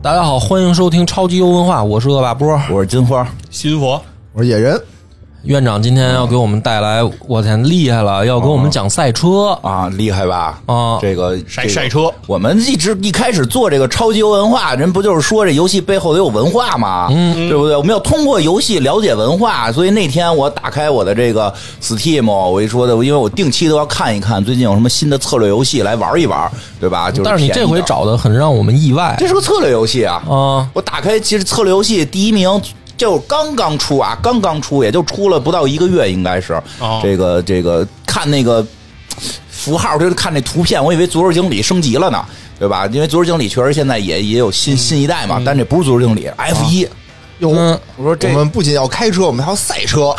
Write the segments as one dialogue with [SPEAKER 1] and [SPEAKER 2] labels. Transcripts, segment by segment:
[SPEAKER 1] 大家好，欢迎收听超级优文化，我是恶霸波
[SPEAKER 2] 我是金花，
[SPEAKER 3] 新佛
[SPEAKER 4] 我说野人，
[SPEAKER 1] 院长。今天要给我们带来，我天厉害了，要给我们讲赛车
[SPEAKER 2] 啊，厉害吧？
[SPEAKER 1] 啊
[SPEAKER 2] 这个
[SPEAKER 3] 晒
[SPEAKER 2] 这个
[SPEAKER 3] 晒车
[SPEAKER 2] 我们一直一开始做这个超级文化，人不就是说这游戏背后得有文化吗？嗯，对不对？我们要通过游戏了解文化，所以那天我打开我的这个 Steam，我一说的，因为我定期都要看一看最近有什么新的策略游戏来玩一玩，对吧？就是
[SPEAKER 1] 但是你这
[SPEAKER 2] 便宜
[SPEAKER 1] 回
[SPEAKER 2] 点
[SPEAKER 1] 找的很让我们意外
[SPEAKER 2] 这是个策略游戏啊！
[SPEAKER 1] 啊！
[SPEAKER 2] 我打开，其实策略游戏第一名就刚刚出啊，刚刚出，也就出了不到一个月，应该是、
[SPEAKER 3] 哦
[SPEAKER 2] 这个这个看那个符号，就是看那图片，我以为足球经理升级了呢，对吧？因为足球经理确实现在也也有
[SPEAKER 3] 嗯
[SPEAKER 2] 新新一代嘛，但这不是足球经理，F
[SPEAKER 3] 啊
[SPEAKER 2] 一、
[SPEAKER 4] 哟，
[SPEAKER 1] 嗯
[SPEAKER 4] 我说这我们不仅要开车，我们还要赛车，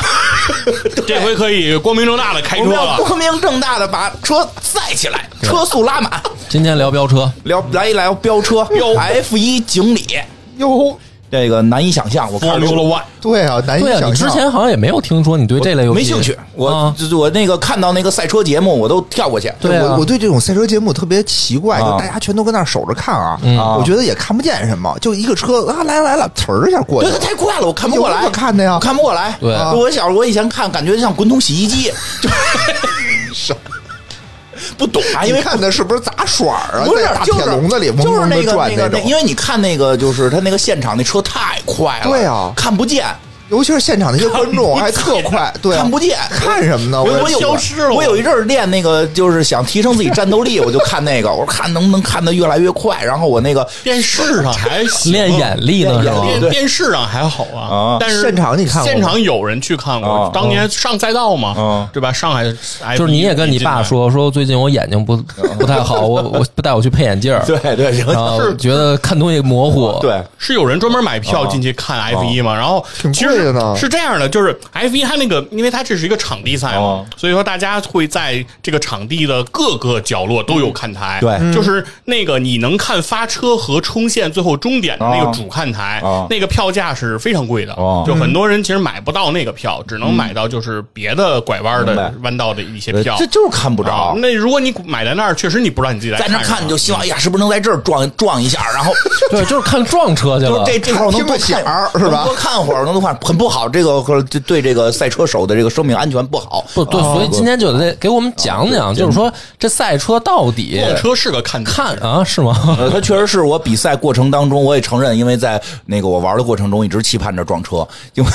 [SPEAKER 3] 这回可以光明正大的开
[SPEAKER 2] 我
[SPEAKER 3] 车
[SPEAKER 2] 们要
[SPEAKER 3] 了，
[SPEAKER 2] 光明正大的把车赛起来，车速拉满，
[SPEAKER 1] 今天聊飙车，
[SPEAKER 2] 聊来一聊飙车，F 一经理，
[SPEAKER 4] 哟，
[SPEAKER 2] 这个难以想象，我看
[SPEAKER 3] 风
[SPEAKER 2] 着
[SPEAKER 3] 流了万，
[SPEAKER 4] 对啊，
[SPEAKER 2] 哎
[SPEAKER 4] 难以
[SPEAKER 1] 对啊，
[SPEAKER 4] 想
[SPEAKER 1] 你之
[SPEAKER 4] 象。
[SPEAKER 1] 前好像也没有听说你对这类游戏
[SPEAKER 2] 没兴趣，我、
[SPEAKER 1] 啊
[SPEAKER 2] 就是我那个看到那个赛车节目，我都跳过去。
[SPEAKER 1] 对啊
[SPEAKER 4] 我我对这种赛车节目特别奇怪，
[SPEAKER 2] 啊
[SPEAKER 4] 就大家全都跟那儿守着看啊，
[SPEAKER 2] 啊
[SPEAKER 4] 我觉得也看不见什么，就一个车啊来来了，呲儿一下过去
[SPEAKER 2] 对，
[SPEAKER 4] 了
[SPEAKER 2] 它。太快了，我看不过
[SPEAKER 4] 有
[SPEAKER 2] 来，
[SPEAKER 4] 那么看的呀
[SPEAKER 2] 我看不过来。
[SPEAKER 1] 对啊
[SPEAKER 2] 我小时候我以前看，感觉像滚筒洗衣 机，就不懂啊，因
[SPEAKER 4] 你
[SPEAKER 2] 为
[SPEAKER 4] 看的是不是杂耍啊？
[SPEAKER 2] 不是
[SPEAKER 4] 在大
[SPEAKER 2] 就是
[SPEAKER 4] 铁笼子里嗡
[SPEAKER 2] 就是
[SPEAKER 4] 嗡
[SPEAKER 2] 那
[SPEAKER 4] 的
[SPEAKER 2] 个
[SPEAKER 4] 转
[SPEAKER 2] 那个
[SPEAKER 4] 种
[SPEAKER 2] 那，因为你看那个就是他那个现场那车太快了，
[SPEAKER 4] 对啊
[SPEAKER 2] 看不见，
[SPEAKER 4] 尤其是现场那些观众还特快，对啊，
[SPEAKER 2] 看不见，
[SPEAKER 4] 看什么呢？
[SPEAKER 2] 我
[SPEAKER 4] 我
[SPEAKER 2] 我有
[SPEAKER 3] 消失了
[SPEAKER 2] 我有一阵儿练那个，就是想提升自己战斗力，我就看那个，我说看能不能看得越来越快。然后我那个
[SPEAKER 3] 电视上还行啊
[SPEAKER 1] 练眼力呢是
[SPEAKER 2] 练
[SPEAKER 1] 吗？
[SPEAKER 2] 眼力
[SPEAKER 3] 电电视上还好
[SPEAKER 2] 啊
[SPEAKER 3] 啊，但是
[SPEAKER 4] 现场你看过吗
[SPEAKER 3] 现场有人去看
[SPEAKER 2] 啊
[SPEAKER 3] 过，当年上赛道嘛
[SPEAKER 2] 啊，
[SPEAKER 3] 对吧？上海
[SPEAKER 1] 就是你也跟你爸，
[SPEAKER 3] F1
[SPEAKER 1] 说说，最近我眼睛不不太好，我我不带我去配眼镜儿，
[SPEAKER 2] 嗯对对行，
[SPEAKER 1] 然
[SPEAKER 4] 啊
[SPEAKER 1] 后觉得看东西模糊，
[SPEAKER 2] 对
[SPEAKER 3] 是有人专门买
[SPEAKER 2] 啊
[SPEAKER 3] 票进去看 F 一嘛？然后
[SPEAKER 4] 挺
[SPEAKER 3] 其
[SPEAKER 4] 贵的
[SPEAKER 3] 实
[SPEAKER 4] 呢
[SPEAKER 3] 是这样的，就是 F 一它那个，因为它这是一个场地赛嘛
[SPEAKER 2] 哦，
[SPEAKER 3] 所以说大家会在这个场地的各个角落都有看台。
[SPEAKER 2] 对嗯
[SPEAKER 3] 就是那个你能看发车和冲线最后终点的那
[SPEAKER 2] 哦
[SPEAKER 3] 个主看台
[SPEAKER 2] 哦，
[SPEAKER 3] 那个票价是非常贵的
[SPEAKER 2] 哦，
[SPEAKER 3] 就很多人其实买不到那个票，只能买到就是别的拐弯
[SPEAKER 2] 明白呃
[SPEAKER 3] 的弯道的一些票
[SPEAKER 2] 这。就是看不
[SPEAKER 3] 啊
[SPEAKER 2] 着。
[SPEAKER 3] 那如果你买在那儿，确实你不知道你自己
[SPEAKER 2] 在那
[SPEAKER 3] 看啊什么
[SPEAKER 2] 看你就希望，哎呀，是不是能在这儿撞撞一下？然后
[SPEAKER 1] 对，就是看撞车去
[SPEAKER 2] 就是
[SPEAKER 1] 了。
[SPEAKER 2] 这这会儿我能多
[SPEAKER 4] 听
[SPEAKER 2] 看
[SPEAKER 4] 个响儿是吧
[SPEAKER 2] 能多看会儿，能多看很不好。这个和这对这个赛车手的这个生命安全不好。啊
[SPEAKER 1] 不对，所以今天就得给我们讲
[SPEAKER 2] 嗯
[SPEAKER 1] 讲，就是说这赛车到底
[SPEAKER 3] 撞车是个看点
[SPEAKER 1] 看啊是吗？
[SPEAKER 2] 呃，他确实是我比赛过程当中，我也承认，因为在那个我玩的过程中，一直期盼着撞车，因为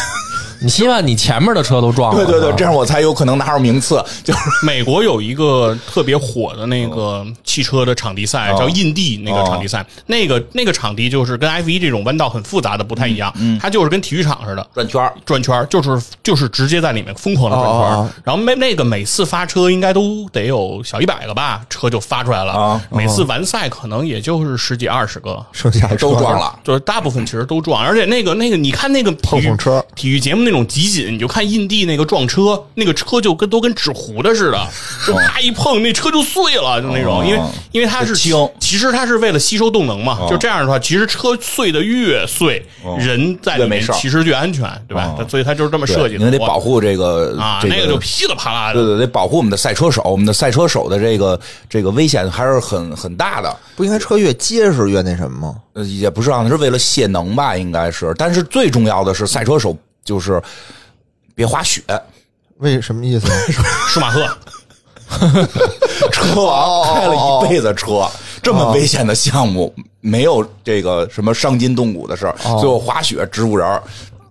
[SPEAKER 1] 你希望你前面的车都
[SPEAKER 3] 哦
[SPEAKER 1] 撞了，
[SPEAKER 2] 对对对
[SPEAKER 1] 是，吧
[SPEAKER 2] 这样我才有可能拿上名次。就是
[SPEAKER 3] 美国有一个特别火的那个汽车的场地赛，叫印地那个场地赛，那个那个场地就是跟 F 一这种弯道很复杂的不太一样，它就是跟体育场似的。
[SPEAKER 2] 转圈儿
[SPEAKER 3] 转圈儿就是就是直接在里面疯狂的转圈儿，然后那那个每次发车应该都得有小一百个吧，车就发出来了。
[SPEAKER 2] 啊
[SPEAKER 3] 每次完赛可能也就是十几二十个，
[SPEAKER 4] 剩下的车
[SPEAKER 2] 都撞了，
[SPEAKER 3] 就是大部分其实都撞，而且那个那个，你看那个体
[SPEAKER 4] 碰
[SPEAKER 3] 育
[SPEAKER 4] 碰车
[SPEAKER 3] 体育节目那种集锦，你就看印地那个撞车，那个车就跟都跟纸糊的似的，
[SPEAKER 2] 哦
[SPEAKER 3] 就啪一碰，那车就碎了，就那种，因为因为它是
[SPEAKER 2] 轻哦
[SPEAKER 3] 其实它是为了吸收动能嘛，就这样的话，其实车碎的越碎，人在里
[SPEAKER 2] 越没
[SPEAKER 3] 面
[SPEAKER 2] 事儿哦
[SPEAKER 3] 其实越安全，对吧？所以它就是这么设计
[SPEAKER 2] 对，因
[SPEAKER 3] 的，
[SPEAKER 2] 为得
[SPEAKER 3] 我
[SPEAKER 2] 保护这个
[SPEAKER 3] 啊，
[SPEAKER 2] 这
[SPEAKER 3] 那个就噼里啪啦
[SPEAKER 2] 对
[SPEAKER 3] 的，
[SPEAKER 2] 对，得保护我们的赛车手，我们的赛车手的这个这个危险还是很很大的。
[SPEAKER 4] 不应该车越结实越那什么吗？
[SPEAKER 2] 呃，也不是啊，是为了泄能吧，应该是。但是最重要的是，赛车手就是别滑雪，
[SPEAKER 4] 为什么意思？
[SPEAKER 3] 舒马赫
[SPEAKER 2] 车
[SPEAKER 4] 哦
[SPEAKER 2] 王
[SPEAKER 4] 哦
[SPEAKER 2] 开了一辈子车，这么危险的项目，没有这个什么伤筋动骨的事儿，最后滑雪植物人 儿。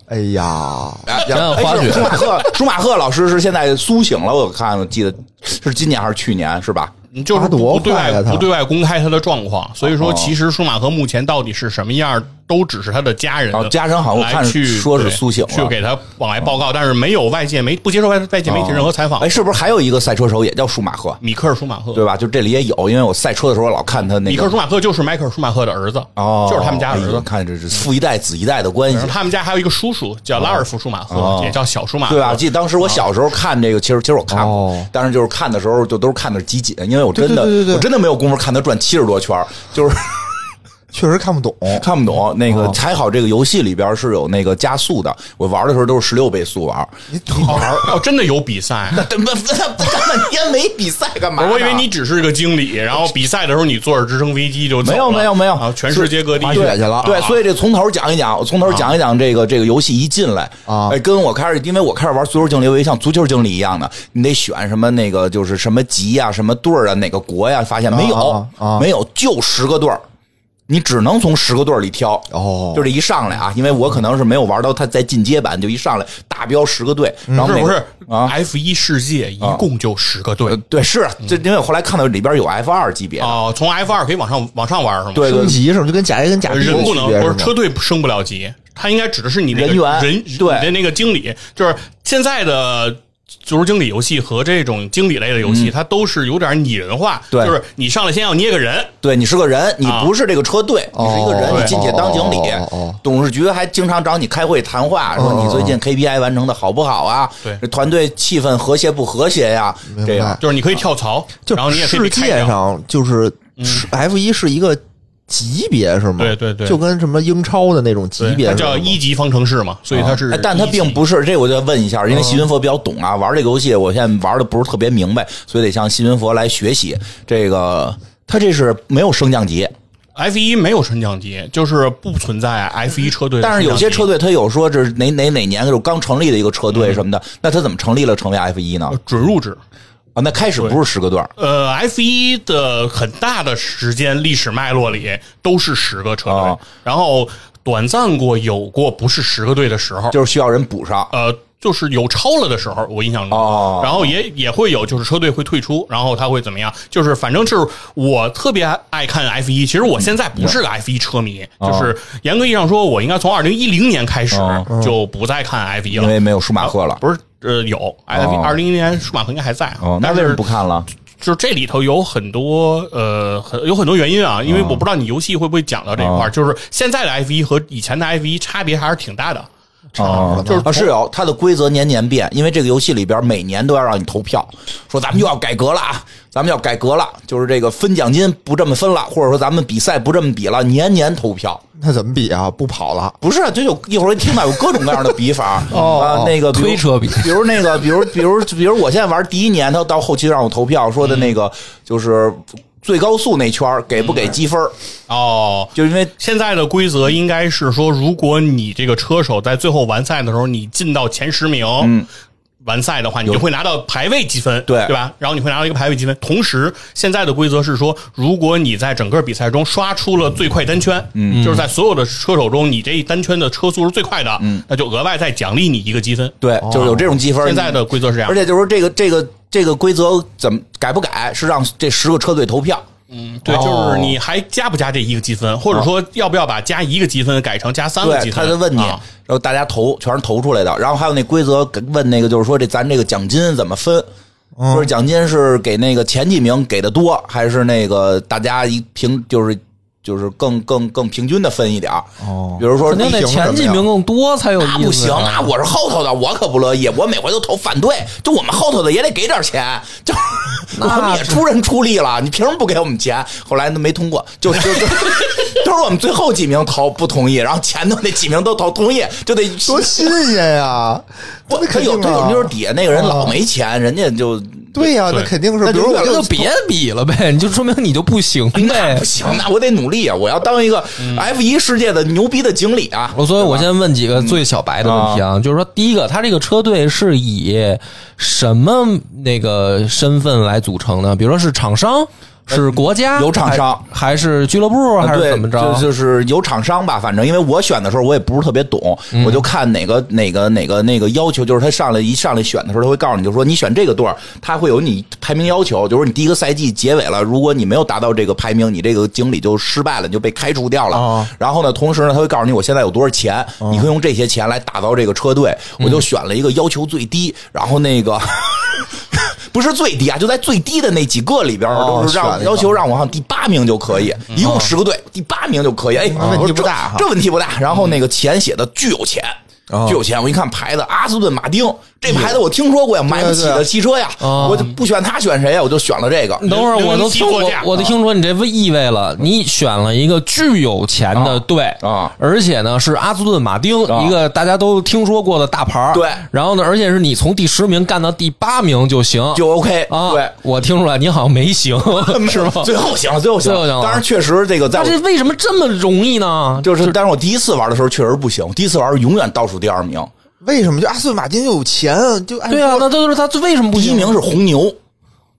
[SPEAKER 4] 哎呀，
[SPEAKER 2] 哎
[SPEAKER 1] 想想
[SPEAKER 2] 哎
[SPEAKER 1] 滑
[SPEAKER 2] 是
[SPEAKER 1] 雪
[SPEAKER 2] 舒马赫，舒马赫老师是现在苏醒了，我看了，记得是今年还是去年，是吧？
[SPEAKER 3] 就是不
[SPEAKER 4] 多
[SPEAKER 3] 对
[SPEAKER 4] 坏
[SPEAKER 3] 外
[SPEAKER 4] 呀他
[SPEAKER 3] 不对外公开他的状况，所以说
[SPEAKER 2] 哦
[SPEAKER 3] 其实舒马赫目前到底是什么样，都只是他的家人
[SPEAKER 2] 哦
[SPEAKER 3] 的
[SPEAKER 2] 家人好像我看
[SPEAKER 3] 来去
[SPEAKER 2] 说是
[SPEAKER 3] 对
[SPEAKER 2] 苏醒了哦
[SPEAKER 3] 去给他往外报告，但是没有外界没不接受外外界媒体任何采访
[SPEAKER 2] 哎，。是不是还有一个赛车手也叫舒马赫，
[SPEAKER 3] 米克尔舒马赫
[SPEAKER 2] 对吧？就这里也有，因为我赛车的时候老看他那个。
[SPEAKER 3] 米克尔舒马赫就是迈克尔舒马赫的儿子，
[SPEAKER 2] 哦，
[SPEAKER 3] 就是他们家儿
[SPEAKER 2] 哎呦
[SPEAKER 3] 子。
[SPEAKER 2] 看这是父一代子一代的关系
[SPEAKER 3] 然后。他们家还有一个叔叔叫拉尔夫舒马
[SPEAKER 2] 哦
[SPEAKER 3] 赫，也叫小舒马赫，
[SPEAKER 2] 对吧？记得当时我小时候看这个，其实其实我看过
[SPEAKER 4] 哦，
[SPEAKER 2] 但是就是看的时候就都是看的集锦，因为我真的
[SPEAKER 4] 对对对对对
[SPEAKER 2] 我真的没有功夫看他转七十多圈儿，就是
[SPEAKER 4] 确实看不懂。
[SPEAKER 2] 看不懂，那个还好这个游戏里边是有那个加速的，我玩的时候都是十六倍速玩。
[SPEAKER 4] 你你玩儿
[SPEAKER 3] 哦，真的有比赛。
[SPEAKER 2] 那那那半天没比赛干嘛呢？
[SPEAKER 3] 我以为你只是个经理，然后比赛的时候你坐着直升飞机就走
[SPEAKER 2] 没有
[SPEAKER 3] 了
[SPEAKER 2] 没有没有
[SPEAKER 3] 啊，全世界各地啊
[SPEAKER 4] 滑雪去了
[SPEAKER 2] 对，所以这从头讲一讲，我从头讲一讲这个这个游戏一进来
[SPEAKER 4] 啊
[SPEAKER 2] 哎，跟我开始，因为我开始玩足球经理，我也像足球经理一样的，你得选什么那个就是什么级呀、什么队儿啊、哪个国呀、发现没有
[SPEAKER 4] 啊啊啊
[SPEAKER 2] 没有，就十个队儿。你只能从十个队儿里挑
[SPEAKER 4] 哦
[SPEAKER 2] 就这一上来啊，因为我可能是没有玩到他在进阶版，就一上来大标十个队，然后
[SPEAKER 3] 不嗯是
[SPEAKER 2] 每
[SPEAKER 3] 不
[SPEAKER 2] 个
[SPEAKER 3] 是
[SPEAKER 2] 啊
[SPEAKER 3] F 一世界一共就十个队
[SPEAKER 2] 呃对是，这因为我后来看到里边有 F 二级别的，
[SPEAKER 3] 哦，从 F 二可以往上往上玩是吗？
[SPEAKER 2] 呃对
[SPEAKER 3] 呃
[SPEAKER 4] 升级是吗？就跟甲 A 跟甲 B 的
[SPEAKER 3] 人不能
[SPEAKER 4] 区别
[SPEAKER 3] 不是
[SPEAKER 4] 是吗
[SPEAKER 3] 车队升不了级，他应该指的是你那个
[SPEAKER 2] 人员
[SPEAKER 3] 人
[SPEAKER 2] 对
[SPEAKER 3] 你的那个经理，就是现在的。足球经理游戏和这种经理类的游戏，它都是有点拟人化，
[SPEAKER 2] 嗯对
[SPEAKER 3] 就是你上来先要捏个人，
[SPEAKER 2] 对你是个人，你
[SPEAKER 3] 啊
[SPEAKER 2] 不是这个车队，你是一个人，
[SPEAKER 4] 哦
[SPEAKER 2] 你进去当经理
[SPEAKER 4] 哦哦嗯哦，
[SPEAKER 2] 董事局还经常找你开会谈话，说你最近 KPI 完成的好不好啊？
[SPEAKER 3] 对
[SPEAKER 2] 这团队气氛和谐不和谐呀？
[SPEAKER 4] 明白
[SPEAKER 2] 这样
[SPEAKER 3] 就是你可以跳槽，
[SPEAKER 4] 就
[SPEAKER 3] 然后你也可以
[SPEAKER 4] 世
[SPEAKER 3] 被开
[SPEAKER 4] 界
[SPEAKER 3] 掉。嗯
[SPEAKER 4] 上就是 F 一是一个级别是吗？
[SPEAKER 3] 对对对
[SPEAKER 4] 就跟什么英超的那种级别
[SPEAKER 3] 它
[SPEAKER 4] 似的
[SPEAKER 3] 叫一级方程式嘛，所以它是一
[SPEAKER 2] 哎
[SPEAKER 3] 级，
[SPEAKER 2] 但他并不是这，我就问一下，因为
[SPEAKER 4] 嗯
[SPEAKER 2] 西云佛比较懂啊，玩这个游戏，我现在玩的不是特别明白，所以得向西云佛来学习。这个他这是没有升降级，
[SPEAKER 3] F 一没有升降级，就是不存在 F 一车队的
[SPEAKER 2] 但是有些
[SPEAKER 3] 升降级
[SPEAKER 2] 车队他有说这是哪哪哪年就刚成立的一个车
[SPEAKER 4] 嗯
[SPEAKER 2] 队什么的，那他怎么成立了成为 F 一呢？
[SPEAKER 4] 呃
[SPEAKER 3] 呃准入制。
[SPEAKER 2] 啊，那开始不是十个队儿
[SPEAKER 3] 呃，F 一的很大的时间历史脉络里都是十个车队，
[SPEAKER 2] 哦
[SPEAKER 3] 然后短暂过有过不是十个队的时候，
[SPEAKER 2] 就是需要人补上。
[SPEAKER 3] 呃，就是有超了的时候，我印象中，
[SPEAKER 2] 哦
[SPEAKER 3] 然后也也会有就是车队会退出，然后他会怎么样？就是反正就是我特别爱看 F 一，其实我现在不是个 F 一车迷，
[SPEAKER 2] 嗯哦
[SPEAKER 3] 就是严格意义上说，我应该从二零一零年开始就不再看 F 一
[SPEAKER 2] 因为
[SPEAKER 3] 了，
[SPEAKER 2] 没有舒马赫了。
[SPEAKER 3] 不是。呃，有 F 二零一零年舒马赫应该还在啊，
[SPEAKER 2] 哦，那
[SPEAKER 3] 但
[SPEAKER 2] 为什
[SPEAKER 3] 是
[SPEAKER 2] 么不看了？
[SPEAKER 3] 就是这里头有很多呃，很有很多原因啊，因为我不知道你游戏会不会讲到这一块儿，就是现在的 F 一和以前的 F 一差别还是挺大的。
[SPEAKER 2] 啊，
[SPEAKER 4] 就是
[SPEAKER 2] 啊是有它的规则年年变，因为这个游戏里边每年都要让你投票，说咱们又要改革了啊，咱们要改革了，就是这个分奖金不这么分了，或者说咱们比赛不这么比了，年年投票。
[SPEAKER 4] 那怎么比啊？不 跑了，
[SPEAKER 2] 不是啊，这就一会儿听到有各种各样的比法
[SPEAKER 4] 哦
[SPEAKER 2] 啊，那个比如
[SPEAKER 1] 推车比
[SPEAKER 2] 比如那个，比如比如比如我现在玩第一年，他到后期让我投票说的那个就是最高速那圈儿给不给积分儿，
[SPEAKER 3] 哦，
[SPEAKER 2] 就因为
[SPEAKER 3] 现在的规则应该是说，如果你这个车手在最后完赛的时候，你进到前十名，完赛的话，你就会拿到排位积分，
[SPEAKER 2] 嗯对
[SPEAKER 3] 对吧？然后你会拿到一个排位积分。同时，现在的规则是说，如果你在整个比赛中刷出了最快单圈，嗯，就是在所有的车手中，你这一单圈的车速是最快的，嗯，那就额外再奖励你一个积分。
[SPEAKER 2] 对，就是有这种积分儿。
[SPEAKER 3] 现在的规则是这样
[SPEAKER 2] 而，且就是说这个这个这个规则怎么改不改，是让这十个车队投票。
[SPEAKER 3] 对，
[SPEAKER 4] 哦
[SPEAKER 3] 就是你还加不加这一个积分，或者说要不要把加一个积分改成加三个
[SPEAKER 2] 哦对，
[SPEAKER 3] 积
[SPEAKER 2] 他
[SPEAKER 3] 分？
[SPEAKER 2] 就问你，
[SPEAKER 3] 啊
[SPEAKER 2] 然后大家投，全是投出来的。然后还有那规则跟问那个，就是说这咱这个奖金怎么分？说是奖金是给那个前几名给的多，还是那个大家一平就是就是更更更平均的分一点儿？
[SPEAKER 4] 哦
[SPEAKER 2] 比如说
[SPEAKER 1] 肯定
[SPEAKER 2] 那
[SPEAKER 1] 得前几名更多才有意思
[SPEAKER 2] 那
[SPEAKER 1] 啊。
[SPEAKER 2] 不行，那我是后头的，我可不乐意。我每回都投反对，就我们后头的也得给点钱，就我们也出人出力了，你凭什么不给我们钱？后来都没通过，就就 就都是我们最后几名投不同意，然后前头那几名都投同意，就得
[SPEAKER 4] 多新 鲜呀！
[SPEAKER 2] 我
[SPEAKER 4] 那
[SPEAKER 2] 他
[SPEAKER 4] 肯定
[SPEAKER 2] 有他有
[SPEAKER 4] 啊
[SPEAKER 2] 就是底下那个人老没钱，人家就
[SPEAKER 4] 对呀，
[SPEAKER 3] 对
[SPEAKER 4] 那肯定是，
[SPEAKER 2] 那
[SPEAKER 4] 比
[SPEAKER 2] 就
[SPEAKER 4] 如我
[SPEAKER 2] 越
[SPEAKER 1] 那
[SPEAKER 4] 就
[SPEAKER 1] 就别比了呗，你就说明你就不行
[SPEAKER 2] 那
[SPEAKER 1] 呗
[SPEAKER 2] 不。行，那我得努力啊！我要当一个
[SPEAKER 4] 嗯
[SPEAKER 2] F 一世界的牛逼的经理啊！
[SPEAKER 1] 我所以，我先问几个最小白的问题
[SPEAKER 2] 嗯
[SPEAKER 1] 啊，就是说，第一个，他这个车队是以什么那个身份来组成的？比如说是厂商，是国家，
[SPEAKER 2] 呃有厂商呃
[SPEAKER 1] 还，还是俱乐部，啊还是
[SPEAKER 2] 啊对，
[SPEAKER 1] 怎么
[SPEAKER 2] 就
[SPEAKER 1] 着？
[SPEAKER 2] 就是有厂商吧，反正因为我选的时候我也不是特别懂，
[SPEAKER 1] 嗯
[SPEAKER 2] 我就看哪个哪个哪个那个要求，就是他上来一上来选的时候，他会告诉你，就说你选这个队儿，他会有你排名要求，就是你第一个赛季结尾了，如果你没有达到这个排名，你这个经理就失败了，你就被开除掉了。
[SPEAKER 4] 哦
[SPEAKER 2] 然后呢，同时呢，他会告诉你我现在有多少钱，
[SPEAKER 1] 哦
[SPEAKER 2] 你可以用这些钱来打造这个车队。
[SPEAKER 1] 嗯
[SPEAKER 2] 我就选了一个要求最低，然后那个 不是最低啊，就在最低的那几个里边儿，
[SPEAKER 4] 哦
[SPEAKER 2] 都是
[SPEAKER 4] 选了
[SPEAKER 2] 让
[SPEAKER 4] 一个
[SPEAKER 2] 要求让我好像第八名就可以，一共十个队，第八名就可以。哎，
[SPEAKER 1] 啊
[SPEAKER 4] 问
[SPEAKER 2] 我说
[SPEAKER 4] 题不
[SPEAKER 2] 这
[SPEAKER 4] 大哈
[SPEAKER 1] 嗯
[SPEAKER 2] 这问题不大。然后那个钱写的巨有钱。
[SPEAKER 4] 哦
[SPEAKER 2] 巨有钱！我一看牌子，阿斯顿马丁，这
[SPEAKER 1] 哎
[SPEAKER 2] 牌子我听说过呀，买不起的汽车呀，
[SPEAKER 1] 啊
[SPEAKER 2] 我就不选它选谁呀？我就选了这个。
[SPEAKER 1] 等会儿我都听
[SPEAKER 3] 零零七
[SPEAKER 1] 我
[SPEAKER 3] 座驾
[SPEAKER 2] 啊
[SPEAKER 1] 我都听说你这意味了，你选了一个巨有钱的队
[SPEAKER 2] 啊
[SPEAKER 1] 而且呢是阿斯顿马丁
[SPEAKER 2] 啊
[SPEAKER 1] 一个大家都听说过的大牌儿
[SPEAKER 2] 对
[SPEAKER 1] 然后呢，而且是你从第十名干到第八名就行，
[SPEAKER 2] 就 OK，、
[SPEAKER 1] 啊，
[SPEAKER 2] 对，，
[SPEAKER 1] 我听出来你好像没 行， 是吗？
[SPEAKER 2] 最后行了，最后行
[SPEAKER 1] 最后行了
[SPEAKER 2] 当然确实这个在
[SPEAKER 1] 那
[SPEAKER 2] 我
[SPEAKER 1] 这为什么这么容易呢？
[SPEAKER 2] 就是，但是我第一次玩的时候确实不行，第一次玩是永远倒数第二名，
[SPEAKER 4] 为什么就阿斯顿马丁就有钱啊？就按
[SPEAKER 1] 对啊，那都是他为什么不
[SPEAKER 2] 第一
[SPEAKER 1] 行
[SPEAKER 2] 名是红
[SPEAKER 1] 哎
[SPEAKER 2] 牛。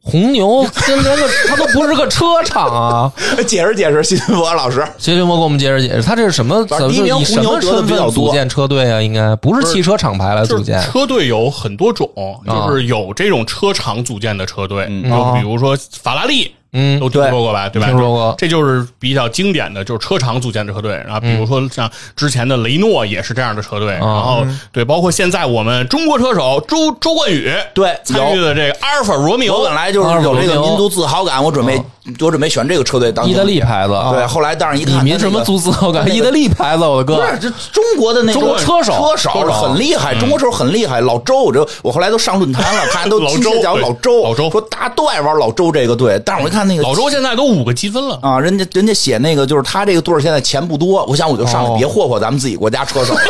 [SPEAKER 1] 红牛，这连个他都不是个车厂啊！
[SPEAKER 2] 解释解释，新博老师，
[SPEAKER 1] 谢霆锋给我们解释解释，他这是什么？
[SPEAKER 2] 反
[SPEAKER 1] 怎
[SPEAKER 2] 正
[SPEAKER 1] 么
[SPEAKER 2] 第一名
[SPEAKER 1] 以什
[SPEAKER 2] 红
[SPEAKER 1] 么
[SPEAKER 2] 牛得的
[SPEAKER 1] 身
[SPEAKER 2] 比较
[SPEAKER 1] 份
[SPEAKER 2] 多
[SPEAKER 1] 组建车队啊？应该不是汽车厂牌来组
[SPEAKER 3] 就
[SPEAKER 1] 啊
[SPEAKER 3] 是
[SPEAKER 1] 建，
[SPEAKER 3] 车队有很多种，就是有这种车厂组建的车队，就比如说法拉利。
[SPEAKER 1] 嗯
[SPEAKER 3] 都听说过吧，对吧？
[SPEAKER 1] 听说过嗯
[SPEAKER 3] 这就是比较经典的，就是车厂组建的车队。然后，比如说像之前的雷诺也是这样的车队。
[SPEAKER 1] 啊
[SPEAKER 3] 然后，
[SPEAKER 1] 嗯
[SPEAKER 3] 对，包括现在我们中国车手周周冠宇
[SPEAKER 2] 对
[SPEAKER 3] 参与的这个阿尔法罗密欧，
[SPEAKER 2] 我本来
[SPEAKER 1] 啊
[SPEAKER 2] 就是有这个民族自豪感，我准备我准备选这个车队当
[SPEAKER 1] 哦
[SPEAKER 2] 啊
[SPEAKER 1] 意大利牌子。啊
[SPEAKER 3] 啊
[SPEAKER 2] 对，后来但是一
[SPEAKER 1] 你
[SPEAKER 2] 看
[SPEAKER 1] 民什么
[SPEAKER 2] 族，
[SPEAKER 1] 族自豪 感？意大利牌子，我的
[SPEAKER 2] 不
[SPEAKER 1] 哥，
[SPEAKER 2] 是这中国的那个
[SPEAKER 1] 中国车手
[SPEAKER 2] 车手
[SPEAKER 1] 车手
[SPEAKER 2] 很厉
[SPEAKER 3] 嗯
[SPEAKER 2] 害，中国车手很厉害。老周，这我后来都上论坛了，看都
[SPEAKER 3] 老
[SPEAKER 2] 亲切
[SPEAKER 3] 周
[SPEAKER 2] 讲
[SPEAKER 3] 对
[SPEAKER 2] 老周，
[SPEAKER 3] 老周
[SPEAKER 2] 说大家都爱玩老周这个队，但是我一看那个
[SPEAKER 3] 老周现在都五个积分了，
[SPEAKER 2] 啊，人家人家写那个就是他这个队儿现在钱不多，我想我就上
[SPEAKER 1] 哦
[SPEAKER 2] 去别霍霍咱们自己国家车 手了，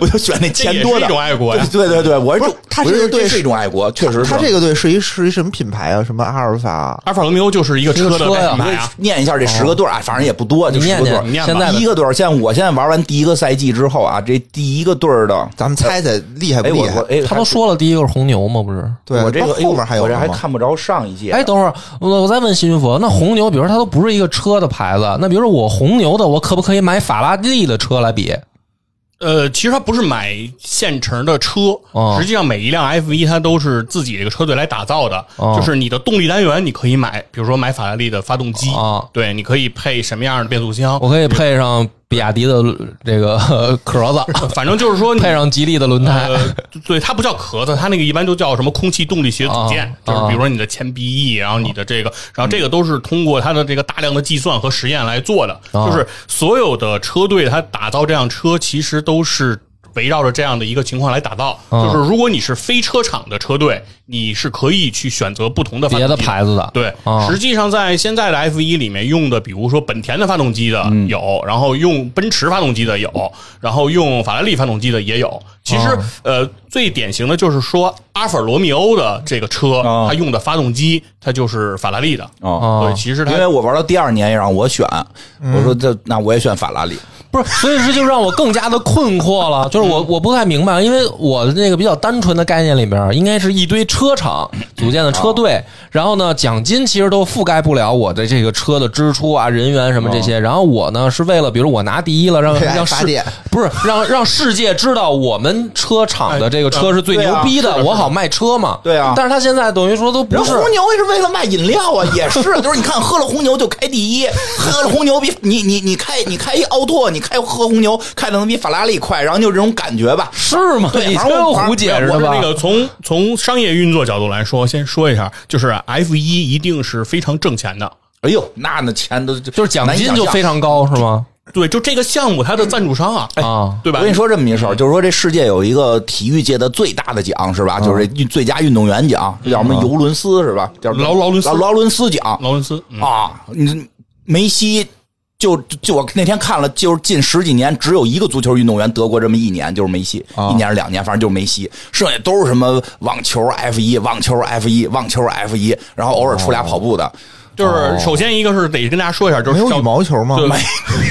[SPEAKER 2] 我就选那钱多
[SPEAKER 3] 这也是
[SPEAKER 2] 的。
[SPEAKER 3] 一种爱国呀
[SPEAKER 2] 对对对，我是
[SPEAKER 4] 不是他
[SPEAKER 2] 这
[SPEAKER 4] 这个队
[SPEAKER 2] 是一种爱国，确实是。
[SPEAKER 4] 他这个队是一是一什么品牌啊？什么阿尔法？
[SPEAKER 3] 阿尔法罗密欧就是一个车
[SPEAKER 1] 是
[SPEAKER 3] 的
[SPEAKER 1] 个车呀
[SPEAKER 3] 品牌啊。
[SPEAKER 2] 念一下这十个队儿啊，反正也不多，就
[SPEAKER 1] 哦你
[SPEAKER 2] 十
[SPEAKER 1] 念
[SPEAKER 2] 个队儿。
[SPEAKER 1] 念，
[SPEAKER 3] 念吧
[SPEAKER 1] 现在的
[SPEAKER 2] 第一个队儿，现在我现在玩完第一个赛季之后啊，这第一个队儿的，
[SPEAKER 4] 咱们猜猜厉害不
[SPEAKER 2] 哎，我
[SPEAKER 4] 厉
[SPEAKER 2] 我
[SPEAKER 4] 害？
[SPEAKER 2] 哎，
[SPEAKER 1] 他都说了，第一个是红牛嘛，不是？
[SPEAKER 4] 对，
[SPEAKER 2] 我这个哎
[SPEAKER 4] 包括后面还有
[SPEAKER 2] 我这还
[SPEAKER 4] 吗
[SPEAKER 2] 看不着上一届。
[SPEAKER 1] 哎，等会儿我我再问新云佛，那红牛，比如说它都不是一个车的牌子，那比如说我红牛的，我可不可以买法拉利的车来比？
[SPEAKER 3] 呃，其实他不是买现成的车，
[SPEAKER 1] 哦
[SPEAKER 3] 实际上每一辆 F 一它都是自己这个车队来打造的，
[SPEAKER 1] 哦
[SPEAKER 3] 就是你的动力单元你可以买，比如说买法拉利的发动机，
[SPEAKER 1] 哦
[SPEAKER 3] 对，你可以配什么样的变速箱，
[SPEAKER 1] 我可以配上比亚迪的这个 呃壳子，
[SPEAKER 3] 反正就是说你
[SPEAKER 1] 配。上吉利的轮胎。
[SPEAKER 3] 呃，对，它不叫壳子，它那个一般都叫什么空气动力学组件，
[SPEAKER 1] 哦
[SPEAKER 3] 就是比如说你的前鼻翼，然后你的这个，然后这个
[SPEAKER 1] 嗯
[SPEAKER 3] 都是通过它的这个大量的计算和实验来做的，
[SPEAKER 1] 哦
[SPEAKER 3] 就是所有的车队它打造这辆车，其实都是。围绕着这样的一个情况来打造，
[SPEAKER 1] 哦
[SPEAKER 3] 就是如果你是非车厂的车队，你是可以去选择不同的发
[SPEAKER 1] 别
[SPEAKER 3] 动
[SPEAKER 1] 的
[SPEAKER 3] 机
[SPEAKER 1] 牌子的，
[SPEAKER 3] 对，
[SPEAKER 1] 啊
[SPEAKER 3] 实际上在现在的 F 一里面用的，比如说本田的发动机的有，然后用奔驰发动机的有，然后用法拉利发动机的也有。其实
[SPEAKER 1] 哦，
[SPEAKER 3] 呃，最典型的就是说阿尔法罗密欧的这个车，
[SPEAKER 2] 哦
[SPEAKER 3] 它用的发动机它就是法拉利的。
[SPEAKER 2] 哦，
[SPEAKER 1] 啊
[SPEAKER 3] 对，，其实它
[SPEAKER 2] 因为我玩到第二年也让我选，
[SPEAKER 1] 嗯
[SPEAKER 2] 我说这那我也选法拉利。
[SPEAKER 1] 不是，所以这就让我更加的困惑 了。就是
[SPEAKER 2] 嗯
[SPEAKER 1] 我我不太明白，因为我的那个比较单纯的概念里边，应该是一堆车厂组建的车
[SPEAKER 2] 哦
[SPEAKER 1] 队，然后呢，奖金其实都覆盖不了我的这个车的支出啊、人员什么这些。
[SPEAKER 2] 哦
[SPEAKER 1] 然后我呢是为了，比如我拿第一 了，让
[SPEAKER 2] 哎
[SPEAKER 4] 为爱
[SPEAKER 1] 让
[SPEAKER 4] 发
[SPEAKER 1] 世
[SPEAKER 4] 电
[SPEAKER 1] 不是让让世界知道我们车厂的这个车是最
[SPEAKER 2] 哎对
[SPEAKER 1] 牛
[SPEAKER 2] 啊
[SPEAKER 1] 逼
[SPEAKER 2] 是
[SPEAKER 1] 的，
[SPEAKER 2] 的
[SPEAKER 1] 我好卖车嘛。
[SPEAKER 2] 对啊
[SPEAKER 1] 但是他现在等于说都
[SPEAKER 2] 人
[SPEAKER 1] 不是
[SPEAKER 2] 红牛也是为了卖饮料啊， 也是，就是你看喝了红牛就开第一，喝了红牛比 你你你开你开一奥拓，你开喝红牛开的能比法拉利快，然后就这种感觉吧。
[SPEAKER 1] 是吗？
[SPEAKER 2] 对
[SPEAKER 1] 你
[SPEAKER 2] 反正
[SPEAKER 1] 这
[SPEAKER 2] 我
[SPEAKER 1] 胡解释
[SPEAKER 3] 我
[SPEAKER 1] 的
[SPEAKER 3] 是
[SPEAKER 1] 吧？
[SPEAKER 3] 那个从从商业运作角度来说，先说一下，就是 F 一一定是非常挣钱的。
[SPEAKER 2] 哎呦，那那钱都
[SPEAKER 1] 就
[SPEAKER 2] 就是
[SPEAKER 1] 奖金就非。常高是吗？
[SPEAKER 3] 对，就这个项目它的赞助商啊，
[SPEAKER 2] 哎
[SPEAKER 1] 啊，
[SPEAKER 3] 对吧？
[SPEAKER 2] 我跟你说这么一事儿，就是说这世界有一个体育界的最大的奖是吧？
[SPEAKER 3] 嗯
[SPEAKER 2] 就是这运最佳运动员奖，叫什么尤伦斯是吧？叫什么
[SPEAKER 3] 劳劳伦斯
[SPEAKER 2] 劳劳伦斯奖。
[SPEAKER 3] 劳伦斯，嗯，
[SPEAKER 2] 啊，你梅西就就我那天看了，就是近十几年只有一个足球运动员得过这么一年，就是梅西，
[SPEAKER 3] 啊
[SPEAKER 2] 一年是两年，反正就是梅西，剩下都是什么网球 F 一、网球 F 一、网球 F 一，然后偶尔
[SPEAKER 3] 哦
[SPEAKER 2] 出俩跑步的。
[SPEAKER 3] 就是首先一个是得跟大家说一下，就是
[SPEAKER 4] 没有
[SPEAKER 3] 叫
[SPEAKER 4] 羽毛球吗？啊
[SPEAKER 3] 对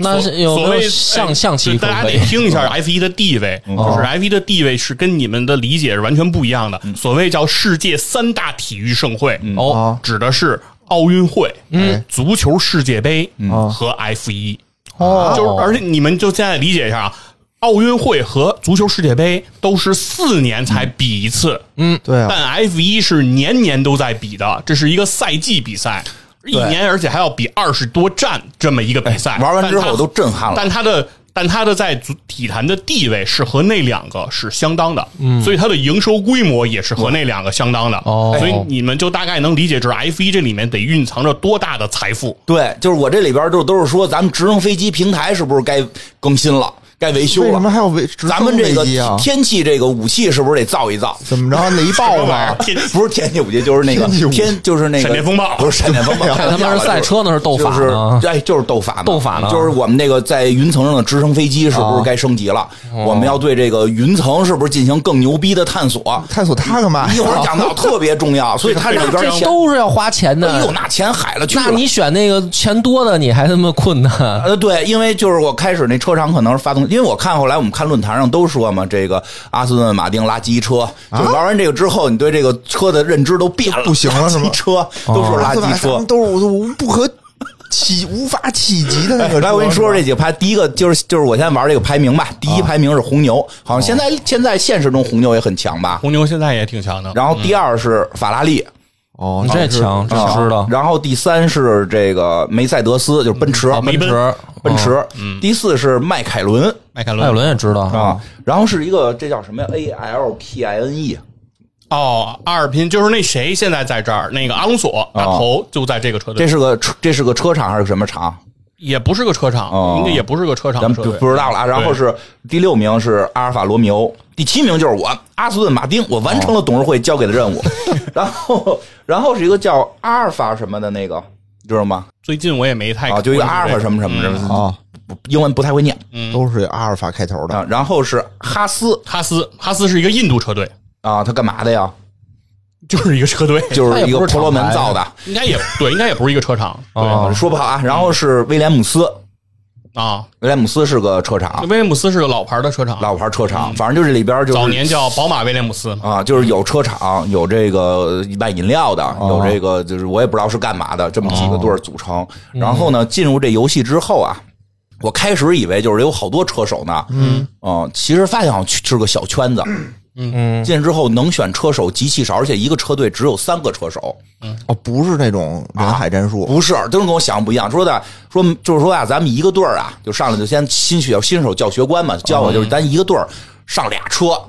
[SPEAKER 1] 那是有
[SPEAKER 3] 所
[SPEAKER 1] 没
[SPEAKER 3] 谓
[SPEAKER 1] 有象
[SPEAKER 3] 哎
[SPEAKER 1] 象棋
[SPEAKER 3] 对
[SPEAKER 1] 可
[SPEAKER 3] 大家
[SPEAKER 1] 不可
[SPEAKER 3] 得
[SPEAKER 1] 以？
[SPEAKER 3] 听一下 F 一的地位，
[SPEAKER 2] 嗯
[SPEAKER 3] 就是 F 一的地位是跟你们的理解是完全不一样的。
[SPEAKER 2] 嗯
[SPEAKER 3] 所谓叫世界三大体育盛会，
[SPEAKER 1] 哦
[SPEAKER 4] 啊，
[SPEAKER 3] 指的是奥运会、
[SPEAKER 2] 哎
[SPEAKER 1] 嗯
[SPEAKER 3] 足球世界杯
[SPEAKER 2] 嗯
[SPEAKER 4] 啊
[SPEAKER 3] 和 F 一。
[SPEAKER 4] 哦
[SPEAKER 3] 就是而且你们就现在理解一下啊，奥运会和足球世界杯都是四年才
[SPEAKER 2] 嗯
[SPEAKER 3] 比一次，
[SPEAKER 1] 嗯
[SPEAKER 4] 对啊，
[SPEAKER 3] 但 F 一是年年都在比的，这是一个赛季比赛。一年，而且还要比二十多站这么一个比赛，
[SPEAKER 2] 哎玩完之后我都震撼了
[SPEAKER 3] 但它的但它的在足体坛的地位是和那两个是相当的，嗯，所以它的营收规模也是和那两个相当的。
[SPEAKER 1] 哦
[SPEAKER 3] 所以你们就大概能理解，就是 F 一这里面得蕴藏着多大的财富。
[SPEAKER 2] 对，就是我这里边就都是说，咱们直升飞机平台是不是该更新了？该维修
[SPEAKER 4] 为什么
[SPEAKER 2] 了。
[SPEAKER 4] 还有维？直
[SPEAKER 2] 咱们
[SPEAKER 4] 升
[SPEAKER 2] 这个
[SPEAKER 4] 飞机啊，
[SPEAKER 2] 天气这个武器是不是得造一造？啊
[SPEAKER 4] 怎么着？雷
[SPEAKER 3] 这
[SPEAKER 4] 暴
[SPEAKER 3] 玩意
[SPEAKER 4] 吧
[SPEAKER 3] 儿，天气
[SPEAKER 2] 不是天气武器，就是那个
[SPEAKER 4] 啊天气武器
[SPEAKER 2] 天，就是那个
[SPEAKER 3] 闪电风暴
[SPEAKER 2] 不是闪电风暴，
[SPEAKER 1] 看他妈是赛车呢，是斗法
[SPEAKER 2] 就是
[SPEAKER 1] 呢？
[SPEAKER 2] 哎，就是斗法呢，
[SPEAKER 1] 斗法呢
[SPEAKER 2] 就是我们这个在云层上的直升飞机是不是该升级了？我们要对这个云层是不是进行更牛逼的探索？
[SPEAKER 4] 探索它干嘛呀？
[SPEAKER 2] 一会儿讲到特别重要，所以它里边
[SPEAKER 1] 这
[SPEAKER 2] 钱，
[SPEAKER 1] 都是要花钱
[SPEAKER 2] 哎呦，
[SPEAKER 1] 的。
[SPEAKER 2] 那钱海了去了。
[SPEAKER 1] 那你选那个钱多的，你还那么困 难？
[SPEAKER 2] 呃，对，因为就是我开始那车厂可能是发动，因为我看后来我们看论坛上都说嘛，这个阿斯顿马丁垃圾车，就玩完这个之后，你对这个车的认知都变了，
[SPEAKER 4] 啊不行 了是吗
[SPEAKER 2] 垃
[SPEAKER 4] 哦
[SPEAKER 2] 圾车都说垃圾车，
[SPEAKER 4] 都是我不可企无法企及的那
[SPEAKER 2] 哎
[SPEAKER 4] 个车。
[SPEAKER 2] 来，我跟你说说这几个排，第一个就是就是我现在玩这个排名吧，
[SPEAKER 4] 啊
[SPEAKER 2] 第一排名是红牛，好像现
[SPEAKER 4] 哦
[SPEAKER 2] 在现在现实中红牛也很强吧。
[SPEAKER 3] 红牛现在也挺强
[SPEAKER 4] 嗯
[SPEAKER 3] 的，
[SPEAKER 2] 然后第二是法拉利，
[SPEAKER 4] 哦
[SPEAKER 1] 你，这强，这
[SPEAKER 2] 啊
[SPEAKER 1] 嗯知道。
[SPEAKER 2] 然后第三是这个梅赛德斯，就是奔驰，
[SPEAKER 4] 哦
[SPEAKER 1] 啊，奔驰，
[SPEAKER 2] 奔
[SPEAKER 1] 啊，
[SPEAKER 2] 驰。
[SPEAKER 4] 嗯
[SPEAKER 2] 第四是迈凯伦
[SPEAKER 3] 迈凯
[SPEAKER 1] 艾
[SPEAKER 3] 伦
[SPEAKER 1] 尔伦也知道
[SPEAKER 2] 啊，
[SPEAKER 1] 嗯
[SPEAKER 2] 然后是一个这叫什么呀？A L P I N E
[SPEAKER 3] 哦，阿尔滨就是那谁现在在这儿，那个阿隆索大头就在这个车队，
[SPEAKER 2] 啊这是个车，这是个车厂还是什么厂？
[SPEAKER 3] 也不是个车厂，
[SPEAKER 2] 哦
[SPEAKER 3] 应该也不是个车厂
[SPEAKER 2] 咱
[SPEAKER 3] 的
[SPEAKER 2] 们
[SPEAKER 3] 车
[SPEAKER 2] 不
[SPEAKER 3] 队，
[SPEAKER 2] 不知道了啊。然后是第六名是阿尔法罗密欧，第七名就是我阿斯顿马丁，我完成了董事会交给的 任务。然后，然后是一个叫阿尔法什么的那个，你知道吗？
[SPEAKER 3] 最近我也没
[SPEAKER 1] 哎
[SPEAKER 3] 太
[SPEAKER 2] 啊，就一个阿尔法什么什么
[SPEAKER 3] 嗯
[SPEAKER 2] 的，
[SPEAKER 1] 哦
[SPEAKER 4] 啊，
[SPEAKER 2] 英文不太会念
[SPEAKER 1] 嗯
[SPEAKER 4] 都是阿尔法开头的。
[SPEAKER 2] 啊。然后是哈斯
[SPEAKER 3] 哈斯，哈斯是一个印度车队，
[SPEAKER 2] 啊，他干嘛的呀？
[SPEAKER 3] 就是一个车队，
[SPEAKER 2] 就是一
[SPEAKER 1] 他也
[SPEAKER 2] 个
[SPEAKER 1] 不是
[SPEAKER 2] 婆罗门
[SPEAKER 1] 厂牌
[SPEAKER 2] 造的，
[SPEAKER 3] 应该也对，应该也不是一个车厂，对
[SPEAKER 1] 哦
[SPEAKER 2] 说不好啊。然后是威廉姆斯，
[SPEAKER 3] 啊，
[SPEAKER 2] 威廉姆斯是个车厂，
[SPEAKER 3] 威廉姆斯是个老牌的车厂，
[SPEAKER 2] 啊老牌车厂，反正就这里啊边就是
[SPEAKER 3] 早年叫宝马威廉姆斯，
[SPEAKER 2] 啊，就是有车厂，有这个卖饮料的，有这个就是我也不知道是干嘛的，这么几个队儿组成。然后呢，进入这游戏之后啊，我开始以为就是有好多车手呢，嗯，其实发现好像是个小圈子。嗯，进去之后能选车手极其少，而且一个车队只有三个车手，
[SPEAKER 4] 哦，不是那种人海战术，
[SPEAKER 2] 嗯啊不是，真是跟我想的不一样。说的说就是说啊，咱们一个队儿啊，就上来就先新学新手教学官嘛，教我就是咱一个队儿上俩车，
[SPEAKER 3] 啊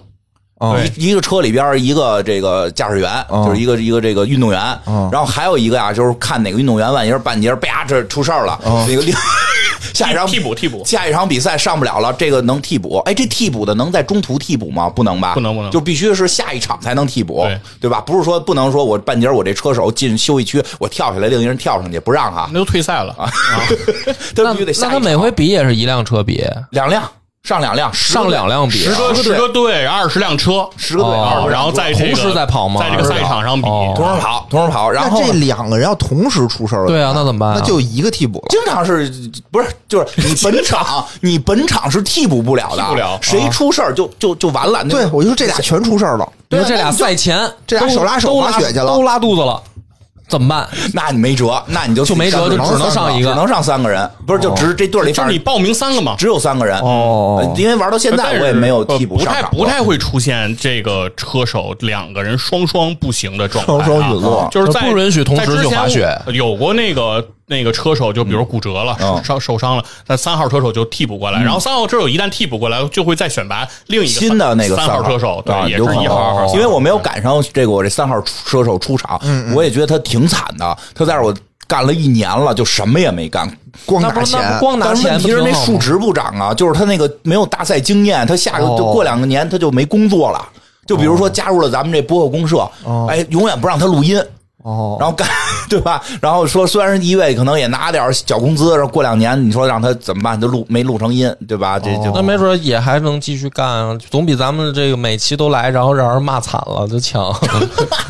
[SPEAKER 4] 哦
[SPEAKER 2] 一一个车里边一个这个驾驶员，
[SPEAKER 3] 哦
[SPEAKER 4] 嗯
[SPEAKER 2] 就是一个一个这个运动员，
[SPEAKER 4] 嗯
[SPEAKER 2] 然后还有一个啊，就是看哪个运动员万一是半截儿啪这出事儿了，那 个另下一场
[SPEAKER 3] 哦替替补替补
[SPEAKER 2] 下一场比赛上不了了，这个能替补？哎，这替补的能在中途替补吗？不能吧？
[SPEAKER 3] 不能不能
[SPEAKER 2] 就必须是下一场才能替补，
[SPEAKER 3] 对
[SPEAKER 2] 吧？不是说不能说我半截儿我这车手进休息区，我跳下来，另一人跳上去不让啊
[SPEAKER 3] 那，都退赛了啊，
[SPEAKER 2] 他
[SPEAKER 1] 那
[SPEAKER 2] 必须得下
[SPEAKER 1] 那
[SPEAKER 2] 一
[SPEAKER 1] 他
[SPEAKER 2] 场
[SPEAKER 1] 每回比也是一辆车比，
[SPEAKER 2] 两辆上两辆，十个
[SPEAKER 1] 上两辆比
[SPEAKER 2] 十
[SPEAKER 1] 啊
[SPEAKER 2] 个
[SPEAKER 3] 十
[SPEAKER 2] 队
[SPEAKER 3] 个队二十辆车，
[SPEAKER 2] 十个队
[SPEAKER 1] 哦
[SPEAKER 2] 二十辆
[SPEAKER 3] 然后在这个
[SPEAKER 1] 同时在跑吗
[SPEAKER 3] 在这个赛场上比，
[SPEAKER 1] 哦
[SPEAKER 2] 同时跑同时跑，然
[SPEAKER 4] 那
[SPEAKER 2] 后
[SPEAKER 4] 这两个人要同时出事儿了，
[SPEAKER 1] 对啊，那怎么办啊？
[SPEAKER 4] 那就一个替补了。
[SPEAKER 2] 经常是不是就是你本场你本场是替补不了的，
[SPEAKER 3] 替不了
[SPEAKER 2] 谁出事儿就就就完了。那
[SPEAKER 4] 对，我就说这俩全出事儿了。
[SPEAKER 1] 啊你说这俩赛前，
[SPEAKER 4] 这俩
[SPEAKER 1] 都
[SPEAKER 4] 手拉手
[SPEAKER 1] 都
[SPEAKER 4] 滑雪去了
[SPEAKER 1] 都拉肚子了，怎么办？
[SPEAKER 2] 那你没辙，那你就
[SPEAKER 1] 就没辙，就
[SPEAKER 2] 只
[SPEAKER 1] 只能上一
[SPEAKER 2] 只
[SPEAKER 1] 个。
[SPEAKER 2] 能上三个人，不是就只这队里
[SPEAKER 3] 哦就
[SPEAKER 2] 反正
[SPEAKER 3] 是你报名三个嘛。
[SPEAKER 2] 只有三个人
[SPEAKER 4] 哦
[SPEAKER 2] 呃因为玩到现
[SPEAKER 3] 但
[SPEAKER 2] 在
[SPEAKER 3] 是
[SPEAKER 2] 我也没有替补
[SPEAKER 3] 呃不
[SPEAKER 2] 上
[SPEAKER 3] 太
[SPEAKER 2] 场
[SPEAKER 3] 不
[SPEAKER 2] 过。
[SPEAKER 3] 太会出现这个车手两个人双双不行的状态、啊，
[SPEAKER 4] 双双陨落
[SPEAKER 3] 就是在
[SPEAKER 1] 呃不允许同时
[SPEAKER 3] 在之前呃
[SPEAKER 1] 去滑雪
[SPEAKER 3] 有过那个那个车手就比如骨折了，
[SPEAKER 2] 嗯
[SPEAKER 3] 受伤受伤了，但三号车手就替补过来，然后三号车手一旦替补过来，就会再选拔另一个
[SPEAKER 2] 新的那个
[SPEAKER 3] 三
[SPEAKER 2] 号
[SPEAKER 3] 号车手，
[SPEAKER 2] 啊，
[SPEAKER 3] 对，也是
[SPEAKER 2] 有可能
[SPEAKER 3] 一号二号，嗯
[SPEAKER 2] 因为我没有赶上这个我这三号车手出场，我也觉得他挺惨的，他在这儿我干了一年了，就什么也没干，
[SPEAKER 4] 光
[SPEAKER 1] 那
[SPEAKER 4] 拿
[SPEAKER 1] 不是那
[SPEAKER 4] 钱
[SPEAKER 1] 不，光拿
[SPEAKER 2] 但是
[SPEAKER 1] 钱
[SPEAKER 2] 问
[SPEAKER 1] 不
[SPEAKER 2] 题
[SPEAKER 1] 挺
[SPEAKER 2] 是
[SPEAKER 1] 好吗，
[SPEAKER 2] 那数值不涨啊，就是他那个没有大赛经验，他下个就
[SPEAKER 4] 哦
[SPEAKER 2] 过两个年他就没工作了。就比如说加入了咱们这播客公社，
[SPEAKER 1] 哦
[SPEAKER 2] 哎，永远不让他录音。
[SPEAKER 4] 哦
[SPEAKER 2] 然后干 对吧？然后说，虽然是一月可能也拿点小工资，然后过两年你说让他怎么办？他录没录成音，对吧？这就
[SPEAKER 1] 那没准也还能继续干啊，总比咱们这个每期都来，然后让人骂惨了就强。啊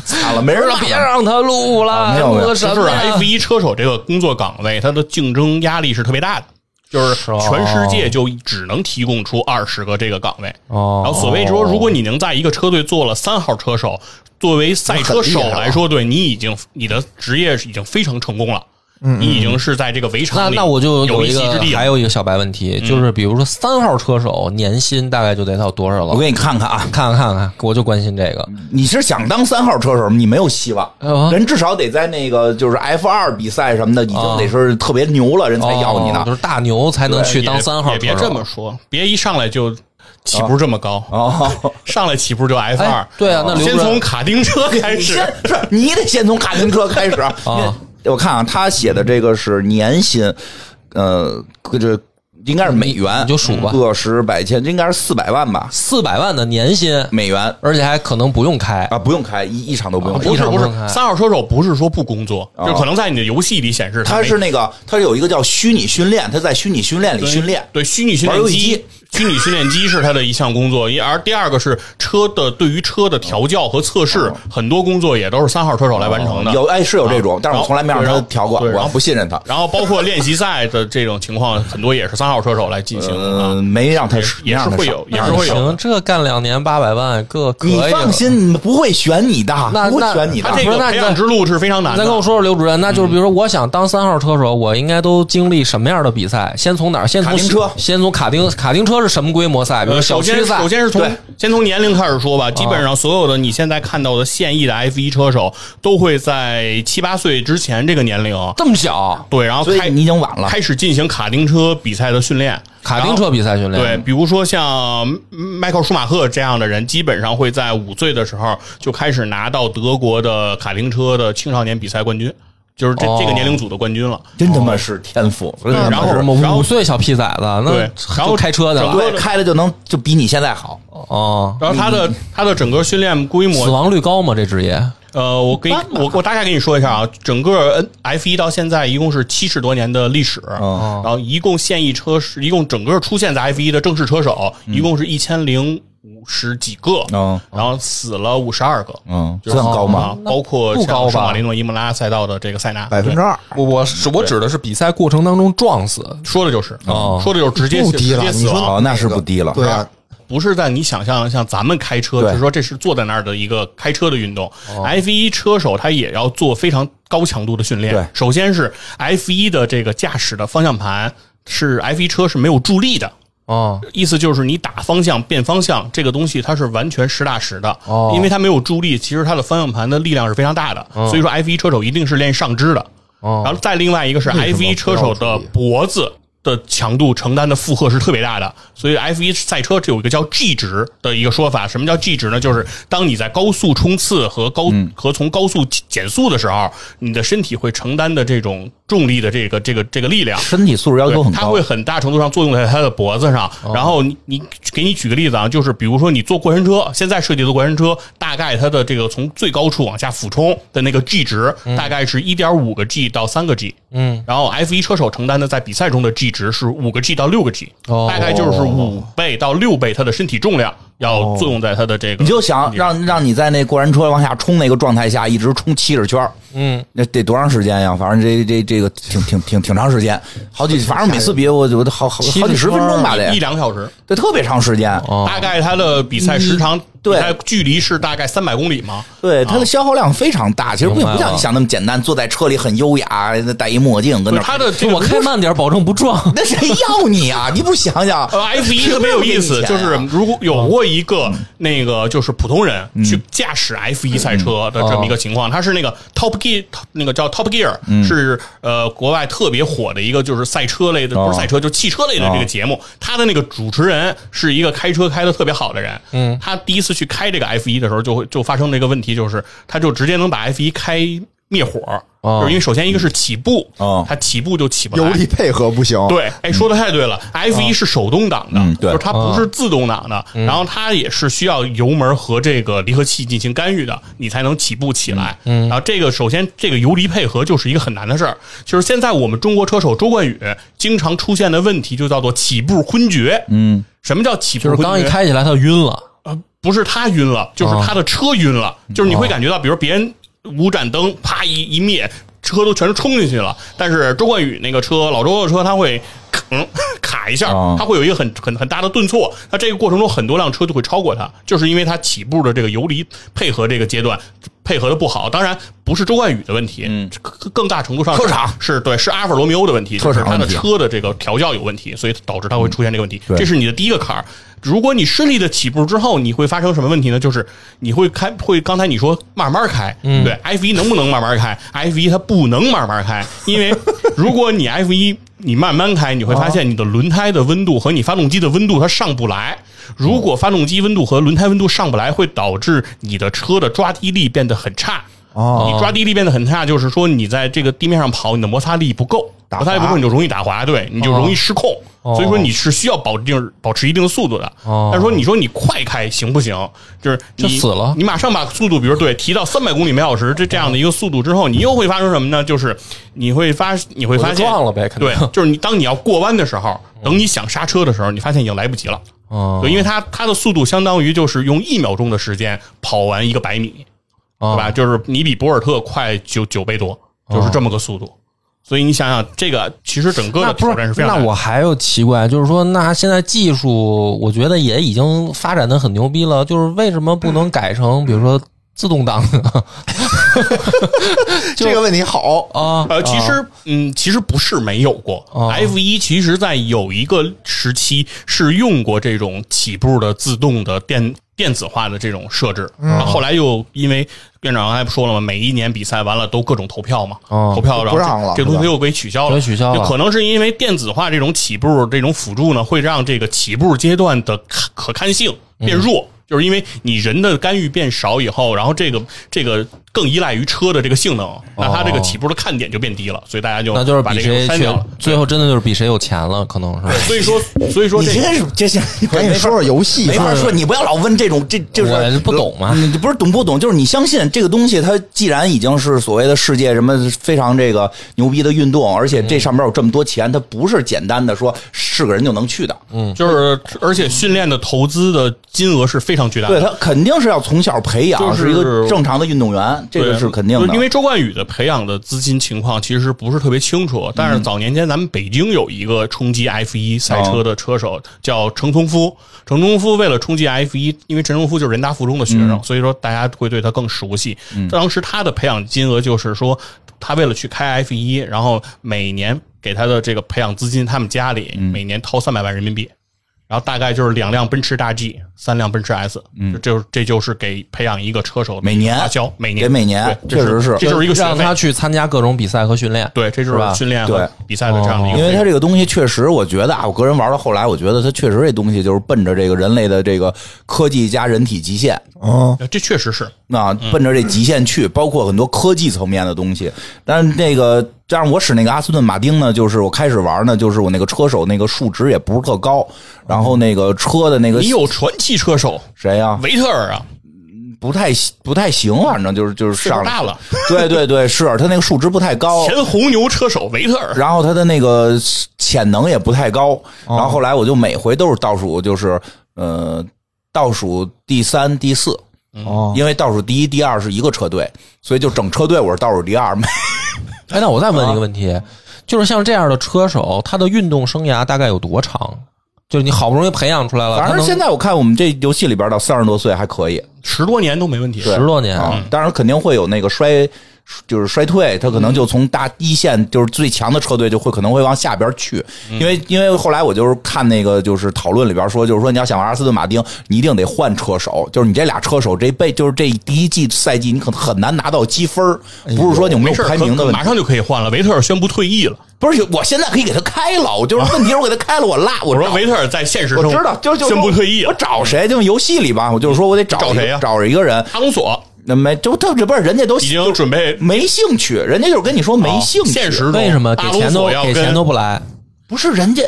[SPEAKER 2] 惨了，没人
[SPEAKER 1] 不是
[SPEAKER 2] 让
[SPEAKER 1] 别让他录了，
[SPEAKER 2] 没有没有
[SPEAKER 1] 录个什
[SPEAKER 3] 就是
[SPEAKER 1] 么呀
[SPEAKER 3] F 一车手这个工作岗位，它的竞争压力是特别大的。就是
[SPEAKER 1] 是哦
[SPEAKER 3] 全世界就只能提供出二十个这个岗位，
[SPEAKER 1] 哦
[SPEAKER 3] 然后所谓说，如果你能在一个车队做了三号车手，作为赛车手来说，对你已经你的职业已经非常成功了，
[SPEAKER 2] 嗯
[SPEAKER 3] 你已经是在这个围
[SPEAKER 1] 那
[SPEAKER 3] 场里
[SPEAKER 1] 那我就
[SPEAKER 3] 有
[SPEAKER 1] 一
[SPEAKER 3] 席
[SPEAKER 1] 个
[SPEAKER 3] 之地了嗯
[SPEAKER 1] 还有一个小白问题，就是比如说三号车手年薪大概就得到多少
[SPEAKER 2] 我
[SPEAKER 1] 了？
[SPEAKER 2] 给你看看啊，
[SPEAKER 1] 看看看看，我就关心这个。
[SPEAKER 2] 你是想当三号车手吗？你没有希望
[SPEAKER 1] 啊，
[SPEAKER 2] 人至少得在那个就是 F 二比赛什么的，已经
[SPEAKER 1] 啊
[SPEAKER 2] 得是特别牛了，人才要你呢
[SPEAKER 1] 哦。就是大牛才能去
[SPEAKER 3] 也
[SPEAKER 1] 当三号车
[SPEAKER 3] 也
[SPEAKER 1] 手。
[SPEAKER 3] 别这么说，别一上来就起步这么高，
[SPEAKER 2] 哦，
[SPEAKER 3] 上来起步就 F 二
[SPEAKER 1] 哎，对啊那刘
[SPEAKER 3] 先
[SPEAKER 1] 主任
[SPEAKER 3] 从卡丁车开
[SPEAKER 2] 你
[SPEAKER 3] 始
[SPEAKER 2] 先，是你得先从卡丁车开始啊。因为我看啊，他写的这个是年薪，呃，这应该是美元，
[SPEAKER 1] 你就数吧
[SPEAKER 2] 个十百千，应该是四百万吧，
[SPEAKER 1] 四百万的年薪，
[SPEAKER 2] 美元
[SPEAKER 1] 而且还可能不用开。
[SPEAKER 2] 啊，不用开一一场都不用
[SPEAKER 1] 啊
[SPEAKER 2] 开。
[SPEAKER 3] 哦不
[SPEAKER 1] 一
[SPEAKER 3] 是
[SPEAKER 1] 场
[SPEAKER 3] 不是
[SPEAKER 1] 不能，开
[SPEAKER 3] 三号车手不是说不工作，
[SPEAKER 2] 哦
[SPEAKER 3] 就可能在你的游戏里显示
[SPEAKER 2] 他
[SPEAKER 3] 没
[SPEAKER 2] 是那个，他有一个叫虚拟训练，他在虚拟训练里
[SPEAKER 3] 对
[SPEAKER 2] 训练。
[SPEAKER 3] 对虚拟训
[SPEAKER 2] 玩
[SPEAKER 3] 练
[SPEAKER 2] 游戏
[SPEAKER 3] 机
[SPEAKER 2] 机，
[SPEAKER 3] 虚拟训练机是他的一项 工作，一而第二个是车的对于车的调教和测试，很多工作也都是三号车手来完成的。
[SPEAKER 2] 哦有哎是有这种，但是我从来没让
[SPEAKER 3] 然
[SPEAKER 2] 他
[SPEAKER 3] 后
[SPEAKER 2] 调过，
[SPEAKER 3] 对然
[SPEAKER 2] 我
[SPEAKER 3] 后
[SPEAKER 2] 不信任他，
[SPEAKER 3] 然后包括练习赛的这种情况，很多也是三号车手来进行啊
[SPEAKER 2] 嗯，。没让他
[SPEAKER 3] 也是也是会有，也是会有。
[SPEAKER 1] 行，这干两年八百万，个可以
[SPEAKER 2] 你
[SPEAKER 1] 了
[SPEAKER 2] 放。心，你不会选你的，
[SPEAKER 1] 那
[SPEAKER 2] 不
[SPEAKER 1] 那
[SPEAKER 2] 会选你
[SPEAKER 3] 啊他
[SPEAKER 1] 啊。
[SPEAKER 2] 的
[SPEAKER 3] 这
[SPEAKER 1] 不是
[SPEAKER 3] 个
[SPEAKER 1] 那
[SPEAKER 3] 培
[SPEAKER 1] 你
[SPEAKER 3] 养
[SPEAKER 1] 再
[SPEAKER 3] 之路是非常难
[SPEAKER 1] 你
[SPEAKER 3] 的。
[SPEAKER 1] 再跟我说说刘主任，那就是
[SPEAKER 3] 嗯
[SPEAKER 1] 比如说，我想当三号车手，我应该都经历什么样的比赛？先从哪儿？先从
[SPEAKER 2] 卡丁车
[SPEAKER 1] 先从卡丁卡丁车是什么规模赛？比如
[SPEAKER 3] 呃，
[SPEAKER 1] 小
[SPEAKER 3] 首
[SPEAKER 1] 区
[SPEAKER 3] 先
[SPEAKER 1] 赛
[SPEAKER 3] 首，先是从
[SPEAKER 2] 对哦
[SPEAKER 3] 先从年龄开始说吧，基本上所有的你现在看到的现役的 F 一车手都会在七八岁之前这个年龄，
[SPEAKER 1] 这么小
[SPEAKER 3] 对，然后
[SPEAKER 2] 所
[SPEAKER 3] 开
[SPEAKER 2] 以你已经晚了，
[SPEAKER 3] 开始进行卡丁车比赛的训练，
[SPEAKER 1] 卡丁车比赛训
[SPEAKER 3] 然后。
[SPEAKER 1] 练，
[SPEAKER 3] 对，，比如说像迈克尔舒马赫这样的人，基本上会在五岁的时候就开始拿到德国的卡丁车的青少年比赛冠军，就是这、
[SPEAKER 1] 哦
[SPEAKER 3] 这个年龄组的冠军了。
[SPEAKER 2] 真他妈是天赋。真他妈
[SPEAKER 3] 然后
[SPEAKER 2] 是
[SPEAKER 1] 什么
[SPEAKER 3] 然后
[SPEAKER 1] 五岁小屁崽子，那
[SPEAKER 3] 对然后
[SPEAKER 1] 就开车去
[SPEAKER 3] 整
[SPEAKER 1] 了
[SPEAKER 3] 个
[SPEAKER 2] 对开了就能就比你现在好，
[SPEAKER 1] 哦。
[SPEAKER 3] 然后他的、他的整个训练规模
[SPEAKER 1] 死亡率高吗？这职业
[SPEAKER 3] 呃，我给我我大概给你说一下啊，整个 N F 一到现在一共是七十多年的历史，
[SPEAKER 2] 嗯
[SPEAKER 3] 然后一共现役车是一共整个出现在 F 一的正式车手一共是一千零五十几个，
[SPEAKER 2] 嗯
[SPEAKER 3] 然后死了五十二个，
[SPEAKER 2] 嗯，
[SPEAKER 3] 就是
[SPEAKER 2] 算高吗？
[SPEAKER 3] 啊，包括
[SPEAKER 1] 不高吧
[SPEAKER 3] 像圣马力诺伊莫拉赛道的这个塞纳，
[SPEAKER 4] 百分之二，
[SPEAKER 1] 我我我指的是比赛过程当中撞死，
[SPEAKER 3] 说的就是嗯
[SPEAKER 1] 哦
[SPEAKER 3] 说的就是直接
[SPEAKER 4] 不
[SPEAKER 3] 直
[SPEAKER 4] 低了
[SPEAKER 3] 接
[SPEAKER 4] 你
[SPEAKER 3] 死
[SPEAKER 4] 说
[SPEAKER 3] 亡。
[SPEAKER 2] 哦，那是不低了。
[SPEAKER 4] 对啊，
[SPEAKER 3] 不是在你想象像咱们开车，
[SPEAKER 2] 对
[SPEAKER 3] 就是说这是坐在那儿的一个开车的运动。F
[SPEAKER 4] 哦
[SPEAKER 3] 一车手他也要做非常高强度的训
[SPEAKER 2] 对
[SPEAKER 3] 练。首先是 F 一的这个驾驶的方向盘是 F 一车是没有助力的。
[SPEAKER 1] 哦，
[SPEAKER 3] 意思就是你打方向变方向这个东西，它是完全实打实的，
[SPEAKER 1] 哦嗯
[SPEAKER 3] 因为它没有助力，其实它的方向盘的力量是非常大的，所以说 F 一车手一定是练上肢的。
[SPEAKER 1] 哦
[SPEAKER 3] 然后再另外一个是 F 一车手的脖子的强度承担的负荷是特别大的，所以 F 一赛车这有一个叫 G 值的一个说法。什么叫 G 值呢？就是当你在高速冲刺和高、和从高速减速的时候，你的身体会承担的这种重力的这个这个这个力量。
[SPEAKER 2] 身体素质要求很
[SPEAKER 3] 它
[SPEAKER 2] 高哦
[SPEAKER 3] 会，很大程度上作用在它的脖子上。然后你你给你举个例子啊，就是比如说你坐过山车，现在设计的过山车，大概它的这个从最高处往下俯冲的那个 G 值，
[SPEAKER 2] 嗯
[SPEAKER 3] 大概是一点五个 G 到三个 G。
[SPEAKER 1] 嗯，
[SPEAKER 3] 然后 F 一车手承担的在比赛中的 G 值是五个 G 到六个 G，
[SPEAKER 1] 哦
[SPEAKER 3] 大概就是五倍到六倍它的身体重量要作用在它的这个。
[SPEAKER 2] 你就想让让你在那过山车往下冲那个状态下，一直冲七十圈儿
[SPEAKER 1] 嗯，
[SPEAKER 2] 那得多长时间呀？反正这这这个挺挺挺挺长时间，好几，反正每次比我我好好好几十分钟吧，得
[SPEAKER 3] 一两个小时，
[SPEAKER 2] 这特别长时间。
[SPEAKER 1] 哦
[SPEAKER 3] 大概它的比赛时长，
[SPEAKER 2] 嗯对
[SPEAKER 3] 比赛距离是大概三百公里嘛。
[SPEAKER 2] 对，它的消耗量非常大，其实并
[SPEAKER 1] 明白
[SPEAKER 2] 不像
[SPEAKER 1] 了
[SPEAKER 2] 你想那么简单，坐在车里很优雅，戴一墨镜跟
[SPEAKER 3] 对，
[SPEAKER 2] 那
[SPEAKER 3] 它
[SPEAKER 2] 儿。
[SPEAKER 3] 的这个
[SPEAKER 1] 我开慢点，保证不撞。
[SPEAKER 2] 那谁要你啊？你不想想，
[SPEAKER 3] 呃，F 一特别有 意思，
[SPEAKER 2] 谁
[SPEAKER 3] 就
[SPEAKER 2] 要
[SPEAKER 3] 是
[SPEAKER 2] 给你钱啊
[SPEAKER 3] 如果有过一个那个就是普通人
[SPEAKER 2] 嗯
[SPEAKER 3] 去驾驶 F 一赛车的这么一
[SPEAKER 2] 哦
[SPEAKER 3] 个情况，他是那个 Top Gear 那个叫 Top Gear，是
[SPEAKER 2] 嗯
[SPEAKER 3] 呃国外特别火的一个就是赛车类的，
[SPEAKER 2] 哦
[SPEAKER 3] 不是赛车就汽车类的这个节目，他的那个主持人是一个开车开的特别好的人，嗯，他第一次去开这个 F 一的时候，就会就发生了一个问题，就是他就直接能把 F 一开灭火。
[SPEAKER 1] 哦
[SPEAKER 3] 就是因为首先一个是起步，
[SPEAKER 2] 哦
[SPEAKER 3] 他起步就起不来，
[SPEAKER 4] 油力配合不行，
[SPEAKER 3] 对，哎，说的太对了，F 一是手动挡的，
[SPEAKER 2] 嗯对
[SPEAKER 3] 就是它不是自动挡的，然后它也是需要油门和这个离合器进行干预的，你才能起步起来。嗯，然后这个首先这个油离配合就是一个很难的事儿，就是现在我们中国车手周冠宇经常出现的问题就叫做起步昏厥。嗯，什么叫起步
[SPEAKER 1] 就是
[SPEAKER 3] 昏厥？
[SPEAKER 1] 刚一开起来他就晕了。
[SPEAKER 3] 呃，不是他晕
[SPEAKER 2] 啊
[SPEAKER 3] 了，就是他的车晕了，
[SPEAKER 2] 嗯
[SPEAKER 3] 就是你会感觉到，比如别人五盏灯啪一一灭，车都全是冲进去了，但是周冠宇那个车，老周的车，他会。嗯， 卡一下
[SPEAKER 2] 哦，
[SPEAKER 3] 他会有一个很很很大的顿挫。那这个过程中，很多辆车就会超过他，就是因为他起步的这个游离配合这个阶段配合的不好。当然，不是周冠宇的问题，
[SPEAKER 2] 嗯
[SPEAKER 3] 更更大程度上
[SPEAKER 2] 特长
[SPEAKER 3] 是对，是阿尔法罗密欧的问题，
[SPEAKER 2] 特
[SPEAKER 3] 就是
[SPEAKER 2] 长
[SPEAKER 3] 他的
[SPEAKER 2] 问题
[SPEAKER 3] 车的这个调教有问题，所以导致它会出现这个问题。
[SPEAKER 2] 对
[SPEAKER 3] 这是你的第一个坎儿。如果你顺利的起步之后，你会发生什么问题呢？就是你会开，会刚才你说慢慢开，
[SPEAKER 4] 嗯
[SPEAKER 3] 对，F 一能不能慢慢开？F 一它不能慢慢开，因为如果你 F 一你慢慢开，你会发现你的轮胎的温度和你发动机的温度它上不来。如果发动机温度和轮胎温度上不来，会导致你的车的抓地力变得很差。
[SPEAKER 4] 哦
[SPEAKER 3] 你抓地力变得很差，就是说你在这个地面上跑，你的摩擦力不够，
[SPEAKER 4] 打
[SPEAKER 3] 摩擦力
[SPEAKER 4] 滑
[SPEAKER 3] 不够你就容易打滑，对，你就容易失控。
[SPEAKER 1] 哦
[SPEAKER 3] 所以说你是需要保定保持一定速度的。
[SPEAKER 1] 哦
[SPEAKER 3] 但是说你说你快开行不行？就是你
[SPEAKER 1] 就死了
[SPEAKER 3] 你马上把速度，比如对提到三百公里每小时这这样的一个速度之后，你又会发生什么呢？就是你会发你会
[SPEAKER 1] 我就
[SPEAKER 3] 发现
[SPEAKER 1] 撞了呗肯定嗯
[SPEAKER 3] 对，就是你当你要过弯的时候，等你想刹车的时候，你发现已经来不及了。
[SPEAKER 1] 哦
[SPEAKER 3] 对，因为它它的速度相当于就是用一秒钟的时间跑完一个百米，
[SPEAKER 1] 哦
[SPEAKER 3] 对吧？就是你比博尔特快九九倍多，
[SPEAKER 1] 啊
[SPEAKER 3] 就是这么个速度。所以你想想，这个其实整个
[SPEAKER 1] 那
[SPEAKER 3] 的
[SPEAKER 1] 不
[SPEAKER 3] 挑战
[SPEAKER 1] 是
[SPEAKER 3] 是，非常
[SPEAKER 1] 那
[SPEAKER 3] 大的
[SPEAKER 1] 我还有奇怪，就是说，那现在技术，我觉得也已经发展的很牛逼了，就是为什么不能改成，比如说自动挡 呢？
[SPEAKER 4] 这个问题好，
[SPEAKER 1] 啊，
[SPEAKER 3] 呃，其实，嗯，其实不是没有过。
[SPEAKER 1] 哦
[SPEAKER 3] F 一其实在有一个时期是用过这种起步的自动的电电子化的这种设置，
[SPEAKER 1] 嗯
[SPEAKER 3] 然后后来又因为院长刚才不说了吗？每一年比赛完了都各种投票嘛，
[SPEAKER 1] 哦
[SPEAKER 3] 投票然后
[SPEAKER 4] 不让了
[SPEAKER 3] 这这东
[SPEAKER 4] 是
[SPEAKER 3] 西
[SPEAKER 4] 吧
[SPEAKER 3] 又被取消了，
[SPEAKER 1] 被取消了
[SPEAKER 3] 就可能是因为电子化这种起步这种辅助呢，会让这个起步阶段的可可看性变弱。就是因为你人的干预变少以后，然后这个这个更依赖于车的这个性能，那它这个起步的看点就变低了，所以大家就
[SPEAKER 1] 那就是
[SPEAKER 3] 把
[SPEAKER 1] 比
[SPEAKER 3] 这个
[SPEAKER 1] 谁
[SPEAKER 3] 删掉
[SPEAKER 1] 去
[SPEAKER 3] 了。，
[SPEAKER 1] 最后真的就是比谁有钱了，可能是。
[SPEAKER 3] 所以说，所以说
[SPEAKER 2] 你
[SPEAKER 3] 这
[SPEAKER 2] 这
[SPEAKER 3] 个
[SPEAKER 2] 是啊这是
[SPEAKER 4] 赶紧说说游戏
[SPEAKER 2] 没法说，你不要老问这种这这是
[SPEAKER 1] 我不懂嘛
[SPEAKER 2] 你不是懂不啊懂，就是你相信这个东西，它既然已经是所谓的世界什么非常这个牛逼的运动，而且
[SPEAKER 3] 嗯
[SPEAKER 2] 这上面有这么多钱，它不是简单的说是个人就能去的。嗯，
[SPEAKER 3] 就是，而且训练的投资的金额是非常巨大
[SPEAKER 2] 对，
[SPEAKER 3] 的。
[SPEAKER 2] 它肯定是要从小培养，
[SPEAKER 3] 就是
[SPEAKER 2] 一个正常的运动员，这个
[SPEAKER 3] 对
[SPEAKER 2] 是肯定的。
[SPEAKER 3] 因为周冠宇的培养的资金情况其实不是特别清
[SPEAKER 2] 嗯
[SPEAKER 3] 楚，但是早年间咱们北京有一个冲击 F 一赛
[SPEAKER 2] 哦
[SPEAKER 3] 车的车手叫程从夫，程从夫为了冲击 F 一，因为陈从夫就是人大附中的学生，
[SPEAKER 2] 嗯
[SPEAKER 3] 所以说大家会对他更熟悉。当时他的培养金额就是说，他为了去开 F 一，然后每年给他的这个培养资金，他们家里
[SPEAKER 2] 嗯
[SPEAKER 3] 每年掏三百万人民币。然后大概就是两辆奔驰大 G，三辆奔驰 S，嗯，这就是这就是给培养一个车手的
[SPEAKER 2] 每年
[SPEAKER 3] 花销，每年
[SPEAKER 2] 给每年
[SPEAKER 3] 对这
[SPEAKER 2] 确实是
[SPEAKER 3] 这就是一个学
[SPEAKER 1] 让
[SPEAKER 3] 费
[SPEAKER 1] 他，去参加各种比赛和训练。
[SPEAKER 3] 对，这就是
[SPEAKER 2] 吧
[SPEAKER 3] 是训练
[SPEAKER 2] 对哦
[SPEAKER 3] 和比赛的这样的一个费
[SPEAKER 2] 因
[SPEAKER 3] 用，
[SPEAKER 2] 为它这个东西确实，我觉得啊，我个人玩到后来，我觉得它确实这东西就是奔着这个人类的这个科技加人体极限，
[SPEAKER 4] 嗯，
[SPEAKER 3] 这确实是
[SPEAKER 2] 那
[SPEAKER 3] 嗯
[SPEAKER 2] 奔着这极限去，包括很多科技层面的东西。但是那个，但是我使那个阿斯顿马丁呢，就是我开始玩呢，就是我那个车手那个数值也不是特高，然后那个车的那个
[SPEAKER 3] 你有传奇车手
[SPEAKER 2] 谁呀、
[SPEAKER 3] 维特尔啊，
[SPEAKER 2] 不太不太行，啊反正就是就是
[SPEAKER 3] 岁
[SPEAKER 2] 上哦
[SPEAKER 3] 数大了，
[SPEAKER 2] 对对对，是他那个数值不太 高，
[SPEAKER 3] 前红牛车手维特尔，
[SPEAKER 2] 然后他的那个潜能也不太高，然后后来我就每回都是倒数，就是呃倒数第三、第四，
[SPEAKER 4] 哦，
[SPEAKER 2] 因为倒数第一、第二是一个车队，所以就整车队我是倒数第二，每
[SPEAKER 1] 哎，那我再问一个
[SPEAKER 2] 啊
[SPEAKER 1] 问题，就是像这样的车手，他的运动生涯大概有多长？就是你好不容易培养出来了，
[SPEAKER 2] 反
[SPEAKER 1] 他
[SPEAKER 2] 正
[SPEAKER 1] 能
[SPEAKER 2] 现在我看我们这游戏里边到三十多岁还可以
[SPEAKER 3] 十多年都没问题，
[SPEAKER 1] 十多年，
[SPEAKER 2] 啊，
[SPEAKER 3] 嗯
[SPEAKER 2] 当然肯定会有那个衰，就是衰退，他可能就从大一线就是最强的车队就会可能会往下边去，
[SPEAKER 3] 嗯
[SPEAKER 2] 因为因为后来我就是看那个就是讨论里边说，就是说你要想玩阿斯顿马丁，你一定得换车手，就是你这俩车手这辈就是这第一季赛季你可很难拿到积分，不是说你有没
[SPEAKER 3] 哎没
[SPEAKER 2] 有
[SPEAKER 3] 事儿，
[SPEAKER 2] 排
[SPEAKER 3] 可
[SPEAKER 2] 名的
[SPEAKER 3] 可
[SPEAKER 2] 问题
[SPEAKER 3] 马。上就可以换了。维特尔宣布退役了，
[SPEAKER 2] 不是，我现在可以给他开了， 我就是问题是我给他开了，我拉我
[SPEAKER 3] 我
[SPEAKER 2] 知
[SPEAKER 3] 说
[SPEAKER 2] 道。
[SPEAKER 3] 维特尔在现实
[SPEAKER 2] 啊我
[SPEAKER 3] 中
[SPEAKER 2] 知道，就是就是
[SPEAKER 3] 宣布退役
[SPEAKER 2] 我
[SPEAKER 3] 了，
[SPEAKER 2] 找谁？就游戏里吧，我就是说我得找
[SPEAKER 3] 找
[SPEAKER 2] 一个
[SPEAKER 3] 谁呀
[SPEAKER 2] 找一个人，
[SPEAKER 3] 阿隆索
[SPEAKER 2] 那没就他这不是人家都
[SPEAKER 3] 已经准备啊
[SPEAKER 2] 没兴趣，人家就是跟你说没兴趣，
[SPEAKER 3] 哦现实中
[SPEAKER 1] 为什么给
[SPEAKER 3] 阿隆
[SPEAKER 1] 钱都
[SPEAKER 3] 索要
[SPEAKER 1] 给钱
[SPEAKER 3] 跟
[SPEAKER 1] 都不来？
[SPEAKER 2] 不是人家，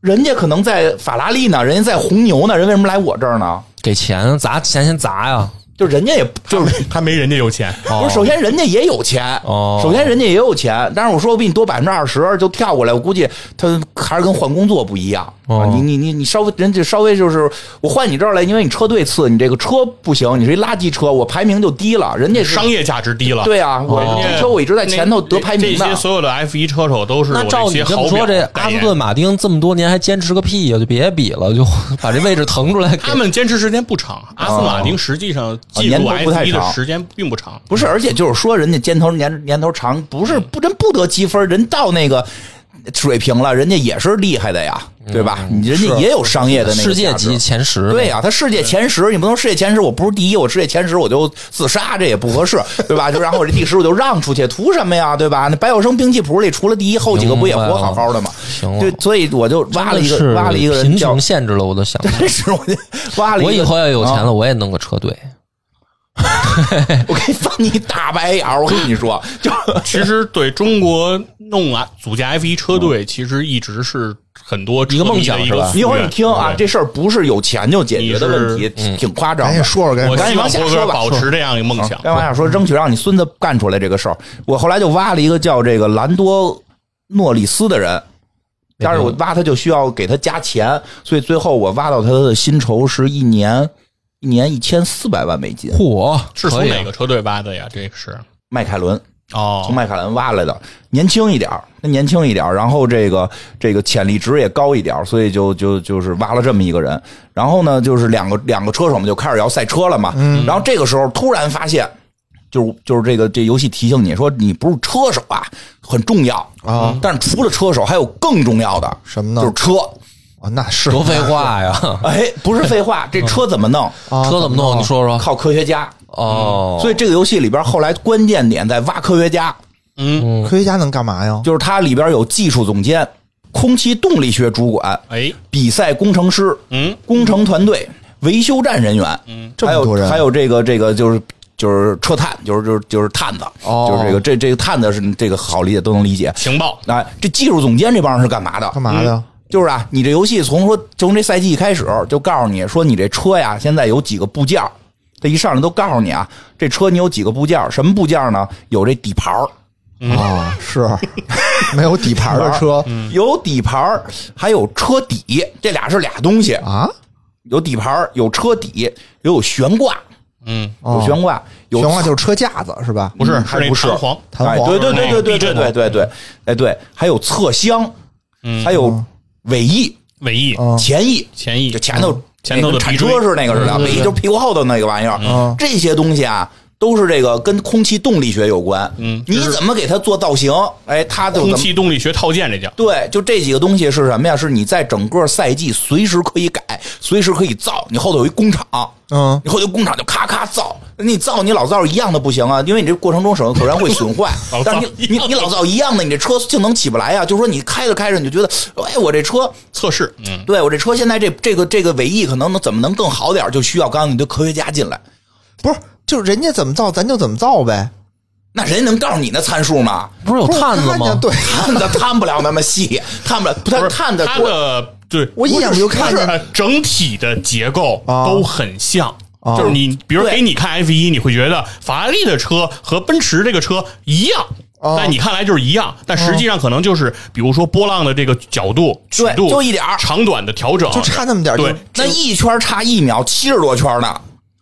[SPEAKER 2] 人家可能在法拉利呢，人家在红牛呢，人为什么来我这儿呢？
[SPEAKER 1] 给钱砸钱先砸呀！
[SPEAKER 2] 就人家也就是。
[SPEAKER 3] 他没人家有钱，
[SPEAKER 1] 哦
[SPEAKER 2] 不是，首先人家也有钱，
[SPEAKER 1] 哦
[SPEAKER 2] 首先人家也有钱，但是我说我比你多百分之二十就跳过来，我估计他还是跟换工作不一样。
[SPEAKER 1] 哦
[SPEAKER 2] 啊你你你你稍微人家稍微就是我换你这儿来，因为你车队次，你这个车不行，你是一垃圾车，我排名就低了。人家是
[SPEAKER 3] 商业哦价值低了。
[SPEAKER 2] 对啊，我
[SPEAKER 3] 人家
[SPEAKER 2] 这车我一直在前头得排名
[SPEAKER 3] 这
[SPEAKER 2] 的
[SPEAKER 3] 些。所有的 F 一车手都是
[SPEAKER 1] 那
[SPEAKER 3] 我
[SPEAKER 1] 照
[SPEAKER 3] 这
[SPEAKER 1] 你
[SPEAKER 3] 些
[SPEAKER 1] 这
[SPEAKER 3] 好
[SPEAKER 1] 么
[SPEAKER 3] 表
[SPEAKER 1] 说，这
[SPEAKER 3] 代
[SPEAKER 1] 阿斯
[SPEAKER 3] 言
[SPEAKER 1] 顿马丁这么多年还坚持个屁呀！就别比了， 就把这位置腾出来给
[SPEAKER 3] 他们坚持时间不长，阿斯顿马丁实际上进
[SPEAKER 2] 啊年
[SPEAKER 3] 入
[SPEAKER 2] 头不太
[SPEAKER 3] F 一的
[SPEAKER 2] 长
[SPEAKER 3] 时间并不长。
[SPEAKER 2] 不是，而且就是说，人家尖头年年头长，不是
[SPEAKER 1] 嗯
[SPEAKER 2] 不真不得积分，人到那个水平了，人家也是厉害的呀，对吧？你人家也有商业的那个
[SPEAKER 1] 嗯世界
[SPEAKER 2] 价值
[SPEAKER 1] 级前十。
[SPEAKER 2] 对呀、他世界前十，你不能世界前十，我不是第一，我世界前十我就自杀，这也不合适，对吧？就然后我这第十我就让出去，图什么呀，对吧？那白晓生兵器谱里除了第一，后几个不也活好好的吗？
[SPEAKER 1] 明白了
[SPEAKER 2] 对，所以我就
[SPEAKER 1] 真的
[SPEAKER 2] 挖了一
[SPEAKER 1] 是
[SPEAKER 2] 个挖了一个人
[SPEAKER 1] 贫
[SPEAKER 2] 叫
[SPEAKER 1] 穷，限制了我的想象。
[SPEAKER 2] 真是我就挖了一个，
[SPEAKER 1] 我以后要有钱
[SPEAKER 2] 啊
[SPEAKER 1] 了，我也弄个车队。
[SPEAKER 2] 我给你翻你一大白眼儿，我跟你 说，就
[SPEAKER 3] 其实对中国弄啊组建 F 一车队，其其实一直是很多车迷
[SPEAKER 1] 一个梦
[SPEAKER 3] 的
[SPEAKER 1] 想
[SPEAKER 3] 一
[SPEAKER 1] 是
[SPEAKER 3] 个
[SPEAKER 1] 吧
[SPEAKER 3] 夙
[SPEAKER 2] 嗯一会儿
[SPEAKER 3] 愿
[SPEAKER 2] 你听啊，
[SPEAKER 3] 对嗯
[SPEAKER 2] 这事儿不是有钱就解决的问题，挺挺夸张
[SPEAKER 4] 赶紧
[SPEAKER 2] 的。
[SPEAKER 4] 说说，赶紧
[SPEAKER 3] 我
[SPEAKER 4] 说
[SPEAKER 2] 赶紧
[SPEAKER 3] 希望
[SPEAKER 2] 往下
[SPEAKER 3] 波
[SPEAKER 2] 说
[SPEAKER 3] 哥
[SPEAKER 2] 吧
[SPEAKER 3] 保持这样一个梦想。
[SPEAKER 2] 该往下说，争取让你孙子干出来这个事儿。我后来就挖了一个叫这个兰多诺里斯的人，但是我挖他就需要给他加钱，所以最后我挖到他的薪酬是一年一年一千四百万美金。
[SPEAKER 1] 嚯，
[SPEAKER 3] 是
[SPEAKER 1] 可
[SPEAKER 3] 从
[SPEAKER 1] 以啊
[SPEAKER 3] 哪个车队挖的呀？这个是
[SPEAKER 2] 迈凯伦从
[SPEAKER 3] 哦，
[SPEAKER 2] 迈凯伦挖来的，年轻一点儿，那年轻一点儿，然后这个这个潜力值也高一点儿，所以就就就是挖了这么一个人。然后呢，就是两个两个车手们就开始要赛车了嘛。
[SPEAKER 4] 嗯
[SPEAKER 2] 然后这个时候突然发现，就是就是这个这游戏提醒你说你不是车手啊，很重要
[SPEAKER 4] 啊。
[SPEAKER 2] 但是除了车手，还有更重要的
[SPEAKER 4] 什么呢
[SPEAKER 2] 就是车。
[SPEAKER 4] 啊，那是
[SPEAKER 1] 多废话呀！
[SPEAKER 2] 哎，不是废话，这车怎么弄？
[SPEAKER 4] 啊
[SPEAKER 1] 车怎么弄？你说说
[SPEAKER 2] 靠科学家。
[SPEAKER 1] 嗯哦。
[SPEAKER 2] 所以这个游戏里边后来关键点在挖科学家。
[SPEAKER 3] 嗯，
[SPEAKER 4] 科学家能干嘛呀？
[SPEAKER 2] 就是它里边有技术总监、空气动力学主管、
[SPEAKER 3] 哎，
[SPEAKER 2] 比赛工程师、
[SPEAKER 3] 嗯，
[SPEAKER 2] 工程团队、维修站人员，嗯，
[SPEAKER 4] 这么多人
[SPEAKER 2] 还有还有这个这个就是。就是车探，就是就是就是探子，
[SPEAKER 4] 哦
[SPEAKER 2] 就是这个这这个探子是这个好理解，都能理解。
[SPEAKER 3] 情报
[SPEAKER 2] 哎，这技术总监这帮人是干嘛的？
[SPEAKER 4] 干嘛的呀？
[SPEAKER 2] 就是啊，你这游戏从说从这赛季一开始就告诉你说，你这车呀现在有几个部件儿，这一上来都告诉你啊，这车你有几个部件儿，什么部件儿呢？有这底盘儿，
[SPEAKER 4] 啊， 是没有底盘的车
[SPEAKER 3] 嗯
[SPEAKER 2] 有底盘儿，还有车底，这俩是俩东西。
[SPEAKER 4] 啊？
[SPEAKER 2] 有底盘儿，有车底，也有悬挂，
[SPEAKER 3] 嗯，
[SPEAKER 2] 有悬挂，有
[SPEAKER 4] 悬挂哦就是车架子是吧？
[SPEAKER 3] 不是
[SPEAKER 2] 嗯
[SPEAKER 3] 是
[SPEAKER 2] 还
[SPEAKER 3] 那
[SPEAKER 2] 不是
[SPEAKER 3] 弹簧，
[SPEAKER 4] 弹
[SPEAKER 2] 哎，
[SPEAKER 4] 簧
[SPEAKER 2] 对对对对对
[SPEAKER 3] 避
[SPEAKER 2] 对
[SPEAKER 3] 震
[SPEAKER 2] 对对对，哎对，还有侧箱，
[SPEAKER 3] 嗯
[SPEAKER 2] 还有尾翼、
[SPEAKER 3] 尾翼、
[SPEAKER 4] 嗯
[SPEAKER 2] 前翼，
[SPEAKER 3] 前翼
[SPEAKER 2] 哦
[SPEAKER 3] 嗯
[SPEAKER 2] 就前头
[SPEAKER 3] 前头
[SPEAKER 2] 那个
[SPEAKER 3] 的
[SPEAKER 2] 铲
[SPEAKER 3] 鼻锥嗯
[SPEAKER 2] 车是那个似的，尾翼就是屁股后头那个玩意儿，这些东西啊。都是这个跟空气动力学有关，嗯，你怎么给它做造型？哎，它就怎
[SPEAKER 3] 空
[SPEAKER 2] 么
[SPEAKER 3] 气动力学套件，这叫
[SPEAKER 2] 对，就这几个东西是什么呀？是你在整个赛季随时可以改，随时可以造。你后头有一工厂，
[SPEAKER 4] 嗯
[SPEAKER 2] 你后头工厂就咔咔造。你造你老造一样的不行啊，因为你这过程中手可然会损 坏
[SPEAKER 3] 老。造
[SPEAKER 2] 但是你你你老造一样的，你这车性能起不来呀、就是说你开着开着你就觉得，哎，我这车
[SPEAKER 3] 测试，嗯，
[SPEAKER 2] 对我这车现在这这个这个尾翼可能能怎么能更好点儿，就需要刚刚你的科学家进来。
[SPEAKER 4] 不是，就是人家怎么造，咱就怎么造呗。
[SPEAKER 2] 那人家能告诉你那参数吗？哦
[SPEAKER 1] 不是有
[SPEAKER 4] 不是
[SPEAKER 1] 探子
[SPEAKER 4] 看
[SPEAKER 1] 吗
[SPEAKER 4] 见？对，
[SPEAKER 2] 探的探不了 那么细，探不了，不
[SPEAKER 3] 不
[SPEAKER 2] 他
[SPEAKER 3] 是
[SPEAKER 2] 探的
[SPEAKER 3] 它的对，
[SPEAKER 4] 我一眼就看见
[SPEAKER 3] 是整体的结构
[SPEAKER 4] 啊
[SPEAKER 3] 都很像。
[SPEAKER 4] 啊
[SPEAKER 3] 就是你，比如
[SPEAKER 2] 对
[SPEAKER 3] 给你看 F 一，你会觉得法拉利的车和奔驰这个车一样，
[SPEAKER 4] 啊
[SPEAKER 3] 在你看来就是一样，但实际上可能就是，比如说波浪的这个角度、曲
[SPEAKER 2] 对
[SPEAKER 3] 度
[SPEAKER 2] 就一点儿
[SPEAKER 3] 长短的调整，
[SPEAKER 4] 就差那么点儿
[SPEAKER 3] 对
[SPEAKER 4] 就，
[SPEAKER 2] 那一圈差一秒，七十多圈呢。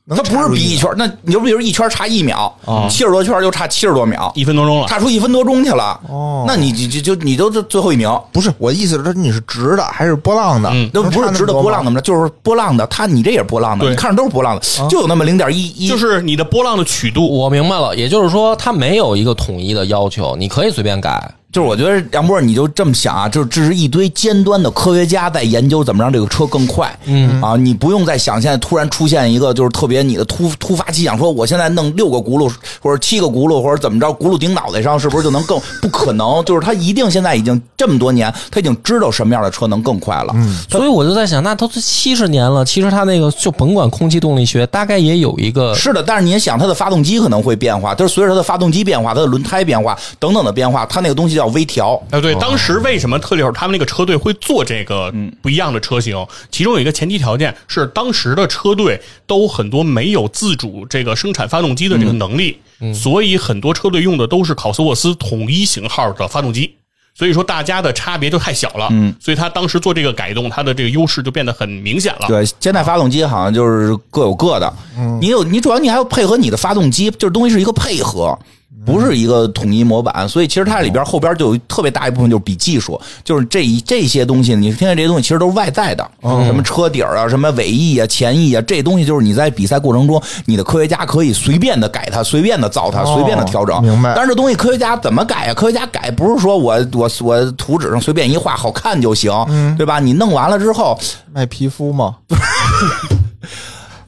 [SPEAKER 4] 能
[SPEAKER 2] 它不是
[SPEAKER 4] 差出
[SPEAKER 2] 比
[SPEAKER 4] 一啊
[SPEAKER 2] 一圈，那你就比如一圈差一秒，七十、多圈就差七十多秒，
[SPEAKER 3] 一分多钟了，
[SPEAKER 2] 差出一分多钟去了。
[SPEAKER 4] 哦
[SPEAKER 2] 那你就就就你都最后一名，
[SPEAKER 4] 不是我的意思是，你是直的还是波浪的？
[SPEAKER 3] 嗯
[SPEAKER 2] 那
[SPEAKER 4] 能
[SPEAKER 2] 不
[SPEAKER 4] 差
[SPEAKER 2] 是
[SPEAKER 4] 么
[SPEAKER 2] 直的
[SPEAKER 4] 多吗
[SPEAKER 2] 波浪怎么着，就是波浪的，它你这也是波浪的，
[SPEAKER 3] 对
[SPEAKER 2] 你看着都是波浪
[SPEAKER 4] 啊
[SPEAKER 2] 的，就有那么零点一一，
[SPEAKER 3] 就是你的波浪的曲度，
[SPEAKER 1] 我明白了，也就是说，它没有一个统一的要求，你可以随便改。
[SPEAKER 2] 就是我觉得杨波，你就这么想啊，就是这是一堆尖端的科学家在研究怎么让这个车更快，嗯啊，你不用再想现在突然出现一个就是特别你的突突发奇想，说我现在弄六个轱辘或者七个轱辘或者怎么着，轱辘顶脑袋上是不是就能更？不可能，就是他一定现在已经这么多年，他已经知道什么样的车能更快了，嗯，
[SPEAKER 1] 所以我就在想，那都七十年了，其实它那个就甭管空气动力学，大概也有一个
[SPEAKER 2] 是的，但是你也想，它的发动机可能会变化，就是随着它的发动机变化、它的轮胎变化等等的变化，它那个东西叫微调，
[SPEAKER 3] 啊，对，当时为什么特里尔他们那个车队会做这个不一样的车型？其中有一个前提条件是，当时的车队都很多没有自主这个生产发动机的这个能力，所以很多车队用的都是考斯沃斯统一型号的发动机。所以说，大家的差别就太小了，嗯，所以他当时做这个改动，他的这个优势就变得很明显了。
[SPEAKER 2] 对，现在发动机好像就是各有各的，
[SPEAKER 4] 嗯
[SPEAKER 2] 你有你主要你还要配合你的发动机，就是东西是一个配合，
[SPEAKER 4] 嗯
[SPEAKER 2] 不是一个统一模板。所以其实它里边后边就有特别大一部分就是比技术，就是这一这些东西，你听见这些东西其实都是外在的，
[SPEAKER 4] 哦
[SPEAKER 2] 什么车底儿啊，什么尾翼啊、前翼啊，这东西就是你在比赛过程中，你的科学家可以随便的改它，随便的造它，随便的调整。
[SPEAKER 4] 哦明白
[SPEAKER 2] 但是这东西科学家怎么改呀、啊科学家改不是说我我我图纸上随便一画好看就行，
[SPEAKER 4] 嗯
[SPEAKER 2] 对吧？你弄完了之后。
[SPEAKER 4] 卖皮肤吗？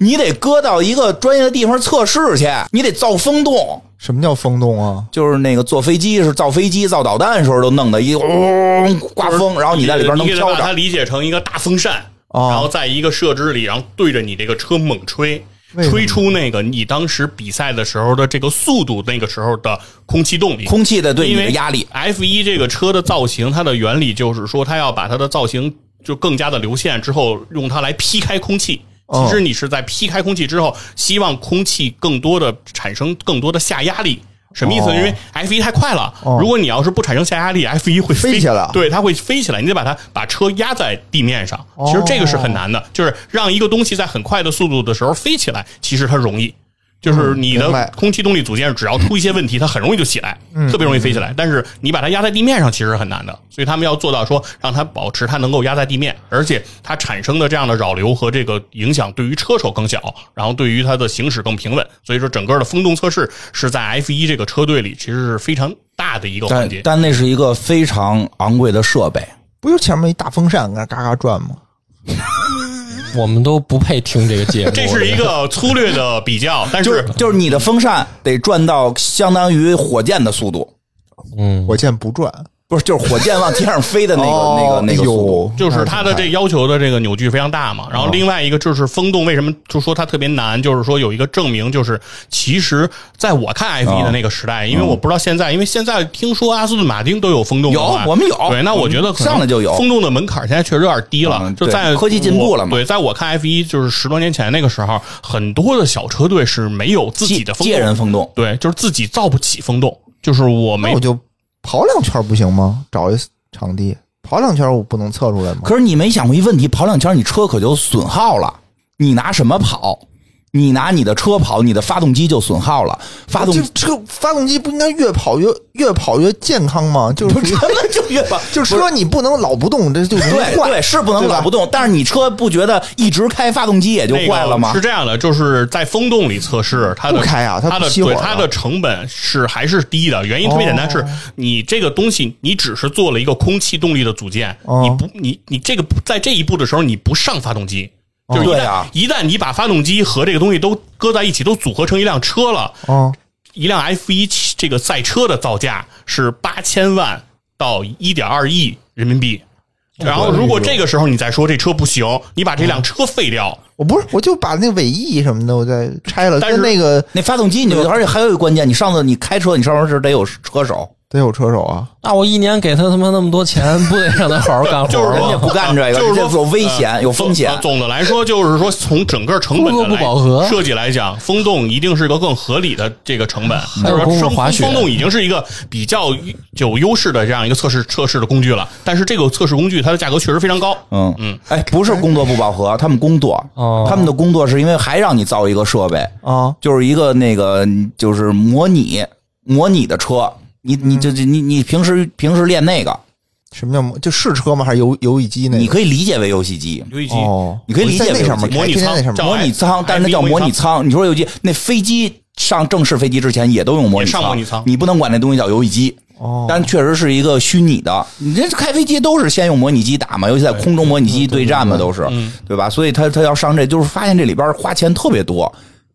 [SPEAKER 2] 你得搁到一个专业的地方测试去，你得造风洞。
[SPEAKER 4] 什么叫风洞啊？
[SPEAKER 2] 就是那个坐飞机是造飞机、造导弹的时候都弄的一嗡刮风，然后你在里边能
[SPEAKER 3] 你给它
[SPEAKER 2] 飘
[SPEAKER 3] 把它
[SPEAKER 2] 着。
[SPEAKER 3] 理解成一个大风扇，
[SPEAKER 4] 哦
[SPEAKER 3] 然后在一个设置里，然后对着你这个车猛吹。
[SPEAKER 4] 为什么
[SPEAKER 3] 吹出那个你当时比赛的时候的这个速度，那个时候的空气动力。
[SPEAKER 2] 空气的对你
[SPEAKER 3] 因
[SPEAKER 2] 的
[SPEAKER 3] 为
[SPEAKER 2] 压力。
[SPEAKER 3] F 一这个车的造型，它的原理就是说，它要把它的造型就更加的流线之后，用它来劈开空气。
[SPEAKER 4] 哦
[SPEAKER 3] 其实你是在劈开空气之后，希望空气更多的产生更多的下压力。什么意思
[SPEAKER 4] 哦
[SPEAKER 3] 呢？因为 F 一太快了，如果你要是不产生下压力，F 一会
[SPEAKER 4] 飞起来了
[SPEAKER 3] 对，它会飞起来，你得把它把车压在地面上。
[SPEAKER 4] 哦
[SPEAKER 3] 其实这个是很难的，就是让一个东西在很快的速度的时候飞起来，其实它容易。就是你
[SPEAKER 4] 嗯明白
[SPEAKER 3] 的空气动力组件只要出一些问题，它很容易就起来，特别容易飞起来。但是你把它压在地面上，其实很难的。所以他们要做到说，让它保持它能够压在地面，而且它产生的这样的扰流和这个影响对于车手更小，然后对于它的行驶更平稳。所以说，整个的风洞测试是在 F 一这个车队里其实是非常大的一个环
[SPEAKER 2] 但
[SPEAKER 3] 节。
[SPEAKER 2] 但那是一个非常昂贵的设备，
[SPEAKER 4] 不就前面一大风扇跟那嘎嘎转吗？
[SPEAKER 1] 我们都不配听这个节目。
[SPEAKER 3] 这是一个粗略的比较，但
[SPEAKER 2] 就是是就是你的风扇得转到相当于火箭的速度，
[SPEAKER 4] 火箭不转，
[SPEAKER 2] 不是就是火箭往天上飞的嗯那个、
[SPEAKER 4] 哦
[SPEAKER 2] 那个那个哦速度。
[SPEAKER 4] 哎呦
[SPEAKER 3] 就是它的这要求的这个扭矩非常大嘛。然后另外一个就是风洞为什么就说它特别难，就是说有一个证明，就是其实在我
[SPEAKER 2] 哦
[SPEAKER 3] 看 F 一的那个时代，因为我不知道现在，因为现在听说阿斯顿马丁都有风洞的话，
[SPEAKER 2] 有我们有
[SPEAKER 3] 对，那我觉得可能
[SPEAKER 2] 上来就有
[SPEAKER 3] 风洞的门槛，现在确实有点低了
[SPEAKER 2] 嗯，
[SPEAKER 3] 就
[SPEAKER 2] 对
[SPEAKER 3] 在
[SPEAKER 2] 科技进步了嘛
[SPEAKER 3] 我对，在我看 F 一就是十多年前那个时候，很多的小车队是没有自己的风
[SPEAKER 2] 借
[SPEAKER 3] 洞
[SPEAKER 2] 人风洞，
[SPEAKER 3] 对，就是自己造不起风洞，就是我
[SPEAKER 4] 那
[SPEAKER 3] 没
[SPEAKER 4] 我就跑两圈不行吗？找一场地跑两圈，我不能测出来吗？
[SPEAKER 2] 可是你没想过一问题，跑两圈你车可就损耗了，你拿什么跑？你拿你的车跑，你的发动机就损耗了，发动
[SPEAKER 4] 这车发动机不应该越跑越越跑越健康吗？就是
[SPEAKER 2] 根本就越跑，
[SPEAKER 4] 就是车你不能老不动，这就容易
[SPEAKER 2] 对
[SPEAKER 4] 坏
[SPEAKER 2] 对是不能
[SPEAKER 4] 对吧
[SPEAKER 2] 老不动，但是你车不觉得一直开发动机也就
[SPEAKER 3] 那个
[SPEAKER 2] 坏了吗？
[SPEAKER 3] 是这样的，就是在风洞里测试，它的
[SPEAKER 4] 不开啊它
[SPEAKER 3] 它
[SPEAKER 4] 不
[SPEAKER 3] 的
[SPEAKER 4] 熄火
[SPEAKER 3] 对
[SPEAKER 4] 啊
[SPEAKER 3] 它的成本是还是低的。原因特别简单，是你这个东西，你只是做了一个空气动力的组件，
[SPEAKER 4] 哦
[SPEAKER 3] 你不你你这个不在这一步的时候，你不上发动机。就是一
[SPEAKER 2] 对
[SPEAKER 3] 旦、
[SPEAKER 2] 啊
[SPEAKER 3] 一旦你把发动机和这个东西都搁在一起，都组合成一辆车了，
[SPEAKER 4] 啊！
[SPEAKER 3] 一辆 F 一这个赛车的造价是八千万到一点二亿人民币。然后，如果这个时候你再说这车不行，你把这辆车废掉，
[SPEAKER 4] 我不是，我就把那尾翼什么的我再拆了，
[SPEAKER 3] 但是
[SPEAKER 4] 跟那个
[SPEAKER 2] 那发动机你就，而且还有一个关键，你上次你开车，你上面是得有车手，
[SPEAKER 4] 得有车手啊。
[SPEAKER 1] 那我一年给他他妈那么多钱，不得让他好好干活
[SPEAKER 3] 就是
[SPEAKER 2] 人家
[SPEAKER 1] 吗？
[SPEAKER 2] 不干这个，
[SPEAKER 3] 就是
[SPEAKER 2] 这
[SPEAKER 3] 说嗯呃
[SPEAKER 2] 有危险、有风险
[SPEAKER 3] 总。总的来说，就是说从整个成本的
[SPEAKER 1] 工作不
[SPEAKER 3] 来
[SPEAKER 1] 饱和
[SPEAKER 3] 设计来讲，风洞一定是个更合理的这个成本。
[SPEAKER 1] 嗯还有
[SPEAKER 3] 就是
[SPEAKER 1] 公
[SPEAKER 3] 说
[SPEAKER 1] 路
[SPEAKER 3] 风
[SPEAKER 1] 滑雪
[SPEAKER 3] 风洞已经是一个比较有优势的这样一个测试测试的工具了。但是这个测试工具它的价格确实非常高。
[SPEAKER 2] 嗯嗯，哎，不是工作不饱和，他们工作
[SPEAKER 1] 哦，
[SPEAKER 2] 他们的工作是因为还让你造一个设备
[SPEAKER 4] 啊，
[SPEAKER 2] 就是一个那个就是模拟模拟的车，你
[SPEAKER 3] 嗯
[SPEAKER 2] 你就你你平时平时练那个，
[SPEAKER 4] 什么叫模就试车吗？还是游游戏机那个？
[SPEAKER 2] 你可以理解为游戏机，
[SPEAKER 3] 游戏机
[SPEAKER 4] 哦，
[SPEAKER 2] 你可以理解
[SPEAKER 4] 我在
[SPEAKER 2] 为
[SPEAKER 4] 那上面
[SPEAKER 2] 游戏
[SPEAKER 4] 开，
[SPEAKER 3] 模拟
[SPEAKER 4] 天天
[SPEAKER 3] 舱
[SPEAKER 4] 在上面哦
[SPEAKER 3] 叫
[SPEAKER 4] 开
[SPEAKER 2] 模拟
[SPEAKER 3] 哎
[SPEAKER 2] 舱，但是那叫模拟舱。你说游戏机那飞机上正式飞机之前也都用模拟
[SPEAKER 3] 也上模拟
[SPEAKER 2] 舱
[SPEAKER 3] 舱，
[SPEAKER 2] 你不能管那东西叫游戏机。
[SPEAKER 4] 哦
[SPEAKER 2] 但确实是一个虚拟的，你这开飞机都是先用模拟机打嘛，尤其在空中模拟机对战嘛，都是，对吧？所以他他要上这，就是发现这里边花钱特别多，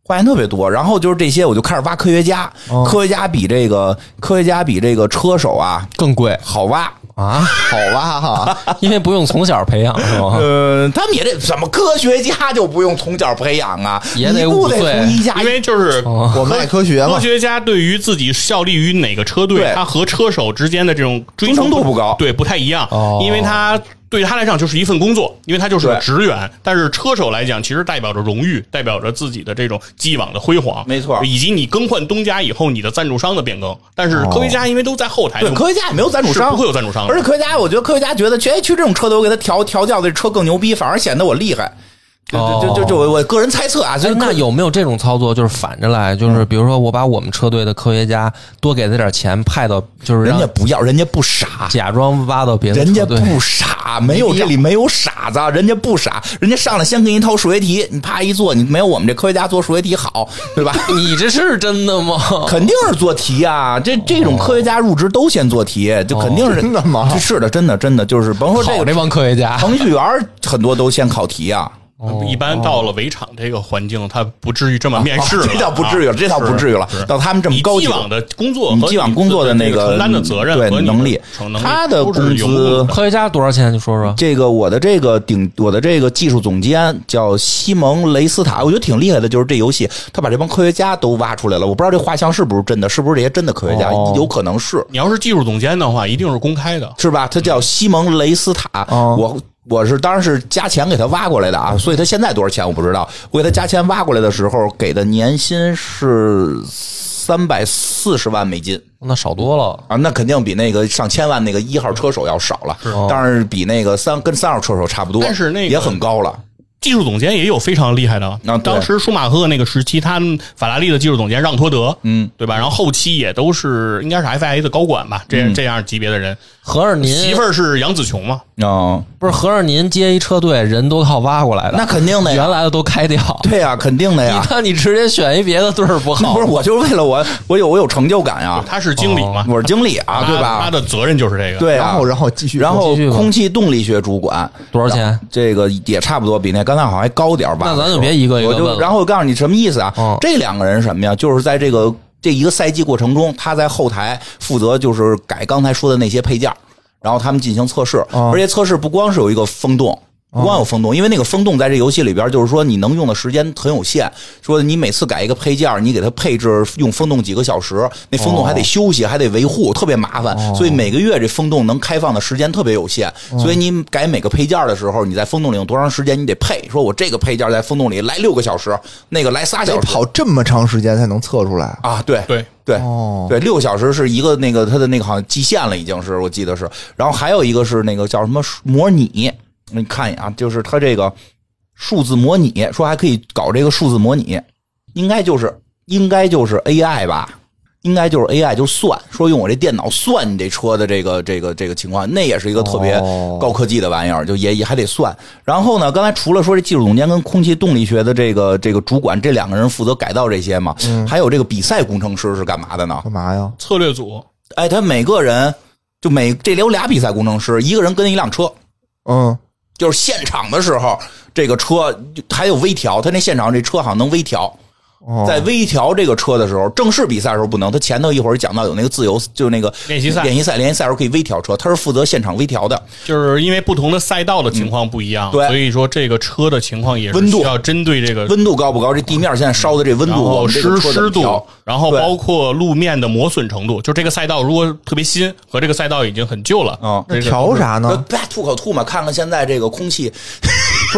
[SPEAKER 2] 花钱特别多。然后就是这些，我就开始挖科学家，科学家比这个科学家比这个车手啊
[SPEAKER 1] 更贵
[SPEAKER 2] 好挖，
[SPEAKER 1] 啊，
[SPEAKER 4] 好吧哈，
[SPEAKER 1] 因为不用从小培养是吗？
[SPEAKER 2] 呃，他们也得怎么科学家就不用从小培养啊，
[SPEAKER 1] 也得
[SPEAKER 2] 你不得
[SPEAKER 1] 五岁
[SPEAKER 2] 从一家
[SPEAKER 3] 因为就是
[SPEAKER 1] 哦
[SPEAKER 4] 我们爱科学嘛
[SPEAKER 3] 科。学家对于自己效力于哪个车队
[SPEAKER 2] 对，
[SPEAKER 3] 他和车手之间的这种追
[SPEAKER 2] 忠
[SPEAKER 3] 求
[SPEAKER 2] 诚度不高
[SPEAKER 3] 对，不太一样
[SPEAKER 1] 哦，
[SPEAKER 3] 因为他。对他来讲就是一份工作，因为他就是个
[SPEAKER 2] 对
[SPEAKER 3] 职员。但是车手来讲，其实代表着荣誉，代表着自己的这种既往的辉煌，
[SPEAKER 2] 没错
[SPEAKER 3] 以及你更换东家以后你的赞助商的变更。但是科学家因为都在后台，
[SPEAKER 2] 对，科学家也没有赞助商，
[SPEAKER 3] 哎是不会有赞助商的
[SPEAKER 2] 而且科学家，我觉得科学家觉得去哎去这种车队，我给他调调教，这车更牛逼，反而显得我厉害。就
[SPEAKER 1] 哦
[SPEAKER 2] 就就就我我个人猜测啊，所
[SPEAKER 1] 哎
[SPEAKER 2] 以，
[SPEAKER 1] 那有没有这种操作，就是反着来，就是比如说我把我们车队的科学家多给他点钱，派到就是
[SPEAKER 2] 人
[SPEAKER 1] 让
[SPEAKER 2] 家不要，人家不傻，
[SPEAKER 1] 假装挖到别的
[SPEAKER 2] 人家
[SPEAKER 1] 车队，
[SPEAKER 2] 不傻，没有这里没有傻子，人家不傻，人家上来先给你一套数学题，你啪一做，你没有我们这科学家做数学题好，对吧？
[SPEAKER 1] 你这是真的 吗？
[SPEAKER 2] 肯定是做题啊！这这种科学家入职都先做题，就肯
[SPEAKER 1] 哦
[SPEAKER 2] 定是、
[SPEAKER 4] 真的吗
[SPEAKER 2] 是的，真的真的就是甭说这
[SPEAKER 1] 好
[SPEAKER 2] 个
[SPEAKER 1] 这帮科学家，
[SPEAKER 2] 程序员，很多都先考题啊。
[SPEAKER 3] 一般到了围场这个环境，他不至于这么 面试了、
[SPEAKER 2] 啊 这倒不至于了，
[SPEAKER 3] 啊
[SPEAKER 2] 这倒不至于了
[SPEAKER 3] 是。
[SPEAKER 2] 到他们这么
[SPEAKER 3] 你
[SPEAKER 2] 高级
[SPEAKER 3] 既往的工作
[SPEAKER 2] 你
[SPEAKER 3] 和
[SPEAKER 2] 既往
[SPEAKER 3] 你
[SPEAKER 2] 工作的
[SPEAKER 3] 的
[SPEAKER 2] 那个
[SPEAKER 3] 个承担的责任
[SPEAKER 2] 对
[SPEAKER 3] 和你
[SPEAKER 2] 能力
[SPEAKER 3] 承能力
[SPEAKER 2] 他的
[SPEAKER 3] 都是有
[SPEAKER 2] 工资
[SPEAKER 3] 目的
[SPEAKER 1] 科学家多少钱？你说说。
[SPEAKER 2] 这个我的这个顶，我的这个技术总监叫西蒙雷斯塔，我觉得挺厉害的，就是这游戏他把这帮科学家都挖出来了。我不知道这画像是不是真的，是不是这些真的科学家，
[SPEAKER 4] 哦
[SPEAKER 2] 有可能是，
[SPEAKER 3] 你要是技术总监的话，一定是公开的。
[SPEAKER 2] 是吧？他叫西蒙雷斯塔，
[SPEAKER 4] 哦
[SPEAKER 2] 我。我是当然是加钱给他挖过来的啊，所以他现在多少钱我不知道。我给他加钱挖过来的时候，给的年薪是三百四十万美金。
[SPEAKER 1] 那少多了。
[SPEAKER 2] 啊，那肯定比那个上千万那个一号车手要少了，
[SPEAKER 1] 哦
[SPEAKER 2] 但是比那个三跟三号车手差不多，
[SPEAKER 3] 但是那个
[SPEAKER 2] 也很高了。
[SPEAKER 3] 技术总监也有非常厉害的。
[SPEAKER 2] 啊对
[SPEAKER 3] 当时舒马赫那个时期，他们法拉利的技术总监让托德，
[SPEAKER 2] 嗯，
[SPEAKER 3] 对吧？然后后期也都是应该是 FIA 的高管吧，这、
[SPEAKER 2] 嗯
[SPEAKER 3] 这样级别的人。
[SPEAKER 1] 合着您
[SPEAKER 3] 媳妇儿是杨紫琼嘛？
[SPEAKER 2] 哦，
[SPEAKER 1] 不是合着您接一车队，人都靠挖过来的，
[SPEAKER 2] 那肯定的呀
[SPEAKER 1] 原来的都开掉。
[SPEAKER 2] 对呀、肯定的呀
[SPEAKER 1] 你。看你直接选一别的队儿不
[SPEAKER 2] 那
[SPEAKER 1] 好？
[SPEAKER 2] 不是，我就是为了我，我有我有成就感呀，
[SPEAKER 3] 他是经理嘛？
[SPEAKER 2] 我是经理啊，
[SPEAKER 3] 他
[SPEAKER 2] 对
[SPEAKER 3] 他
[SPEAKER 2] 吧？
[SPEAKER 3] 的责任就是这个。
[SPEAKER 2] 对啊，
[SPEAKER 4] 然后然后继续
[SPEAKER 2] 然后
[SPEAKER 1] 继续吧
[SPEAKER 2] 空气动力学主管
[SPEAKER 1] 多少钱？
[SPEAKER 2] 这个也差不多，比那刚才好像还高点儿吧。
[SPEAKER 1] 那咱就别一个一个
[SPEAKER 2] 我
[SPEAKER 1] 问
[SPEAKER 2] 就
[SPEAKER 1] 了
[SPEAKER 2] 然后我告诉你什么意思啊？
[SPEAKER 1] 嗯
[SPEAKER 2] 这两个人什么呀？就是在这个这一个赛季过程中，他在后台负责就是改刚才说的那些配件儿，然后他们进行测试，
[SPEAKER 4] 哦
[SPEAKER 2] 而且测试不光是有一个风洞。
[SPEAKER 4] 嗯
[SPEAKER 2] 不光有风洞，因为那个风洞在这游戏里边，就是说你能用的时间很有限。说你每次改一个配件儿，你给它配置用风洞几个小时，那风洞
[SPEAKER 4] 哦
[SPEAKER 2] 还得休息，还得维护，特别麻烦。所以每个月这风洞能开放的时间特别有限。
[SPEAKER 4] 嗯
[SPEAKER 2] 所以你改每个配件儿的时候，你在风洞里用多长时间，你得配。说我这个配件儿在风洞里来六个小时，那个来仨小
[SPEAKER 4] 得
[SPEAKER 2] 时，
[SPEAKER 4] 跑这么长时间才能测出来。
[SPEAKER 2] 啊，对
[SPEAKER 3] 对
[SPEAKER 2] 对、
[SPEAKER 4] 哦
[SPEAKER 2] 对，六个小时是一个那个它的那个好像极限了，已经是我记得是。然后还有一个是那个叫什么模拟，你看一眼啊，就是它这个数字模拟，说还可以搞这个数字模拟，应该就是应该就是 AI 吧。应该就是 AI 就算说用我这电脑算你这车的这个这个这个情况，那也是一个特别
[SPEAKER 4] 哦
[SPEAKER 2] 高科技的玩意儿，就也也还得算。然后呢，刚才除了说这技术总监跟空气动力学的这个这个主管这两个人负责改造这些嘛，还有这个比赛工程师是干嘛的呢？
[SPEAKER 4] 干嘛呀？
[SPEAKER 3] 策略组
[SPEAKER 2] 哎，他每个人就每这里有俩比赛工程师，一个人跟一辆车，
[SPEAKER 4] 嗯，
[SPEAKER 2] 就是现场的时候这个车还有微调，他那现场这车好像能微调。
[SPEAKER 4] 哦
[SPEAKER 2] 在微调这个车的时候，正式比赛的时候不能。他前头一会儿讲到有那个自由，就是那个
[SPEAKER 3] 练习赛
[SPEAKER 2] 练习赛、练习赛时候可以微调车，他是负责现场微调的。
[SPEAKER 3] 就是因为不同的赛道的情况不一样，
[SPEAKER 2] 嗯对
[SPEAKER 3] 所以说这个车的情况也是
[SPEAKER 2] 温度
[SPEAKER 3] 需要针对这个
[SPEAKER 2] 呃温度高不高？这地面现在烧的这温
[SPEAKER 3] 然
[SPEAKER 2] 度，我
[SPEAKER 3] 后
[SPEAKER 2] 们这个
[SPEAKER 3] 湿
[SPEAKER 2] 车怎么
[SPEAKER 3] 湿度
[SPEAKER 2] 调，
[SPEAKER 3] 然后
[SPEAKER 2] 对
[SPEAKER 3] 包括路面的磨损程度。就这个赛道如果特别新，和这个赛道已经很旧了，
[SPEAKER 2] 嗯
[SPEAKER 3] 这个
[SPEAKER 4] 调啥
[SPEAKER 2] 呃
[SPEAKER 4] 呢？
[SPEAKER 2] 别吐口吐嘛，看看现在这个空气，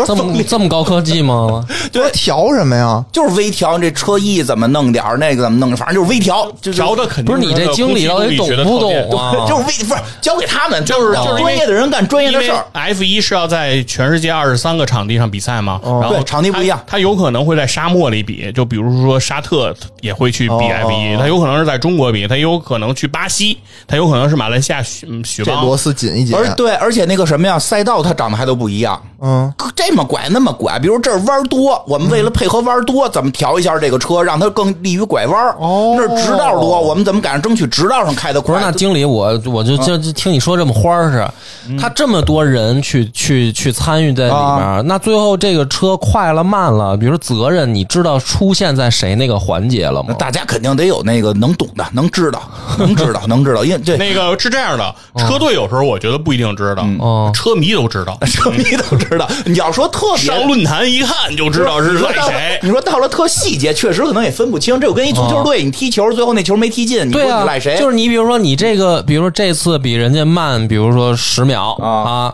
[SPEAKER 1] 这么这么高科技 吗？
[SPEAKER 4] 对，调什么呀？
[SPEAKER 2] 就是微调，这车翼怎么弄点儿，那个怎么弄，反正就是微调，就是
[SPEAKER 3] 调的肯
[SPEAKER 1] 不
[SPEAKER 3] 定
[SPEAKER 1] 是你这经理到底懂不懂啊？
[SPEAKER 2] 就是微不是交给他们，
[SPEAKER 3] 就是
[SPEAKER 2] 让
[SPEAKER 3] 就是因为
[SPEAKER 2] 专业的人干专业
[SPEAKER 3] 因
[SPEAKER 2] 的
[SPEAKER 3] 为
[SPEAKER 2] 事儿。
[SPEAKER 3] F 一是要在全世界二十三个场地上比赛嘛，然后
[SPEAKER 2] 对场地不一样
[SPEAKER 3] 它它有可能会在沙漠里比，就比如说沙特也会去比
[SPEAKER 4] 哦
[SPEAKER 3] F 一，它有可能是在中国比，它有可能去巴西，它有可能是马来西亚雪嗯雪
[SPEAKER 4] 这
[SPEAKER 3] 邦
[SPEAKER 4] 螺丝紧一紧。
[SPEAKER 2] 而对，而且那个什么呀，赛道它长得还都不一样，
[SPEAKER 4] 嗯，
[SPEAKER 2] 这么拐那么拐，比如这儿弯儿多，我们为了配合弯儿多，怎么调一下这个车，让它更利于拐弯儿？
[SPEAKER 4] 哦
[SPEAKER 2] 那儿直道多，我们怎么赶上争取直道上开的
[SPEAKER 1] 不
[SPEAKER 2] 快？嗯
[SPEAKER 1] 是，那经理我我就就就听你说这么花儿似，他这么多人去去去参与在里
[SPEAKER 2] 啊
[SPEAKER 1] 面，那最后这个车快了慢了，比如责任，你知道出现在谁那个环节了
[SPEAKER 2] 那
[SPEAKER 1] 吗？
[SPEAKER 2] 大家肯定得有那个能懂的，能知道，能知道，能知道，因为这
[SPEAKER 3] 那个是这样的，
[SPEAKER 2] 哦
[SPEAKER 3] 车队有时候我觉得不一定知道，
[SPEAKER 2] 嗯
[SPEAKER 1] 哦
[SPEAKER 3] 车迷都知 道。
[SPEAKER 2] 车迷都知道。你要说特别
[SPEAKER 3] 上论坛一看就知道是
[SPEAKER 2] 你说
[SPEAKER 3] 赖
[SPEAKER 2] 到了
[SPEAKER 3] 谁。
[SPEAKER 2] 你说到了特细节，确实可能也分不清。这我跟一足球队，你踢球，最后那球没踢进，你说
[SPEAKER 1] 对啊，
[SPEAKER 2] 你赖谁？
[SPEAKER 1] 就是你，比如说你这个，比如说这次比人家慢，比如说十秒
[SPEAKER 2] 啊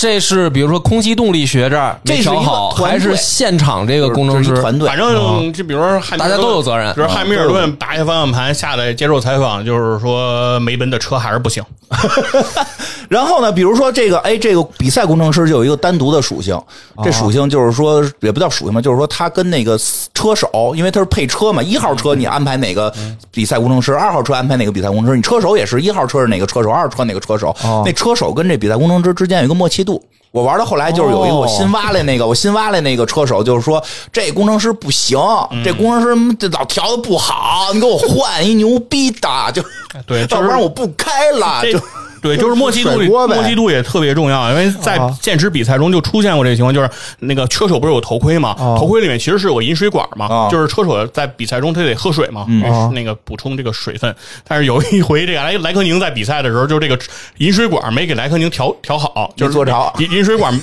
[SPEAKER 1] 这是比如说空气动力学这儿
[SPEAKER 2] 这
[SPEAKER 1] 没
[SPEAKER 2] 是
[SPEAKER 1] 调
[SPEAKER 2] 一个
[SPEAKER 1] 好，
[SPEAKER 2] 团队
[SPEAKER 1] 还是现场这个工程
[SPEAKER 2] 这是
[SPEAKER 1] 师
[SPEAKER 2] 一团队，
[SPEAKER 3] 反正就比如说汉密
[SPEAKER 1] 啊大
[SPEAKER 3] 尔顿，
[SPEAKER 1] 家都有责任
[SPEAKER 3] 比如说汉密尔顿打下方向盘下来接受采访，就是说梅奔的车还是不行，
[SPEAKER 2] 然后呢，比如说这个，哎，这个比赛工程师就有一个单独的属性，
[SPEAKER 3] 啊
[SPEAKER 2] 这属性就是说也不叫属性吧，就是说他跟那个车手，因为他是配车嘛，一号车你安排哪个
[SPEAKER 3] 嗯
[SPEAKER 2] 比赛工程师，二号车安排哪个比赛工程师，你车手也是一号车是哪个车手，二号车
[SPEAKER 3] 哦
[SPEAKER 2] 哪个车手，那车手跟这比赛工程师之间有一个默契度。我玩到后来就是有一个
[SPEAKER 4] 哦
[SPEAKER 2] 我新挖来那个，我新挖来那个车手就是说这工程师不行，
[SPEAKER 3] 嗯
[SPEAKER 2] 这工程师这老调的不好，你给我换一牛逼的，就
[SPEAKER 3] 对就
[SPEAKER 2] 要
[SPEAKER 3] 是
[SPEAKER 2] 不然我不开了。
[SPEAKER 3] 这
[SPEAKER 2] 就
[SPEAKER 3] 对，就是默契度，
[SPEAKER 4] 甩锅呗
[SPEAKER 3] 默契度也特别重要，因为在
[SPEAKER 4] 啊
[SPEAKER 3] 剑齿比赛中就出现过这个情况，就是那个车手不是有头盔嘛，
[SPEAKER 4] 啊
[SPEAKER 3] 头盔里面其实是有饮水管嘛，
[SPEAKER 2] 啊
[SPEAKER 3] 就是车手在比赛中他得喝水嘛，
[SPEAKER 4] 啊
[SPEAKER 3] 那个补充这个水分。但是有一回，这个莱莱科宁在比赛的时候，就是这个饮水管没给莱科宁调调好，就是
[SPEAKER 2] 没做着
[SPEAKER 3] 饮饮水管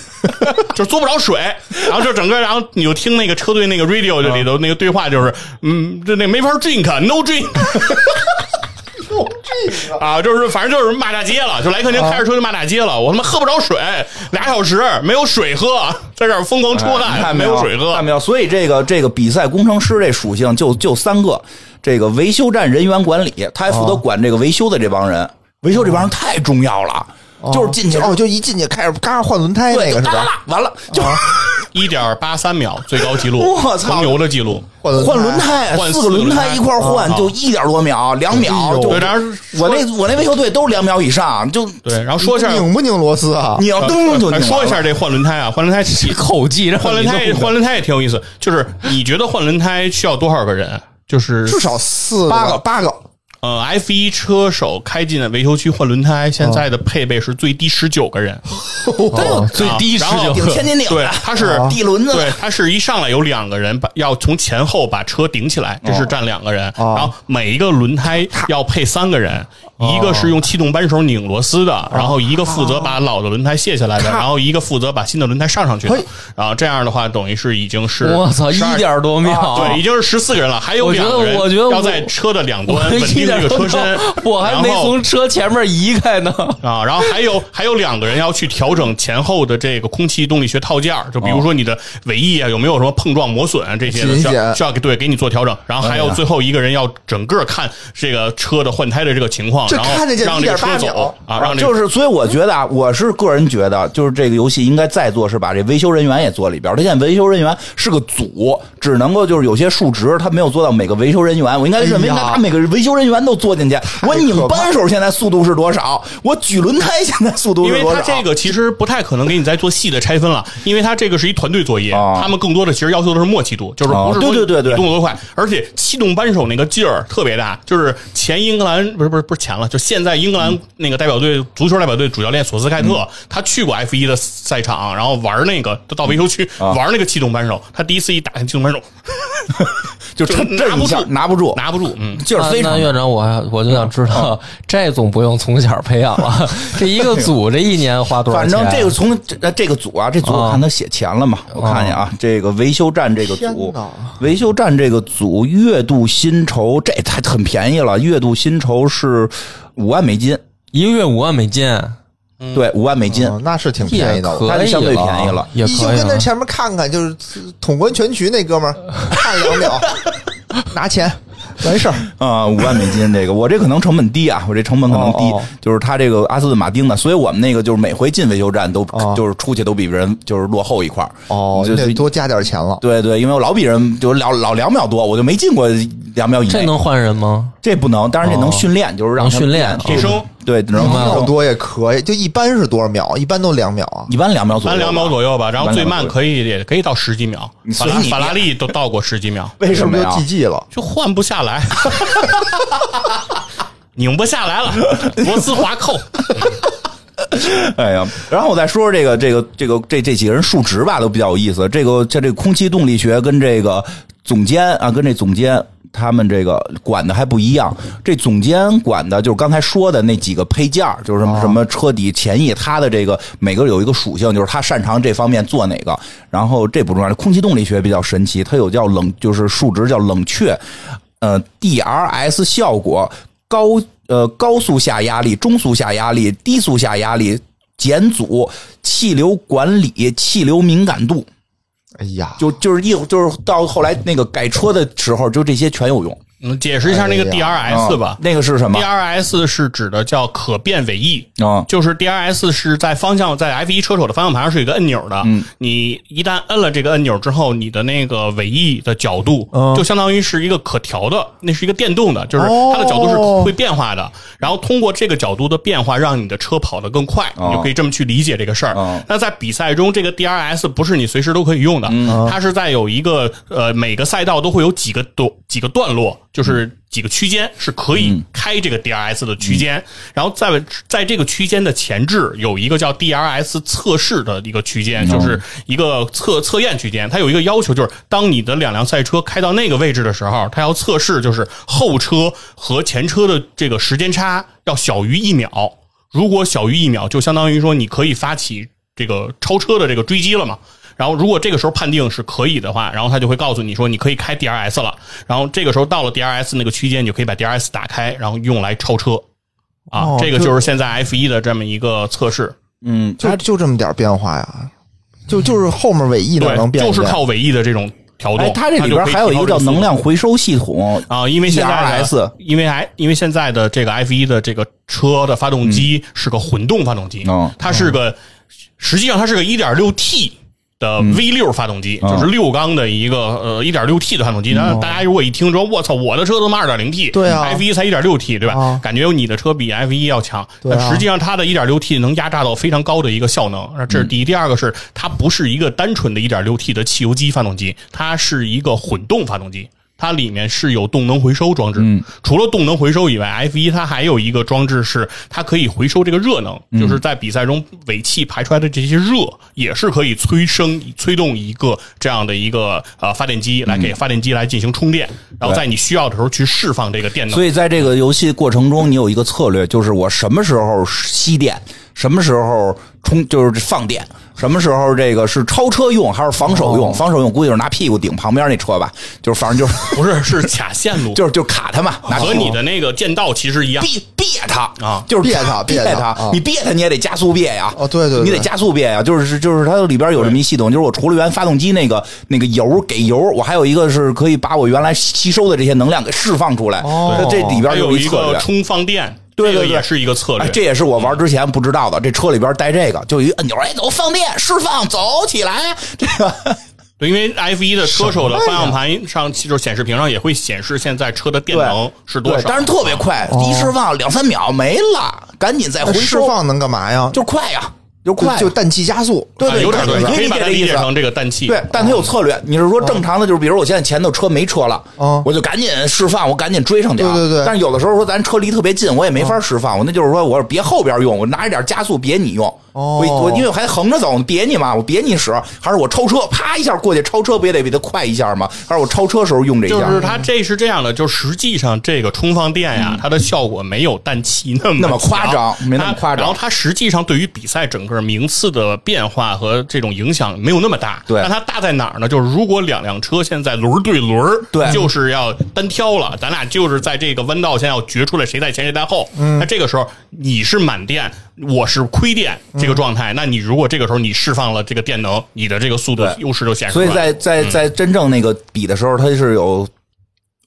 [SPEAKER 3] 就嘬不着水，然后就整个，然后你就听那个车队那个 radio 这里头那个对话就是，嗯，这那没法 drink，no drink。啊，就是反正就是骂大街了，就莱克宁
[SPEAKER 2] 啊
[SPEAKER 3] 开着车就骂大街了，我他妈喝不着水，俩小时没有水喝，在这儿疯狂
[SPEAKER 2] 哎
[SPEAKER 3] 出
[SPEAKER 2] 你
[SPEAKER 3] 汗，
[SPEAKER 2] 看
[SPEAKER 3] 没
[SPEAKER 2] 有
[SPEAKER 3] 有水喝
[SPEAKER 2] 看，没有？所以这个这个比赛工程师这属性就就三个，这个维修站人员管理，他还负责管这个维修的这帮人，哦维修这帮人太重要了，就是进去
[SPEAKER 4] 哦，就一进去开始嘎换轮胎那
[SPEAKER 2] 对，
[SPEAKER 4] 个是
[SPEAKER 2] 哒哒
[SPEAKER 4] 吧？
[SPEAKER 2] 哒完了就
[SPEAKER 3] 一点八三秒最高记录，
[SPEAKER 2] 我操
[SPEAKER 3] 红牛的记录。
[SPEAKER 4] 换轮
[SPEAKER 2] 换轮胎，
[SPEAKER 3] 换
[SPEAKER 2] 四个轮
[SPEAKER 3] 四个轮胎
[SPEAKER 2] 一块儿换
[SPEAKER 3] 啊，
[SPEAKER 2] 就一点多秒，两秒。就
[SPEAKER 3] 对，然后
[SPEAKER 2] 我那我那维修队都是两秒以上，就
[SPEAKER 3] 对，然后说一下，呃
[SPEAKER 4] 拧不拧螺丝啊？
[SPEAKER 2] 拧噔就拧完了。
[SPEAKER 3] 说一下这换轮胎啊，换轮 胎起
[SPEAKER 1] 口技，让
[SPEAKER 3] 换轮胎，换轮胎也挺有意思。就是你觉得换轮胎需要多少个人？就是
[SPEAKER 4] 至少四
[SPEAKER 2] 八个
[SPEAKER 4] 八个
[SPEAKER 3] 呃，F 一车手开进的维修区换轮胎，
[SPEAKER 2] 啊
[SPEAKER 3] 现在的配备是最低十九个人，
[SPEAKER 1] 最低十
[SPEAKER 3] 然后
[SPEAKER 1] 九
[SPEAKER 2] 哦顶千斤顶的，哦
[SPEAKER 3] 对，它是
[SPEAKER 4] 啊
[SPEAKER 2] 地轮子
[SPEAKER 3] 对，它是一上来有两个人把要从前后把车顶起来，这是站两个人，
[SPEAKER 4] 哦
[SPEAKER 3] 然后每一个轮胎要配三个人，
[SPEAKER 1] 哦
[SPEAKER 3] 一个是用气动扳手拧螺丝的，然后一个负责把老的轮胎卸下来
[SPEAKER 1] 哦
[SPEAKER 3] 的，然后一个负责把新的轮胎上上去的
[SPEAKER 4] 嘿，
[SPEAKER 3] 然后这样的话等于是已经是
[SPEAKER 1] 我操，一
[SPEAKER 3] 12
[SPEAKER 1] 点多
[SPEAKER 2] 啊
[SPEAKER 1] 秒，
[SPEAKER 3] 对，已经是十四个人了，还有
[SPEAKER 1] 我觉
[SPEAKER 3] 两
[SPEAKER 1] 得
[SPEAKER 3] 个人
[SPEAKER 1] 啊我觉得
[SPEAKER 3] 要
[SPEAKER 1] 我
[SPEAKER 3] 在车的两
[SPEAKER 1] 我
[SPEAKER 3] 端稳
[SPEAKER 1] 一
[SPEAKER 3] 定
[SPEAKER 1] 点
[SPEAKER 3] 这个
[SPEAKER 1] 都
[SPEAKER 3] 车身，
[SPEAKER 1] 我还没
[SPEAKER 3] 然后
[SPEAKER 1] 从车前面移开呢。
[SPEAKER 3] 啊，然后还有还有两个人要去调整前后的这个空气动力学套件儿，就比如说你的尾翼啊有没有什么碰撞磨损啊这些的，
[SPEAKER 4] 勤
[SPEAKER 3] 需要
[SPEAKER 4] 俭
[SPEAKER 3] 需要给对给你做调整。然后
[SPEAKER 4] 哎
[SPEAKER 3] 还有最后一个人要整个看这个车的换胎的这个情况，
[SPEAKER 4] 这
[SPEAKER 3] 然后
[SPEAKER 4] 看得见
[SPEAKER 3] 让这个车
[SPEAKER 4] 1.8
[SPEAKER 3] 走
[SPEAKER 4] 秒
[SPEAKER 3] 啊，让这
[SPEAKER 2] 就
[SPEAKER 3] 个
[SPEAKER 2] 是，所以我觉得啊，我是个人觉得，就是这个游戏应该再做是把这维修人员也做里边儿。他现在维修人员是个组，只能够就是有些数值他没有做到每个维修人员，我应该认为
[SPEAKER 3] 哎
[SPEAKER 2] 应该把每个维修人员都做进去。我拧扳手现在速度是多少？我举轮胎现在速度
[SPEAKER 3] 因
[SPEAKER 2] 是
[SPEAKER 3] 为
[SPEAKER 2] 多啊
[SPEAKER 3] 它
[SPEAKER 2] 少？
[SPEAKER 3] 这个其实不太可能给你再做细的拆分了，因为它这个是一团队作业，
[SPEAKER 2] 啊
[SPEAKER 3] 他们更多的其实要求的是默契度，就是
[SPEAKER 2] 啊
[SPEAKER 3] 不是说
[SPEAKER 2] 对对对对
[SPEAKER 3] 你动作多快，而且气动扳手那个劲儿特别大，就是前英格兰不是不是不是前了，就现在英格
[SPEAKER 2] 嗯
[SPEAKER 3] 兰那个代表队足球代表队主教练索斯盖特，他去过 F 一的赛场，然后玩那个到维修区
[SPEAKER 2] 啊
[SPEAKER 3] 玩那个气动扳手，他第一次一打气动扳手
[SPEAKER 2] 就
[SPEAKER 3] 就
[SPEAKER 2] 这这
[SPEAKER 3] 拿
[SPEAKER 2] 一
[SPEAKER 3] 不
[SPEAKER 2] 下
[SPEAKER 3] 住
[SPEAKER 2] 拿不住，
[SPEAKER 3] 拿不住，嗯。
[SPEAKER 2] 劲儿非
[SPEAKER 1] 那
[SPEAKER 2] 常
[SPEAKER 1] 那院长，我还我就想知道，这总不用从小培养了。这一个组这一年花多少
[SPEAKER 2] 反
[SPEAKER 1] 钱？啊
[SPEAKER 2] 正
[SPEAKER 4] 啊
[SPEAKER 2] 这个从这呃这个组啊，这组
[SPEAKER 4] 哦
[SPEAKER 2] 我看他写钱了嘛，我看见啊，这个维修站这个组
[SPEAKER 4] 天哪，
[SPEAKER 2] 维修站这个组月度薪酬这太很便宜了，月度薪酬是五万美金，
[SPEAKER 1] 一个月五万美金，
[SPEAKER 2] 对，五万美金，
[SPEAKER 4] 嗯那是挺
[SPEAKER 1] 也
[SPEAKER 4] 便宜的。
[SPEAKER 1] 可以
[SPEAKER 4] 我
[SPEAKER 2] 它就相对便宜了
[SPEAKER 1] 也
[SPEAKER 4] 一就
[SPEAKER 1] 可以啊
[SPEAKER 4] 跟那
[SPEAKER 1] 了。
[SPEAKER 4] 前面看看，就是统观全局那哥们儿，看两秒，拿钱，完事儿。
[SPEAKER 2] 啊，五万美金这个，我这可能成本低啊，我这成本可能低，
[SPEAKER 4] 哦哦
[SPEAKER 2] 就是他这个阿斯顿马丁的，所以我们那个就是每回进维修站都、
[SPEAKER 4] 哦
[SPEAKER 2] 就是出去都比别人就是落后一块儿
[SPEAKER 4] 哦，
[SPEAKER 2] 就
[SPEAKER 4] 你
[SPEAKER 2] 是
[SPEAKER 4] 得多加点钱了。
[SPEAKER 2] 对对，因为我老比人就是老老两秒多，我就没进过两秒以内，
[SPEAKER 1] 这能换人吗？
[SPEAKER 2] 这不能，当然这能
[SPEAKER 1] 哦
[SPEAKER 2] 训练，就是让
[SPEAKER 1] 能
[SPEAKER 2] 他
[SPEAKER 1] 训练
[SPEAKER 2] 变
[SPEAKER 1] 提
[SPEAKER 3] 升
[SPEAKER 2] 对，能
[SPEAKER 1] 明白了
[SPEAKER 4] 要多也可以，就一般是多少秒？一般都两秒啊。
[SPEAKER 2] 一般两秒左右，
[SPEAKER 3] 翻两秒左右吧，然后最慢
[SPEAKER 2] 以。
[SPEAKER 3] 可以也可以到十几秒，
[SPEAKER 2] 你
[SPEAKER 3] 法
[SPEAKER 2] 随
[SPEAKER 3] 拉
[SPEAKER 2] 你
[SPEAKER 3] 法拉利 都到过十几秒，
[SPEAKER 2] 为什么
[SPEAKER 4] 就
[SPEAKER 2] 呀？
[SPEAKER 4] GG 了？
[SPEAKER 3] 就换不下来， 拧不下来了，螺丝滑扣。
[SPEAKER 2] 哎呀，然后我再说说这个这个这个这这几个人数值吧，都比较有意思。这个像这个空气动力学跟这个总监啊，跟这总监他们这个管的还不一样。这总监管的就是刚才说的那几个配件儿，就是什么什么车底、前翼，他的这个每个有一个属性，就是他擅长这方面做哪个。然后这不重要，空气动力学比较神奇，它有叫冷，就是数值叫冷却，呃，DRS 效果高呃高速下压力、中速下压力、低速下压力、减阻、气流管理、气流敏感度，
[SPEAKER 4] 哎呀，
[SPEAKER 2] 就就是一就是到后来那个改车的时候，就这些全有用。
[SPEAKER 3] 嗯，解释一下那个
[SPEAKER 4] 哎
[SPEAKER 3] DRS 啊吧
[SPEAKER 2] 嗯。那个是什么？
[SPEAKER 3] DRS 是指的叫可变尾翼，
[SPEAKER 2] 啊
[SPEAKER 3] 就是 DRS 是在方向在 F 一车手的方向盘上是有一个按钮的，你一旦摁了这个按钮之后，你的那个尾翼的角度
[SPEAKER 4] 嗯
[SPEAKER 3] 就相当于是一个可调的，那是一个变动的，就是
[SPEAKER 4] 哦
[SPEAKER 3] 它的角度是会变化的。然后通过这个角度的变化，让你的车跑得更快，
[SPEAKER 2] 哦
[SPEAKER 3] 你就可以这么去理解这个事儿
[SPEAKER 2] 哦。
[SPEAKER 3] 那在比赛中，这个 DRS 不是你随时都可以用的，它是在有一个呃每个赛道都会有几个段几个段落。就是几个区间是可以开这个 DRS 的区间，然后在在这个区间的前置有一个叫 DRS 测试的一个区间，就是一个测测验区间。它有一个要求，就是当你的两辆赛车开到那个位置的时候，它要测试就是后车和前车的这个时间差要小于一秒。如果小于一秒，就相当于说你可以发起这个超车的这个追击了嘛。然后如果这个时候判定是可以的话，然后他就会告诉你说你可以开 DRS 了。然后这个时候到了 DRS 那个区间，你就可以把 DRS 打开，然后用来超车。啊，
[SPEAKER 4] 哦
[SPEAKER 3] 这个
[SPEAKER 4] 就
[SPEAKER 3] 就是现在 F 一的这么一个测试，
[SPEAKER 2] 嗯，
[SPEAKER 4] 就就这么点儿变化呀，就就是后面尾翼哪
[SPEAKER 3] 对
[SPEAKER 4] 能，变？
[SPEAKER 3] 就是靠尾翼的这种调动。
[SPEAKER 2] 哎，它这里
[SPEAKER 3] 嗯就
[SPEAKER 2] 边
[SPEAKER 3] 可以
[SPEAKER 2] 还有一
[SPEAKER 3] 调
[SPEAKER 2] 个叫
[SPEAKER 3] 整速度
[SPEAKER 2] 能量回收系统，
[SPEAKER 3] 啊，因为现在的
[SPEAKER 2] DRS
[SPEAKER 3] 因为还因为现在的这个 F 一的这个车的发动机是个混动发动机，
[SPEAKER 2] 哦
[SPEAKER 3] 它是个实际上它是个 1.6T 的 V 六发动机，
[SPEAKER 2] 哦
[SPEAKER 3] 就是六缸的一个呃 1.6T 的发动机。那大家如果一听说我操，我的车他妈 2.0T，
[SPEAKER 4] 对啊
[SPEAKER 3] ，F 一才 1.6T，对吧？
[SPEAKER 4] 啊
[SPEAKER 3] 感觉你的车比 F 一要强，
[SPEAKER 4] 对啊
[SPEAKER 3] 但实际上它的 1.6T 能压榨到非常高的一个效能，那
[SPEAKER 2] 嗯
[SPEAKER 3] 这是第一。第二个是它不是一个单纯的 1.6T 的汽油机发动机，它是一个混动发动机。它里面是有动能回收装置，
[SPEAKER 2] 嗯
[SPEAKER 3] 除了动能回收以外，F 一它还有一个装置是它可以回收这个热能，
[SPEAKER 2] 嗯
[SPEAKER 3] 就是在比赛中尾气排出来的这些热，也是可以催生、催动一个这样的一个呃发电机来
[SPEAKER 2] 嗯
[SPEAKER 3] 给发电机来进行充电，然后在你需要的时候去释放这个电能。
[SPEAKER 2] 所以在这个游戏过程中，你有一个策略，就是我什么时候吸电，什么时候充，就是放电，什么时候这个是超车用还是防守
[SPEAKER 3] 哦
[SPEAKER 2] 用？防守用估计就是拿屁股顶旁边那车吧，就是反正就是
[SPEAKER 3] 不是，是卡线路，
[SPEAKER 2] 就是就是卡他嘛，拿屁股
[SPEAKER 3] 和你的那个剑道其实一样。
[SPEAKER 2] 别别他
[SPEAKER 3] 啊
[SPEAKER 2] 就是
[SPEAKER 4] 别他
[SPEAKER 2] 别
[SPEAKER 4] 别他
[SPEAKER 2] 他
[SPEAKER 4] 啊，
[SPEAKER 2] 你别他你也得加速别呀。
[SPEAKER 4] 哦对对对
[SPEAKER 2] 你得加速别呀，就是就是它里边有这么一系统，就是我除了原发动机那个那个油给油，我还有一个是可以把我原来吸收的这些能量给释放出来。
[SPEAKER 4] 哦
[SPEAKER 2] 那这里边
[SPEAKER 3] 还有
[SPEAKER 2] 一
[SPEAKER 3] 一
[SPEAKER 2] 策
[SPEAKER 3] 个
[SPEAKER 2] 略。
[SPEAKER 3] 充放电，
[SPEAKER 2] 对对
[SPEAKER 3] 这
[SPEAKER 2] 对
[SPEAKER 3] 个也是一个策略。嗯
[SPEAKER 2] 哎，这也是我玩之前不知道的。这车里边带这个，就有一按钮，哎，走放电释放，走起来。这个
[SPEAKER 3] 对，因为 F 一的车手的方向盘上，就是显示屏上也会显示现在车的 电能是多
[SPEAKER 2] 对，
[SPEAKER 3] 少，啊
[SPEAKER 2] 但是特别快，一释放两三秒没了，赶紧再
[SPEAKER 4] 哦那
[SPEAKER 2] 回
[SPEAKER 4] 释
[SPEAKER 2] 收，
[SPEAKER 4] 放能干嘛呀？
[SPEAKER 2] 就快呀，就快呀，
[SPEAKER 4] 就氮气加速，
[SPEAKER 2] 对对，
[SPEAKER 3] 啊有点
[SPEAKER 2] 对
[SPEAKER 3] 对，可
[SPEAKER 2] 以
[SPEAKER 3] 以把它
[SPEAKER 2] 这
[SPEAKER 3] 理
[SPEAKER 2] 意
[SPEAKER 3] 解
[SPEAKER 2] 思。
[SPEAKER 3] 成这个氮气。
[SPEAKER 2] 对，但它
[SPEAKER 4] 哦
[SPEAKER 2] 有策略。你是说正常的，就是比如我现在前头车没车了，
[SPEAKER 4] 嗯
[SPEAKER 2] 我就赶紧释放，我赶紧追上点儿。
[SPEAKER 4] 对对对哦
[SPEAKER 2] 但是有的时候说咱车离特别近，我也没法释放。我那就是说，我说别后边用，我拿一点加速别你用。
[SPEAKER 4] 哦
[SPEAKER 2] 我我因为我还横着走，别你嘛，我别你使，还是我超车，啪一下过去超车，不也得比它快一下吗？还是我超车时候用这一
[SPEAKER 3] 就
[SPEAKER 2] 下？
[SPEAKER 3] 是它这是这样的，就实际上这个充放电呀，它的效果没有氮气那么
[SPEAKER 2] 嗯那么夸张
[SPEAKER 3] 强
[SPEAKER 2] 没那么
[SPEAKER 3] 它
[SPEAKER 2] 夸张
[SPEAKER 3] 然后它实际上对于比赛整个名次的变化和这种影响没有那么大。
[SPEAKER 2] 对
[SPEAKER 3] 那它大在哪儿呢？就是如果两辆车现在轮儿对轮儿，
[SPEAKER 2] 对
[SPEAKER 3] 就是要单挑了，咱俩就是在这个弯道先要决出来谁在前谁在后。
[SPEAKER 2] 嗯
[SPEAKER 3] 那这个时候你是满电，我是亏电这个状
[SPEAKER 2] 嗯
[SPEAKER 3] 态，那你如果这个时候你释放了这个电能，你的这个速度
[SPEAKER 2] 对
[SPEAKER 3] 优势就显示出
[SPEAKER 2] 所
[SPEAKER 3] 来
[SPEAKER 2] 以
[SPEAKER 3] 嗯了。
[SPEAKER 2] 在在在真正那个比的时候，它是有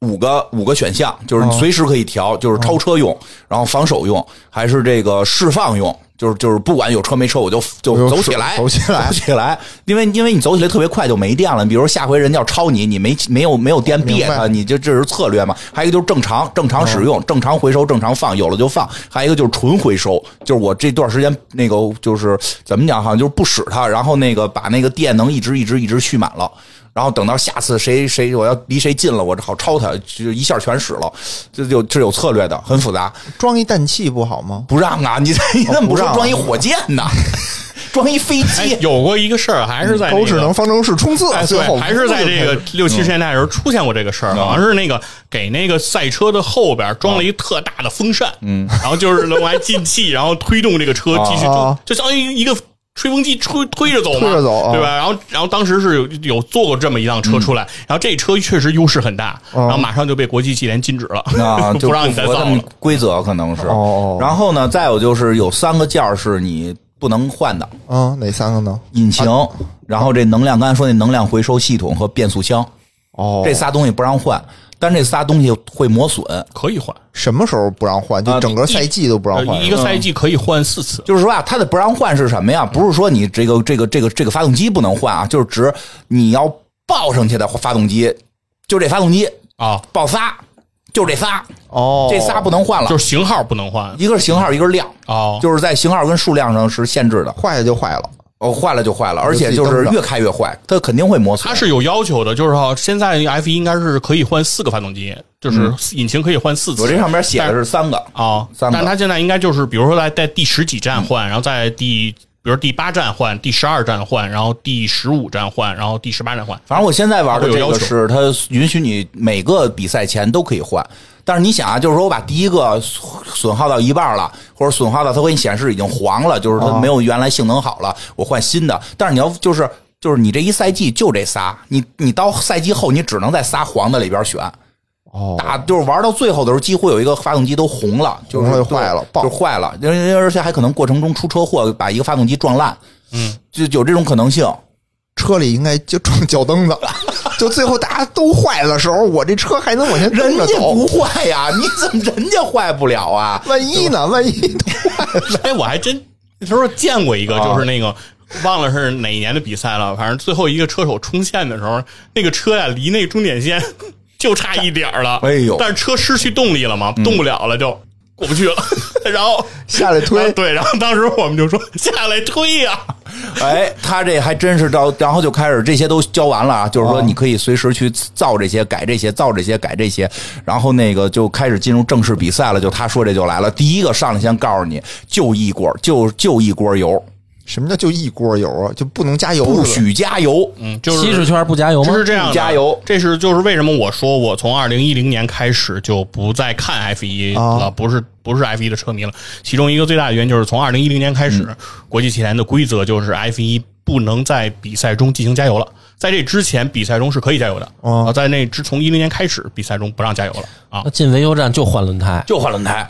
[SPEAKER 2] 五个五个选项，就是
[SPEAKER 4] 哦
[SPEAKER 2] 随时可以调，就是超车用，然后防守用，还是这个释放用，就是就是不管有车没车，我就就
[SPEAKER 4] 我就
[SPEAKER 2] 走起来，
[SPEAKER 4] 走起来
[SPEAKER 2] 走起来，因为因为你走起来特别快就没电了。比如下回人要超你，你没没有没有电
[SPEAKER 4] 明
[SPEAKER 2] 别
[SPEAKER 4] 白
[SPEAKER 2] 他，你就这是策略嘛。还有一个就是正常正常使用，正常回收，正常放，有了就放。还有一个就是纯回收，就是我这段时间那个就是怎么讲，好像就是不使它，然后那个把那个电能一直一直一直蓄满了。然后等到下次谁谁我要离谁近了，我好超他，就一下全使了，这就这有策略的，很复杂。
[SPEAKER 4] 装一氮气不好吗？
[SPEAKER 2] 不让啊，你你怎么不
[SPEAKER 4] 不
[SPEAKER 2] 说
[SPEAKER 4] 让啊
[SPEAKER 2] 装一火箭呢？ 装一飞
[SPEAKER 3] 哎
[SPEAKER 2] 机，
[SPEAKER 3] 有过一个事儿，还
[SPEAKER 2] 嗯
[SPEAKER 3] 是在那
[SPEAKER 4] 高
[SPEAKER 3] 个
[SPEAKER 4] 智能方程式冲刺
[SPEAKER 3] 哎，，
[SPEAKER 4] 最后
[SPEAKER 3] 对，还是在这个六七十年代的时候出现过这个事儿，好像是那个给那个赛车的后边装了一特大的风扇，嗯，然后就是用来进气，然后推动这个车继续
[SPEAKER 4] 啊
[SPEAKER 3] 就就相当于一个。吹风机吹推着走嘛，
[SPEAKER 4] 推着走啊
[SPEAKER 3] 对吧？然后，然后当时是有有做过这么一辆车出来，然后这车确实优势很大，然后马上就被国际汽联禁止了，
[SPEAKER 2] 啊，就
[SPEAKER 3] 不让你再
[SPEAKER 2] 符合
[SPEAKER 3] 造
[SPEAKER 2] 他们
[SPEAKER 3] 了。
[SPEAKER 2] 规则可能是。
[SPEAKER 4] 哦
[SPEAKER 2] 然后呢，再有就是有三个件儿是你不能换的，
[SPEAKER 4] 嗯，哪三个呢？
[SPEAKER 2] 引擎，
[SPEAKER 4] 啊
[SPEAKER 2] 然后这能量，刚才说那能量回收系统和变速箱，
[SPEAKER 4] 哦
[SPEAKER 2] 这仨东西不让换，但这仨东西会磨损。
[SPEAKER 3] 可以换，
[SPEAKER 4] 什么时候不让换？就整个赛季都不让
[SPEAKER 3] 呃
[SPEAKER 4] 换。
[SPEAKER 3] 一个赛季可以换四次。
[SPEAKER 2] 就是说啊，它的不让换是什么呀？不是说你这个这个这个这个发动机不能换啊，就是指你要报上去的发动机，就这发动机
[SPEAKER 3] 啊，
[SPEAKER 2] 报仨，就这仨，
[SPEAKER 4] 哦，
[SPEAKER 2] 这仨不能换了，
[SPEAKER 3] 就是型号不能换
[SPEAKER 2] 嗯一个是型号，一个是量，
[SPEAKER 3] 哦，
[SPEAKER 2] 就是在型号跟数量上是限制的。
[SPEAKER 4] 坏了就坏了。
[SPEAKER 2] 哦，坏了就坏了，而且就是越开越坏，它肯定会磨损。
[SPEAKER 3] 它是有要求的，就是哈，现在 F 一应该是可以换四个发动机，就是引擎可以换四次。
[SPEAKER 2] 我嗯这上面写的是三个
[SPEAKER 3] 啊，
[SPEAKER 2] 三个嗯
[SPEAKER 3] 但它现在应该就是，比如说在在第十几站换，然后在第。比如第八站换，第十二站换，然后第十五站换，然后第十八站换，
[SPEAKER 2] 反正我现在玩的
[SPEAKER 3] 会
[SPEAKER 2] 这
[SPEAKER 3] 有要
[SPEAKER 2] 个
[SPEAKER 3] 求
[SPEAKER 2] 是它允许你每个比赛前都可以换，但是你想啊，就是说我把第一个损耗到一半了，或者损耗到它给你显示已经黄了，就是它没有原来性能好了，我换新的。但是你要就是就是你这一赛季就这仨，你你到赛季后你只能在仨黄的里边选。
[SPEAKER 4] 哦
[SPEAKER 2] 打就是玩到最后的时候，几乎有一个发动机都红了，就是
[SPEAKER 4] 红了就坏了爆
[SPEAKER 2] 就坏了，因为因为而且还可能过程中出车祸，把一个发动机撞烂，嗯，就有这种可能性。
[SPEAKER 4] 车里应该就撞脚蹬子，就最后大家都坏的时候，我这车还能往前
[SPEAKER 2] 人
[SPEAKER 4] 蹬着
[SPEAKER 2] 家
[SPEAKER 4] 走
[SPEAKER 2] 不。坏呀，你怎么人家坏不了啊？
[SPEAKER 4] 万一呢？万一都
[SPEAKER 3] 哎，我还真那时候见过一
[SPEAKER 2] 啊
[SPEAKER 3] 个，就是那个。忘了是哪一年的比赛了，反正最后一个车手冲线的时候，那个车呀、离那个终点线 就差一点儿了。
[SPEAKER 2] 哎呦嗯
[SPEAKER 3] 但是车失去动力了嘛，动不了了就，过不去了。 然后
[SPEAKER 4] 下来推
[SPEAKER 3] 然后对，然后当时我们就说下来推呀、
[SPEAKER 2] 哎，他这还真是到，然后就开始这些都教完了啊，就是
[SPEAKER 4] 哦
[SPEAKER 2] 说你可以随时去造这些、改这些、造这些、改这些，然后那个就开始进入正式比赛了。就他说这就来了，第一个上来先告诉你，就一锅，就就一锅油，
[SPEAKER 4] 什么叫就一锅油啊？就不能加油？
[SPEAKER 2] 不许加油。
[SPEAKER 3] 嗯，就是
[SPEAKER 1] 七十圈不加油吗
[SPEAKER 3] 不？是这样的，
[SPEAKER 2] 加油
[SPEAKER 3] 这是就是为什么我说我从二零一零年开始就不再看 F 一了，不是不是 F 一的车迷了。其中一个最大的原因就是从二零一零年开始，国际汽联的规则就是 F 一不能在比赛中进行加油了。在这之前，比赛中是可以加油的。
[SPEAKER 4] 哦
[SPEAKER 3] 啊，在那之从一零年开始，比赛中不让加油了啊
[SPEAKER 1] 那。进维修站就换轮胎，
[SPEAKER 2] 就换轮胎，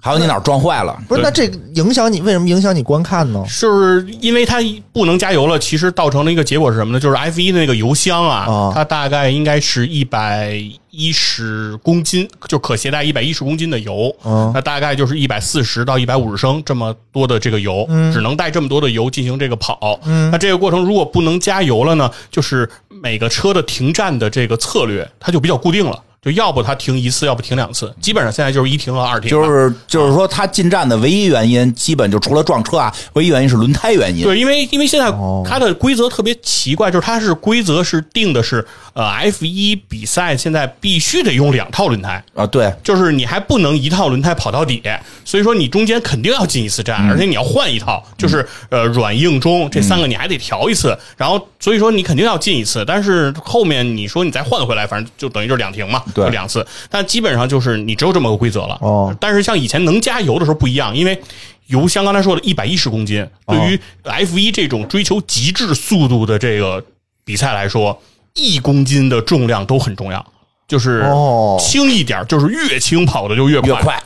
[SPEAKER 2] 还有你哪儿撞坏了？
[SPEAKER 4] 不是，
[SPEAKER 3] 对
[SPEAKER 4] 那这个影响你为什么影响你观看呢？
[SPEAKER 3] 就是因为它不能加油了，其实造成了一个结果是什么呢？就是 F 一的那个油箱啊，
[SPEAKER 4] 啊
[SPEAKER 3] 它大概应该是一百一十公斤，就可携带一百一十公斤的油，
[SPEAKER 4] 啊
[SPEAKER 3] 那大概就是一百四十到一百五十升这么多的这个油，
[SPEAKER 4] 嗯
[SPEAKER 3] 只能带这么多的油进行这个跑。那这个过程如果不能加油了呢，就是每个车的停站的这个策略它就比较固定了，就要不它停一次，要不停两次，基本上现在就是一停和二停了，
[SPEAKER 2] 就是就是说，他进站的唯一原因，基本就除了撞车啊，唯一原因是轮胎原因。哦
[SPEAKER 3] 对，因为因为现在它的规则特别奇怪，就是它是规则是定的是呃 F 一比赛现在必须得用两套轮胎。
[SPEAKER 2] 啊，对，
[SPEAKER 3] 就是你还不能一套轮胎跑到底，所以说你中间肯定要进一次站，
[SPEAKER 4] 嗯
[SPEAKER 3] 而且你要换一套，就是呃软硬中这三个你还得调一次，
[SPEAKER 4] 嗯
[SPEAKER 3] 然后所以说你肯定要进一次，但是后面你说你再换回来，反正就等于就是两停嘛，
[SPEAKER 2] 对
[SPEAKER 3] 就两次，但基本上就是你只有这么个规则了。
[SPEAKER 4] 哦
[SPEAKER 3] 但是像以前能加油的时候不一样，因为。油箱刚才说的，一百一十公斤，
[SPEAKER 4] 哦
[SPEAKER 3] 对于 F 一这种追求极致速度的这个比赛来说，一公斤的重量都很重要，就是
[SPEAKER 4] 哦
[SPEAKER 3] 轻一点儿，就是越轻跑的就越快。
[SPEAKER 2] 越快。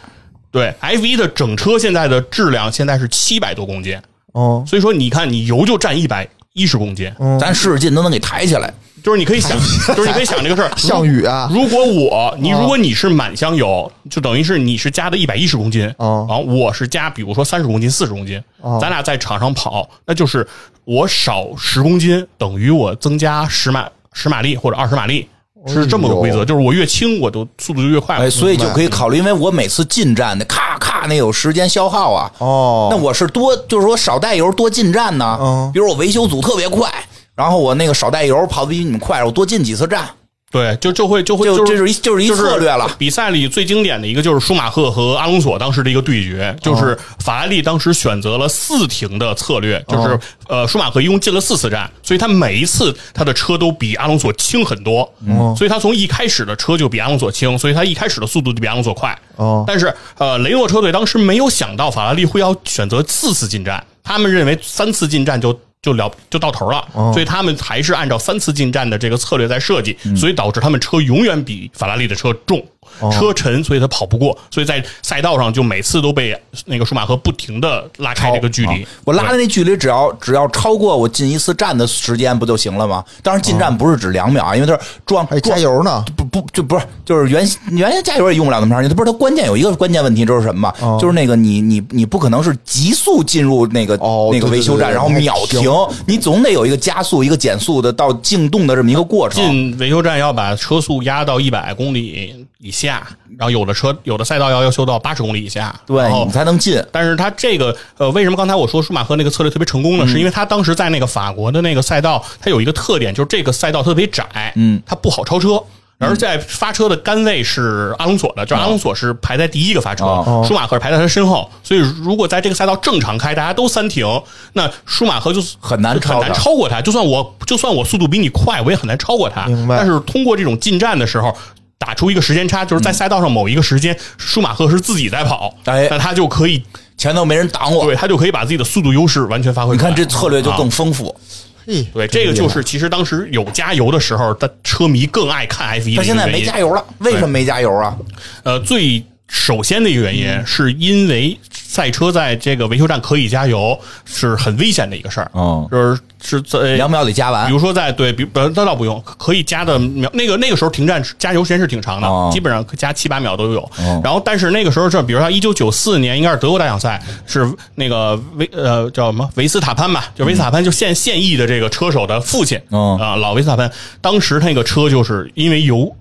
[SPEAKER 3] 对，F 一的整车现在的质量现在是七百多公斤，
[SPEAKER 4] 哦，
[SPEAKER 3] 所以说你看，你油就占一百一十公斤，
[SPEAKER 2] 咱使使劲都能给抬起来。
[SPEAKER 3] 就是你可 以想，就是你可以想这个事儿。
[SPEAKER 4] 项羽啊，
[SPEAKER 3] 如果我
[SPEAKER 2] 哦
[SPEAKER 3] 你如果你是满箱油，就等于是你是加的一百一十公斤，
[SPEAKER 4] 哦
[SPEAKER 3] 然后我是加比如说三十公斤、四十公斤，
[SPEAKER 4] 哦
[SPEAKER 3] 咱俩在场上跑，那就是我少十公斤，等于我增加十马十马力或者二十马力。是这么个规则，就是我越轻，我就速度就越快。嗯
[SPEAKER 2] 哎，所以就可以考虑，因为我每次进站那咔咔那有时间消耗啊。
[SPEAKER 4] 哦
[SPEAKER 2] 那我是多就是我少带油多进站呢。
[SPEAKER 4] 嗯
[SPEAKER 2] 比如我维修组特别快，然后我那个少带油跑得比你们快，我多进几次站，
[SPEAKER 3] 对，就就会就会
[SPEAKER 2] 就这
[SPEAKER 3] 是
[SPEAKER 2] 是一就是一
[SPEAKER 3] 就是
[SPEAKER 2] 策略了。
[SPEAKER 3] 比赛里最经典的一个就是舒马赫和阿隆索当时的一个对决，
[SPEAKER 2] 哦
[SPEAKER 3] 就是法拉利当时选择了四停的策略，
[SPEAKER 2] 哦
[SPEAKER 3] 就是呃，舒马赫一共进了四次站，所以他每一次他的车都比阿隆索轻很多，
[SPEAKER 2] 哦
[SPEAKER 3] 所以他从一开始的车就比阿隆索轻，所以他一开始的速度就比阿隆索快。
[SPEAKER 4] 哦
[SPEAKER 3] 但是呃，雷诺车队当时没有想到法拉利会要选择四次进站，他们认为三次进站就。就了就到头了，
[SPEAKER 2] 哦
[SPEAKER 3] 所以他们还是按照三次进站的这个策略在设计，
[SPEAKER 2] 嗯
[SPEAKER 3] 所以导致他们车永远比法拉利的车重。
[SPEAKER 2] 哦
[SPEAKER 3] 车沉，所以他跑不过，所以在赛道上就每次都被那个舒马赫不停的拉开这个距离。
[SPEAKER 2] 哦我拉的那距离只要只要超过我
[SPEAKER 3] 哦
[SPEAKER 2] 进一次站的时间不就行了吗？当然进站不是指两秒啊，因为它是撞
[SPEAKER 4] 哎还加油呢
[SPEAKER 2] 不不就不是就是原原先加油也用不了那么长时间，它不是它关键有一个关键问题就是什么嘛，
[SPEAKER 4] 哦
[SPEAKER 2] 就是那个你你你不可能是急速进入那个、
[SPEAKER 4] 哦
[SPEAKER 2] 那个
[SPEAKER 4] 对对
[SPEAKER 2] 维修
[SPEAKER 4] 对
[SPEAKER 2] 站，
[SPEAKER 4] 对
[SPEAKER 2] 然后
[SPEAKER 4] 还
[SPEAKER 2] 秒
[SPEAKER 4] 停
[SPEAKER 2] 你总得有一个加速一个减速的到静动的这么一个过程。
[SPEAKER 3] 哦进维修站要把车速压到一百公里以下，然后有的车有的赛道要要求到八十公里以下，
[SPEAKER 2] 对
[SPEAKER 3] 然后
[SPEAKER 2] 你才能进，
[SPEAKER 3] 但是他这个呃，为什么刚才我说舒马赫那个策略特别
[SPEAKER 2] 嗯
[SPEAKER 3] 成功呢？是因为他当时在那个法国的那个赛道，它有一个特点，就是这个赛道特别窄，
[SPEAKER 2] 嗯，
[SPEAKER 3] 它不好超车。而在发车的杆位是阿隆索的，就是阿隆索是排在第一个发车，
[SPEAKER 2] 哦
[SPEAKER 3] 舒马赫是排在他身后。所以如果在这个赛道正常开，大家都三停，那舒马赫就
[SPEAKER 2] 很难
[SPEAKER 3] 就很
[SPEAKER 2] 超
[SPEAKER 3] 难
[SPEAKER 2] 他
[SPEAKER 3] 超过他。就算我就算我速度比你快，我也很难超过他。
[SPEAKER 2] 嗯
[SPEAKER 4] 明白
[SPEAKER 3] 但是通过这种进站的时候。打出一个时间差，就是在赛道上某一个时间，舒马赫是自己在跑，
[SPEAKER 2] 嗯哎
[SPEAKER 3] 那他就可以
[SPEAKER 2] 前头没人挡我
[SPEAKER 3] 对，，他就可以把自己的速度优势完全发挥
[SPEAKER 2] 你
[SPEAKER 3] 出来。
[SPEAKER 2] 看这策略就更
[SPEAKER 3] 啊
[SPEAKER 2] 丰富。
[SPEAKER 4] 嘿，
[SPEAKER 3] 对，这个就是其实当时有加油的时候，他车迷更爱看 F 一。
[SPEAKER 2] 他现在没加，油了，为什么没加油啊？
[SPEAKER 3] 呃，最首先的一个原
[SPEAKER 2] 嗯
[SPEAKER 3] 因是因为赛车在这个维修站可以加油是很危险的一个事儿，
[SPEAKER 2] 嗯
[SPEAKER 3] 就是是在
[SPEAKER 2] 两秒得加完
[SPEAKER 3] 比如说在对，比如呃那倒不用，可以加的秒，那个那个时候停站加油时间是挺长的，
[SPEAKER 2] 哦
[SPEAKER 3] 基本上加七八秒都有。
[SPEAKER 2] 哦
[SPEAKER 3] 然后，但是那个时候是，比如说一九九四年，应该是德国大奖赛，是那个维呃叫什么维斯塔潘吧，就维斯塔潘就现现役的这个车手的父亲啊、
[SPEAKER 2] 哦
[SPEAKER 3] 老维斯塔潘，当时那个车就是因为油。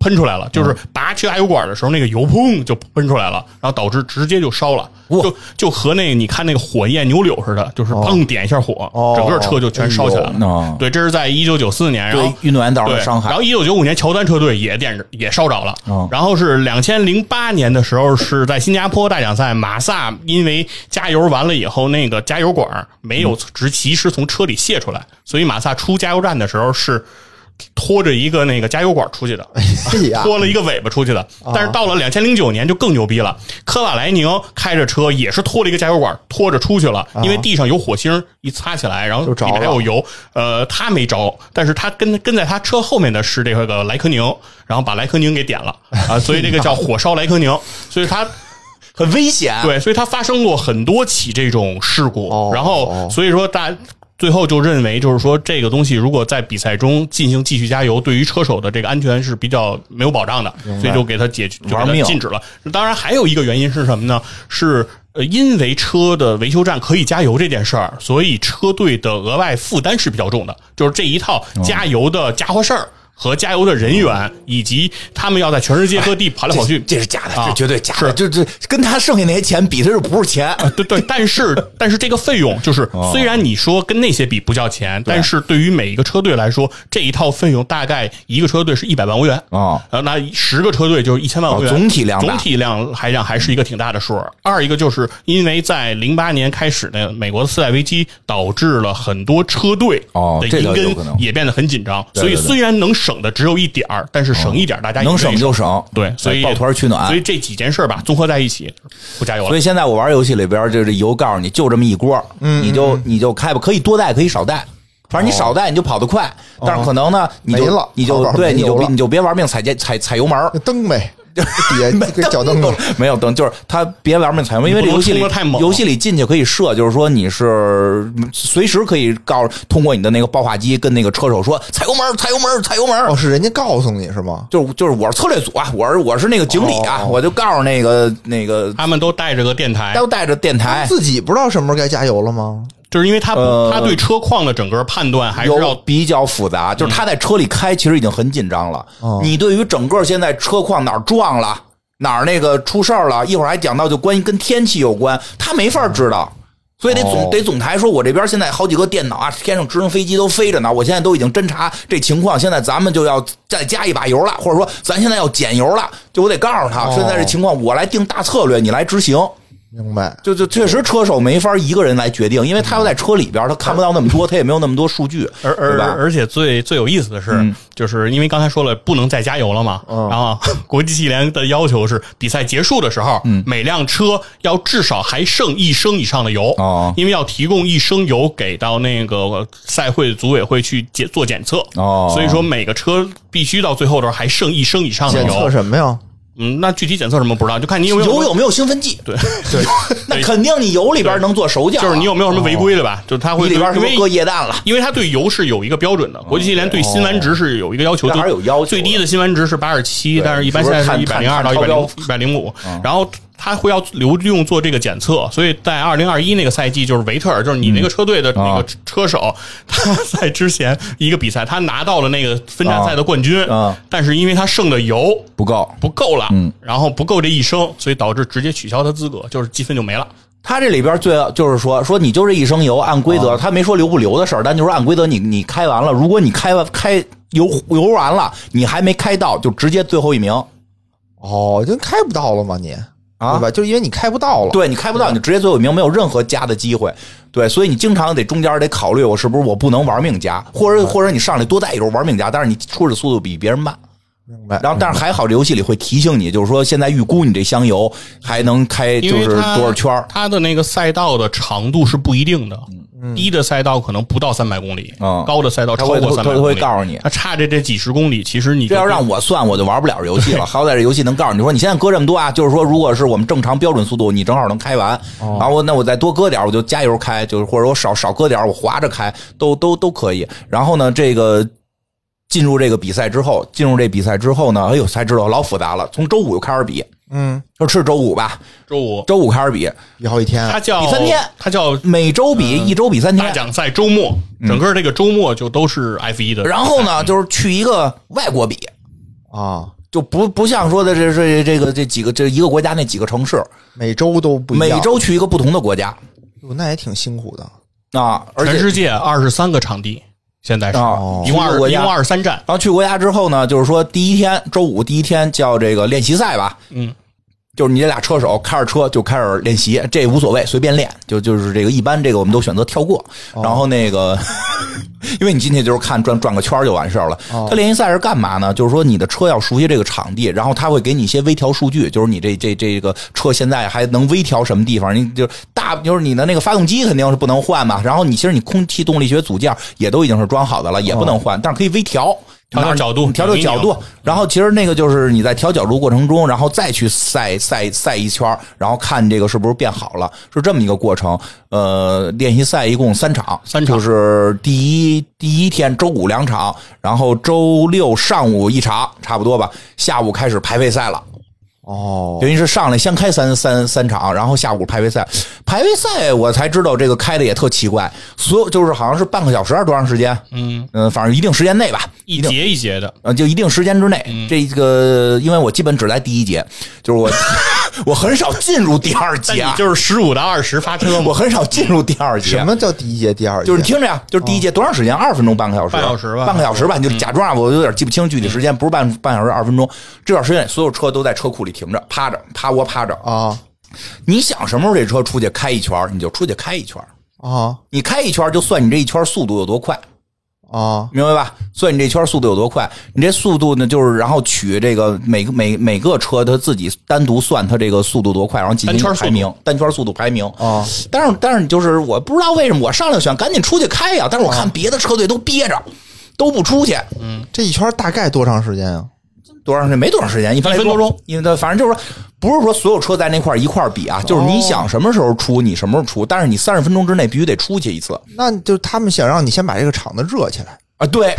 [SPEAKER 3] 喷出来了，就是
[SPEAKER 2] 嗯
[SPEAKER 3] 拔去加油管的时候，那个油砰就喷出来了，然后导致直接就烧了，
[SPEAKER 2] 哇
[SPEAKER 3] 就就和那个你看那个火焰牛柳似的，就是砰点一下火，
[SPEAKER 4] 哦
[SPEAKER 3] 整个车就全烧起来了。
[SPEAKER 2] 哦
[SPEAKER 3] 对，这是在一九九四年，然
[SPEAKER 2] 对
[SPEAKER 3] 后
[SPEAKER 2] 运动员造成的
[SPEAKER 3] 对，
[SPEAKER 2] 伤害
[SPEAKER 3] 然后一九九五年乔丹车队也点着也烧着了，
[SPEAKER 2] 哦
[SPEAKER 3] 然后是两千零八年的时候是在新加坡大奖赛，马萨因为加油完了以后，那个加油管儿没有直及时从车里卸出来，所以马萨出加油站的时候是拖着一个那个加油管儿出去的，
[SPEAKER 4] 嘿哎呀，
[SPEAKER 3] 拖了一个尾巴出去的。
[SPEAKER 4] 啊
[SPEAKER 3] 但是到了两千零九年就更牛逼了，科瓦莱宁开着车也是拖了一个加油管拖着出去了，因为地上有火星，一擦起来，然后
[SPEAKER 4] 啊就着
[SPEAKER 3] 里
[SPEAKER 4] 了
[SPEAKER 3] 面还有油。呃，他没着，但是他跟跟在他车后面的是这个莱科宁，然后把莱科宁给点了啊，所以这个叫火烧莱科宁，所以他。
[SPEAKER 2] 很危险。
[SPEAKER 3] 对，所以它发生过很多起这种事故，
[SPEAKER 4] 哦
[SPEAKER 3] 然后所以说大。最后就认为，就是说这个东西如果在比赛中进行继续加油，对于车手的这个安全是比较没有保障的，所以就给他解决，就
[SPEAKER 2] 玩
[SPEAKER 3] 给
[SPEAKER 2] 命
[SPEAKER 3] 他禁止了。当然，还有一个原因是什么呢？是呃，因为车的维修站可以加油这件事儿，所以车队的额外负担是比较重的，就是这一套加油的家伙事儿和加油的人员，以及他们要在全世界各地跑来跑去，
[SPEAKER 2] 这这是假的，
[SPEAKER 3] 啊
[SPEAKER 2] 这绝对假的，就这跟他剩下那些钱比，他是不是钱？
[SPEAKER 3] 对对，但是但是这个费用就是，
[SPEAKER 2] 哦
[SPEAKER 3] 虽然你说跟那些比不叫钱，但是对于每一个车队来说，这一套费用大概一个车队是一百万欧元
[SPEAKER 2] 哦
[SPEAKER 3] 然后那十个车队就是一千万欧元，
[SPEAKER 2] 哦总体量大
[SPEAKER 3] 总体量还让还是一个挺大的数儿。二一个就是因为在零八年开始的美国的次贷危机，导致了很多车队
[SPEAKER 2] 哦
[SPEAKER 3] 的
[SPEAKER 2] 这
[SPEAKER 3] 银
[SPEAKER 2] 倒有
[SPEAKER 3] 根
[SPEAKER 2] 可能
[SPEAKER 3] 也变得很紧张，
[SPEAKER 2] 对
[SPEAKER 3] 所以
[SPEAKER 2] 对对
[SPEAKER 3] 虽然能省的只有一点儿，但是省一点儿大家也
[SPEAKER 2] 能
[SPEAKER 3] 愿
[SPEAKER 2] 省
[SPEAKER 3] 意
[SPEAKER 2] 就省，哎
[SPEAKER 3] 对，所以
[SPEAKER 2] 抱团取暖
[SPEAKER 3] 所以。这几件事儿吧，综合在一起，不加油了
[SPEAKER 2] 所以。现在我玩游戏里边，就是油告诉你就这么一锅，
[SPEAKER 3] 嗯
[SPEAKER 2] 你就你就开吧，可以多带，可以少带。反
[SPEAKER 3] 哦
[SPEAKER 2] 正你少带你就跑得快，但是可能呢，你就
[SPEAKER 4] 没了
[SPEAKER 2] 你
[SPEAKER 4] 跑
[SPEAKER 2] 就
[SPEAKER 4] 道
[SPEAKER 2] 对
[SPEAKER 4] 没
[SPEAKER 2] 你
[SPEAKER 4] 油
[SPEAKER 2] 就别
[SPEAKER 4] 了
[SPEAKER 2] 你就别玩命踩踩踩油门 儿
[SPEAKER 4] 那，灯哎呗，底下那个脚蹬子，
[SPEAKER 2] 没有灯，就是他别玩命踩油门，因为这游戏
[SPEAKER 3] 你
[SPEAKER 2] 里
[SPEAKER 3] 不能冲得太猛
[SPEAKER 2] 游戏里进去可以设，就是说你是随时可以告诉通过你的那个爆话机跟那个车手说踩油门儿，踩油门儿，踩油门儿。
[SPEAKER 4] 哦，是人家告诉你是吗？
[SPEAKER 2] 就是就是我是策略组啊，我是我是那个经理啊，
[SPEAKER 4] 哦哦
[SPEAKER 2] 我就告诉那个那个
[SPEAKER 3] 他们都带着个电台，
[SPEAKER 2] 都带着电台，
[SPEAKER 4] 自己不知道什么时候该加油了吗？
[SPEAKER 3] 就是因为他、
[SPEAKER 2] 呃
[SPEAKER 3] 他对车况的整个判断还是
[SPEAKER 2] 有
[SPEAKER 3] 要嗯
[SPEAKER 2] 比较复杂，就是他在车里开其实已经很紧张了。
[SPEAKER 4] 哦
[SPEAKER 2] 你对于整个现在车况哪儿撞了，哪儿那个出事儿了，一会儿还讲到就关于跟天气有关，他没法知道。所以得总、
[SPEAKER 4] 哦
[SPEAKER 2] 得总台说，我这边现在好几个电脑啊，天上直升飞机都飞着呢，我现在都已经侦查这情况，现在咱们就要再加一把油了，或者说咱现在要减油了，就我得告诉他，
[SPEAKER 4] 哦
[SPEAKER 2] 现在这情况我来定大策略，你来执行。
[SPEAKER 4] 明白。
[SPEAKER 2] 就就确实车手没法一个人来决定，因为他要在车里边，他看不到那么多，他也没有那么多数据，
[SPEAKER 3] 而
[SPEAKER 2] 对
[SPEAKER 3] 而
[SPEAKER 2] 吧？
[SPEAKER 3] 而且最最有意思的是，
[SPEAKER 2] 嗯哦
[SPEAKER 3] 就是因为刚才说了不能再加油了嘛，
[SPEAKER 4] 嗯
[SPEAKER 3] 然后 国际汽联的要求是比赛结束的时候，
[SPEAKER 2] 嗯
[SPEAKER 3] 每辆车要至少还剩一升以上的油，
[SPEAKER 2] 哦
[SPEAKER 3] 因为要提供一升油给到那个赛会组委会去检做检测，
[SPEAKER 2] 哦
[SPEAKER 3] 所以说每个车必须到最后的时候还剩一升以上的
[SPEAKER 4] 检测
[SPEAKER 3] 油，
[SPEAKER 4] 什么呀？
[SPEAKER 3] 嗯，那具体检测什么不知道，就看你有没有
[SPEAKER 2] 油有没有兴奋剂？
[SPEAKER 3] 对对，
[SPEAKER 2] 那肯定你油里边能做手脚啊，
[SPEAKER 3] 就是你有没有什么违规的吧？就是它会
[SPEAKER 2] 你里边是不
[SPEAKER 3] 因为
[SPEAKER 2] 是搁液氮了？
[SPEAKER 3] 因为它对油是有一个标准的，国际汽联对辛烷值是有一个要求，
[SPEAKER 2] 哦
[SPEAKER 3] 最
[SPEAKER 2] 那哦还是有要求的
[SPEAKER 3] 最低的辛烷值是八十七，
[SPEAKER 2] 对
[SPEAKER 3] 但是一般现在
[SPEAKER 2] 是不
[SPEAKER 3] 是
[SPEAKER 2] 是
[SPEAKER 3] 一百
[SPEAKER 2] 看
[SPEAKER 3] 零二到一百
[SPEAKER 2] 看
[SPEAKER 3] 零
[SPEAKER 2] 超哦
[SPEAKER 3] 一百零五，然后。它会要留用做这个检测，所以在二零二一那个赛季，就是维特尔，就是你那个车队的那个
[SPEAKER 2] 啊
[SPEAKER 3] 车手， 他在之前一个比赛，他拿到了那个分站赛的冠军
[SPEAKER 2] 啊，
[SPEAKER 3] 但是因为他剩的油
[SPEAKER 2] 不够。
[SPEAKER 3] 不够了
[SPEAKER 2] 嗯，
[SPEAKER 3] 然后不够这一升，所以导致直接取消他资格，就是积分就没了。
[SPEAKER 2] 他这里边最就是说说你就这一升油，按规则，他没说留不留的事儿，但就是按规则你你开完了，如果你开完开油油完了，你还没开到，就直接最后一名。
[SPEAKER 4] 哦，就开不到了吗？你
[SPEAKER 2] 啊
[SPEAKER 4] 对吧？就是因为你开不到了。
[SPEAKER 2] 对你开不到，你就直接最后一名，没有任何加的机会。对，所以你经常得中间得考虑，我是不是我不能玩命加，或者或者你上来多带一油玩命加，但是你出的速度比别人慢。
[SPEAKER 4] 明白。
[SPEAKER 2] 然后，但是还好，这游戏里会提醒你，就是说现在预估你这箱油还能开
[SPEAKER 3] 因
[SPEAKER 2] 就
[SPEAKER 3] 为
[SPEAKER 2] 是
[SPEAKER 3] 它
[SPEAKER 2] 多少圈儿
[SPEAKER 3] 它的那个赛道的长度是不一定的，低的赛道可能不到三百公里，
[SPEAKER 2] 嗯
[SPEAKER 3] 高的赛道
[SPEAKER 2] 它
[SPEAKER 3] 超
[SPEAKER 2] 会
[SPEAKER 3] 过三百
[SPEAKER 2] 它
[SPEAKER 3] 公
[SPEAKER 2] 会
[SPEAKER 3] 里。
[SPEAKER 2] 告诉你
[SPEAKER 3] 它差这这几十公里，其实你
[SPEAKER 2] 这
[SPEAKER 3] 就
[SPEAKER 2] 要让我算，我就玩不了这游戏了。好歹这游戏能告诉你说，你现在搁这么多啊，就是说，如果是我们正常标准速度，你正好能开完。然后那我再多搁点儿，我就加油开，就是或者我少少搁点儿，我滑着开，都都都可以。然后呢，这个进入这个比赛之后，进入这比赛之后呢，哎呦才知道老复杂了。从周五就开始比，
[SPEAKER 4] 嗯，
[SPEAKER 2] 就是周五吧，
[SPEAKER 3] 周五，
[SPEAKER 2] 周五开始比，
[SPEAKER 4] 比好几天啊
[SPEAKER 3] 它叫
[SPEAKER 2] 比三天
[SPEAKER 3] 它叫
[SPEAKER 2] 每周比，一周比三
[SPEAKER 3] 大
[SPEAKER 2] 天。
[SPEAKER 3] 奖赛周末，整个这个周末就都是 F 一的。
[SPEAKER 2] 嗯然后呢，就是去一个外国比，
[SPEAKER 4] 啊，
[SPEAKER 2] 就不不像说的这这这个这几个这一个国家那几个城市，
[SPEAKER 4] 每周都不一
[SPEAKER 2] 每
[SPEAKER 4] 样，
[SPEAKER 2] 周去一个不同的国家
[SPEAKER 4] 哟那也挺辛苦的。
[SPEAKER 2] 啊，而且
[SPEAKER 3] 全世界二十三个场地，现在是
[SPEAKER 2] 啊
[SPEAKER 3] 一
[SPEAKER 2] 去各
[SPEAKER 3] 共
[SPEAKER 2] 个
[SPEAKER 3] 二
[SPEAKER 2] 国
[SPEAKER 3] 一
[SPEAKER 2] 家
[SPEAKER 3] 共二十三站，
[SPEAKER 2] 然后去国家之后呢，就是说第一天周五第一天叫这个练习赛吧，
[SPEAKER 3] 嗯，
[SPEAKER 2] 就是你这俩车手开着车就开始练习，这无所谓，随便练，就就是这个一般这个我们都选择跳过，
[SPEAKER 3] 哦
[SPEAKER 2] 然后那个。 因为你进去就是看转转个圈儿就完事儿了。
[SPEAKER 3] 哦
[SPEAKER 2] 他练习赛是干嘛呢？就是说你的车要熟悉这个场地，然后他会给你一些微调数据，就是你这这这个车现在还能微调什么地方？你就是大就是你的那个发动机肯定是不能换嘛，然后你其实你空气动力学组件也都已经是装好的了，也不能换，但是可以微调。
[SPEAKER 3] 哦调调角度
[SPEAKER 2] 调调角
[SPEAKER 3] 拧一
[SPEAKER 2] 度
[SPEAKER 3] 拧，
[SPEAKER 2] 然后其实那个就是你在调角度过程中，然后再去赛赛赛一圈儿，然后看这个是不是变好了，是这么一个过程。呃，练习赛一共三场，
[SPEAKER 3] 三场
[SPEAKER 2] 就是第一第一天周五两场，然后周六上午一场，差不多吧。下午开始排位赛了，
[SPEAKER 4] 哦，
[SPEAKER 2] 等于是上来先开三三三场，然后下午排位赛。排位赛我才知道这个开的也特奇怪，所有就是好像是半个小时还是多长时间？
[SPEAKER 3] 嗯，
[SPEAKER 2] 嗯、反正一定时间内吧，
[SPEAKER 3] 一
[SPEAKER 2] 一定
[SPEAKER 3] 节一节的，
[SPEAKER 2] 啊，就一定时间之内，
[SPEAKER 3] 嗯
[SPEAKER 2] 这个因为我基本只在第一节，就是 我我很少进入第二
[SPEAKER 3] 但
[SPEAKER 2] 节
[SPEAKER 3] 你
[SPEAKER 2] 啊，
[SPEAKER 3] 就是十五到二十 发车
[SPEAKER 2] 我
[SPEAKER 3] 嘛，
[SPEAKER 2] 很少进入第二节。啊
[SPEAKER 4] 什么叫第一节、第二节？
[SPEAKER 2] 就是你听着呀，就是第一节多长时间？二十分钟，半个小时，
[SPEAKER 3] 哦半小时吧
[SPEAKER 2] 半个小时吧，你
[SPEAKER 3] 嗯
[SPEAKER 2] 就假装啊，我有点记不清具体时间，不是半半小时，二十分钟。这段时间所有车都在车库里停着，趴着，趴窝趴着。
[SPEAKER 3] 哦
[SPEAKER 4] 啊
[SPEAKER 2] 你想什么时候这车出去开一圈儿，你就出去开一圈儿。
[SPEAKER 4] 啊
[SPEAKER 2] 你开一圈儿就算你这一圈儿速度有多快，
[SPEAKER 4] 啊！
[SPEAKER 2] 明白吧？所以你这圈速度有多快？你这速度呢，就是然后取这个每个每每个车它自己单独算它这个速度多快，然后进行一个
[SPEAKER 3] 单圈速
[SPEAKER 2] 排
[SPEAKER 3] 度
[SPEAKER 2] 名，单圈速度排名。
[SPEAKER 4] 哦
[SPEAKER 2] 但是但是就是我不知道为什么我上来就选赶紧出去开呀，但是我
[SPEAKER 3] 哦
[SPEAKER 2] 看别的车队都憋着，都不出去，
[SPEAKER 4] 这一圈大概多长时间啊？
[SPEAKER 2] 多长时间？没多长时间，一分
[SPEAKER 3] 一分多钟，
[SPEAKER 2] 因为它反正就是说，不是说所有车在那块儿一块儿比啊，就是
[SPEAKER 3] 哦
[SPEAKER 2] 你想什么时候出你什么时候出，但是你三十分钟之内必须得出去一次。
[SPEAKER 4] 那就他们想让你先把这个场子热起来。
[SPEAKER 2] 啊，对，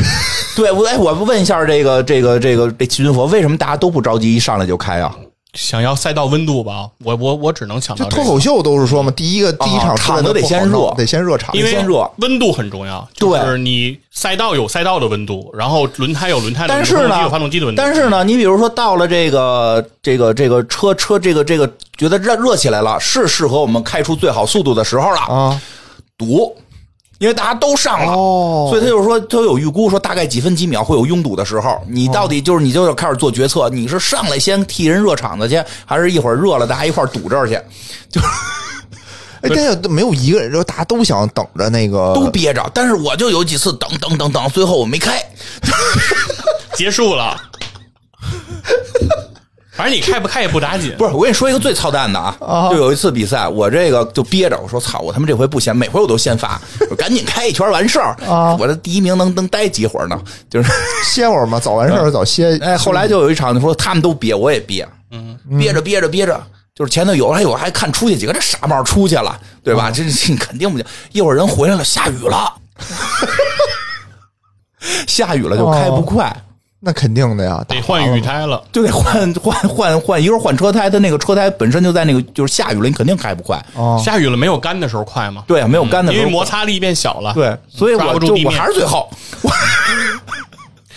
[SPEAKER 2] 对，我哎，我问一下这个这个这个这秦军佛，为什么大家都不着急一上来就开啊？
[SPEAKER 3] 想要赛道温度吧，我我我只能想
[SPEAKER 4] 就
[SPEAKER 3] 到这
[SPEAKER 4] 脱
[SPEAKER 3] 个。
[SPEAKER 4] 口秀都是说嘛，第一个第一场出来
[SPEAKER 2] 啊场子
[SPEAKER 4] 的
[SPEAKER 2] 得
[SPEAKER 4] 不好
[SPEAKER 2] 先
[SPEAKER 4] 弄
[SPEAKER 2] 热
[SPEAKER 4] 得先热场，
[SPEAKER 3] 因为
[SPEAKER 2] 先热
[SPEAKER 3] 温度很重要，就是你赛道有赛道的温度，然后轮胎有轮胎的温
[SPEAKER 2] 但是
[SPEAKER 3] 度，发动机
[SPEAKER 2] 呢
[SPEAKER 3] 有发动机的，温度。
[SPEAKER 2] 但是呢，你比如说到了这个这个这个车车这个这个觉得热热起来了，是适合我们开出最好速度的时候了，
[SPEAKER 4] 啊
[SPEAKER 2] 堵，因为大家都上了。
[SPEAKER 4] 哦
[SPEAKER 2] 所以他就是说，他有预估，说大概几分几秒会有拥堵的时候。你到
[SPEAKER 4] 哦
[SPEAKER 2] 底就是你就要开始做决策，你是上来先替人热场子去，还是一会儿热了大家一块儿堵这儿去？
[SPEAKER 4] 哎，真的没有一个人，就大家都想等着那个
[SPEAKER 2] 都憋着。但是我就有几次等等等等，最后我没开。
[SPEAKER 3] 结束了。反正你开不开也不打紧，
[SPEAKER 2] 不是，我跟你说一个最操蛋的啊！就有一次比赛，我这个就憋着，我说操，我他妈这回不先，每回我都先发，我赶紧开一圈完事儿。
[SPEAKER 4] 啊
[SPEAKER 2] 我这第一名能能待几会儿呢？就是， 嗯哎
[SPEAKER 4] 歇会儿嘛，早完事儿早歇。
[SPEAKER 2] 哎，后来就有一场，你说他们都憋，我也憋，憋着憋着憋着，就是前头有还有还看出去几个，这傻帽出去了，对吧？这这肯定不行。一会儿人回来了，下雨了， 下雨了就开不快。
[SPEAKER 4] 那肯定的呀，
[SPEAKER 3] 得换雨胎了。
[SPEAKER 2] 就得换换换换，一会儿换车胎，它那个车胎本身就在那个就是下雨了，你肯定开不快。
[SPEAKER 4] 哦，
[SPEAKER 3] 下雨了没有干的时候快吗？
[SPEAKER 2] 对，没有干的时
[SPEAKER 3] 因
[SPEAKER 2] 候
[SPEAKER 3] 为摩擦力变小了。
[SPEAKER 2] 对，所以
[SPEAKER 3] 抓
[SPEAKER 2] 我
[SPEAKER 3] 不住
[SPEAKER 2] 就
[SPEAKER 3] 地
[SPEAKER 2] 我
[SPEAKER 3] 面
[SPEAKER 2] 还是最后，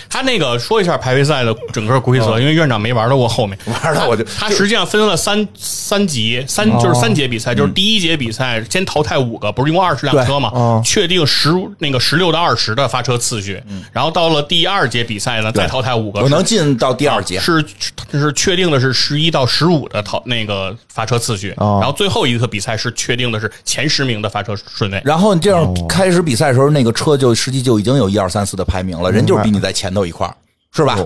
[SPEAKER 3] 他那个说一下排位赛的整个规
[SPEAKER 2] 嗯
[SPEAKER 3] 则，因为院长没玩到过后面。
[SPEAKER 2] 玩到我就 哦
[SPEAKER 3] 他实际上分了三三级，三就是三节比赛，
[SPEAKER 2] 嗯
[SPEAKER 3] 就是第一节比赛先淘汰五个，不是一共二十辆车嘛
[SPEAKER 2] 哦
[SPEAKER 4] 嗯？
[SPEAKER 3] 确定十那个十六到二十的发车次序，然后到了第二节比赛呢，再淘汰五个，
[SPEAKER 2] 嗯我能进到第二节。
[SPEAKER 3] 是是确定的是十一到十五的淘那个发车次序，
[SPEAKER 4] 哦
[SPEAKER 3] 然后最后一个比赛是确定的是前十名的发车顺位。
[SPEAKER 2] 然后你这样开始比赛的时候，那个车就实际就已经有一二三四的排名了，人就是比你在前头一块儿，是
[SPEAKER 3] 哦
[SPEAKER 2] 吧？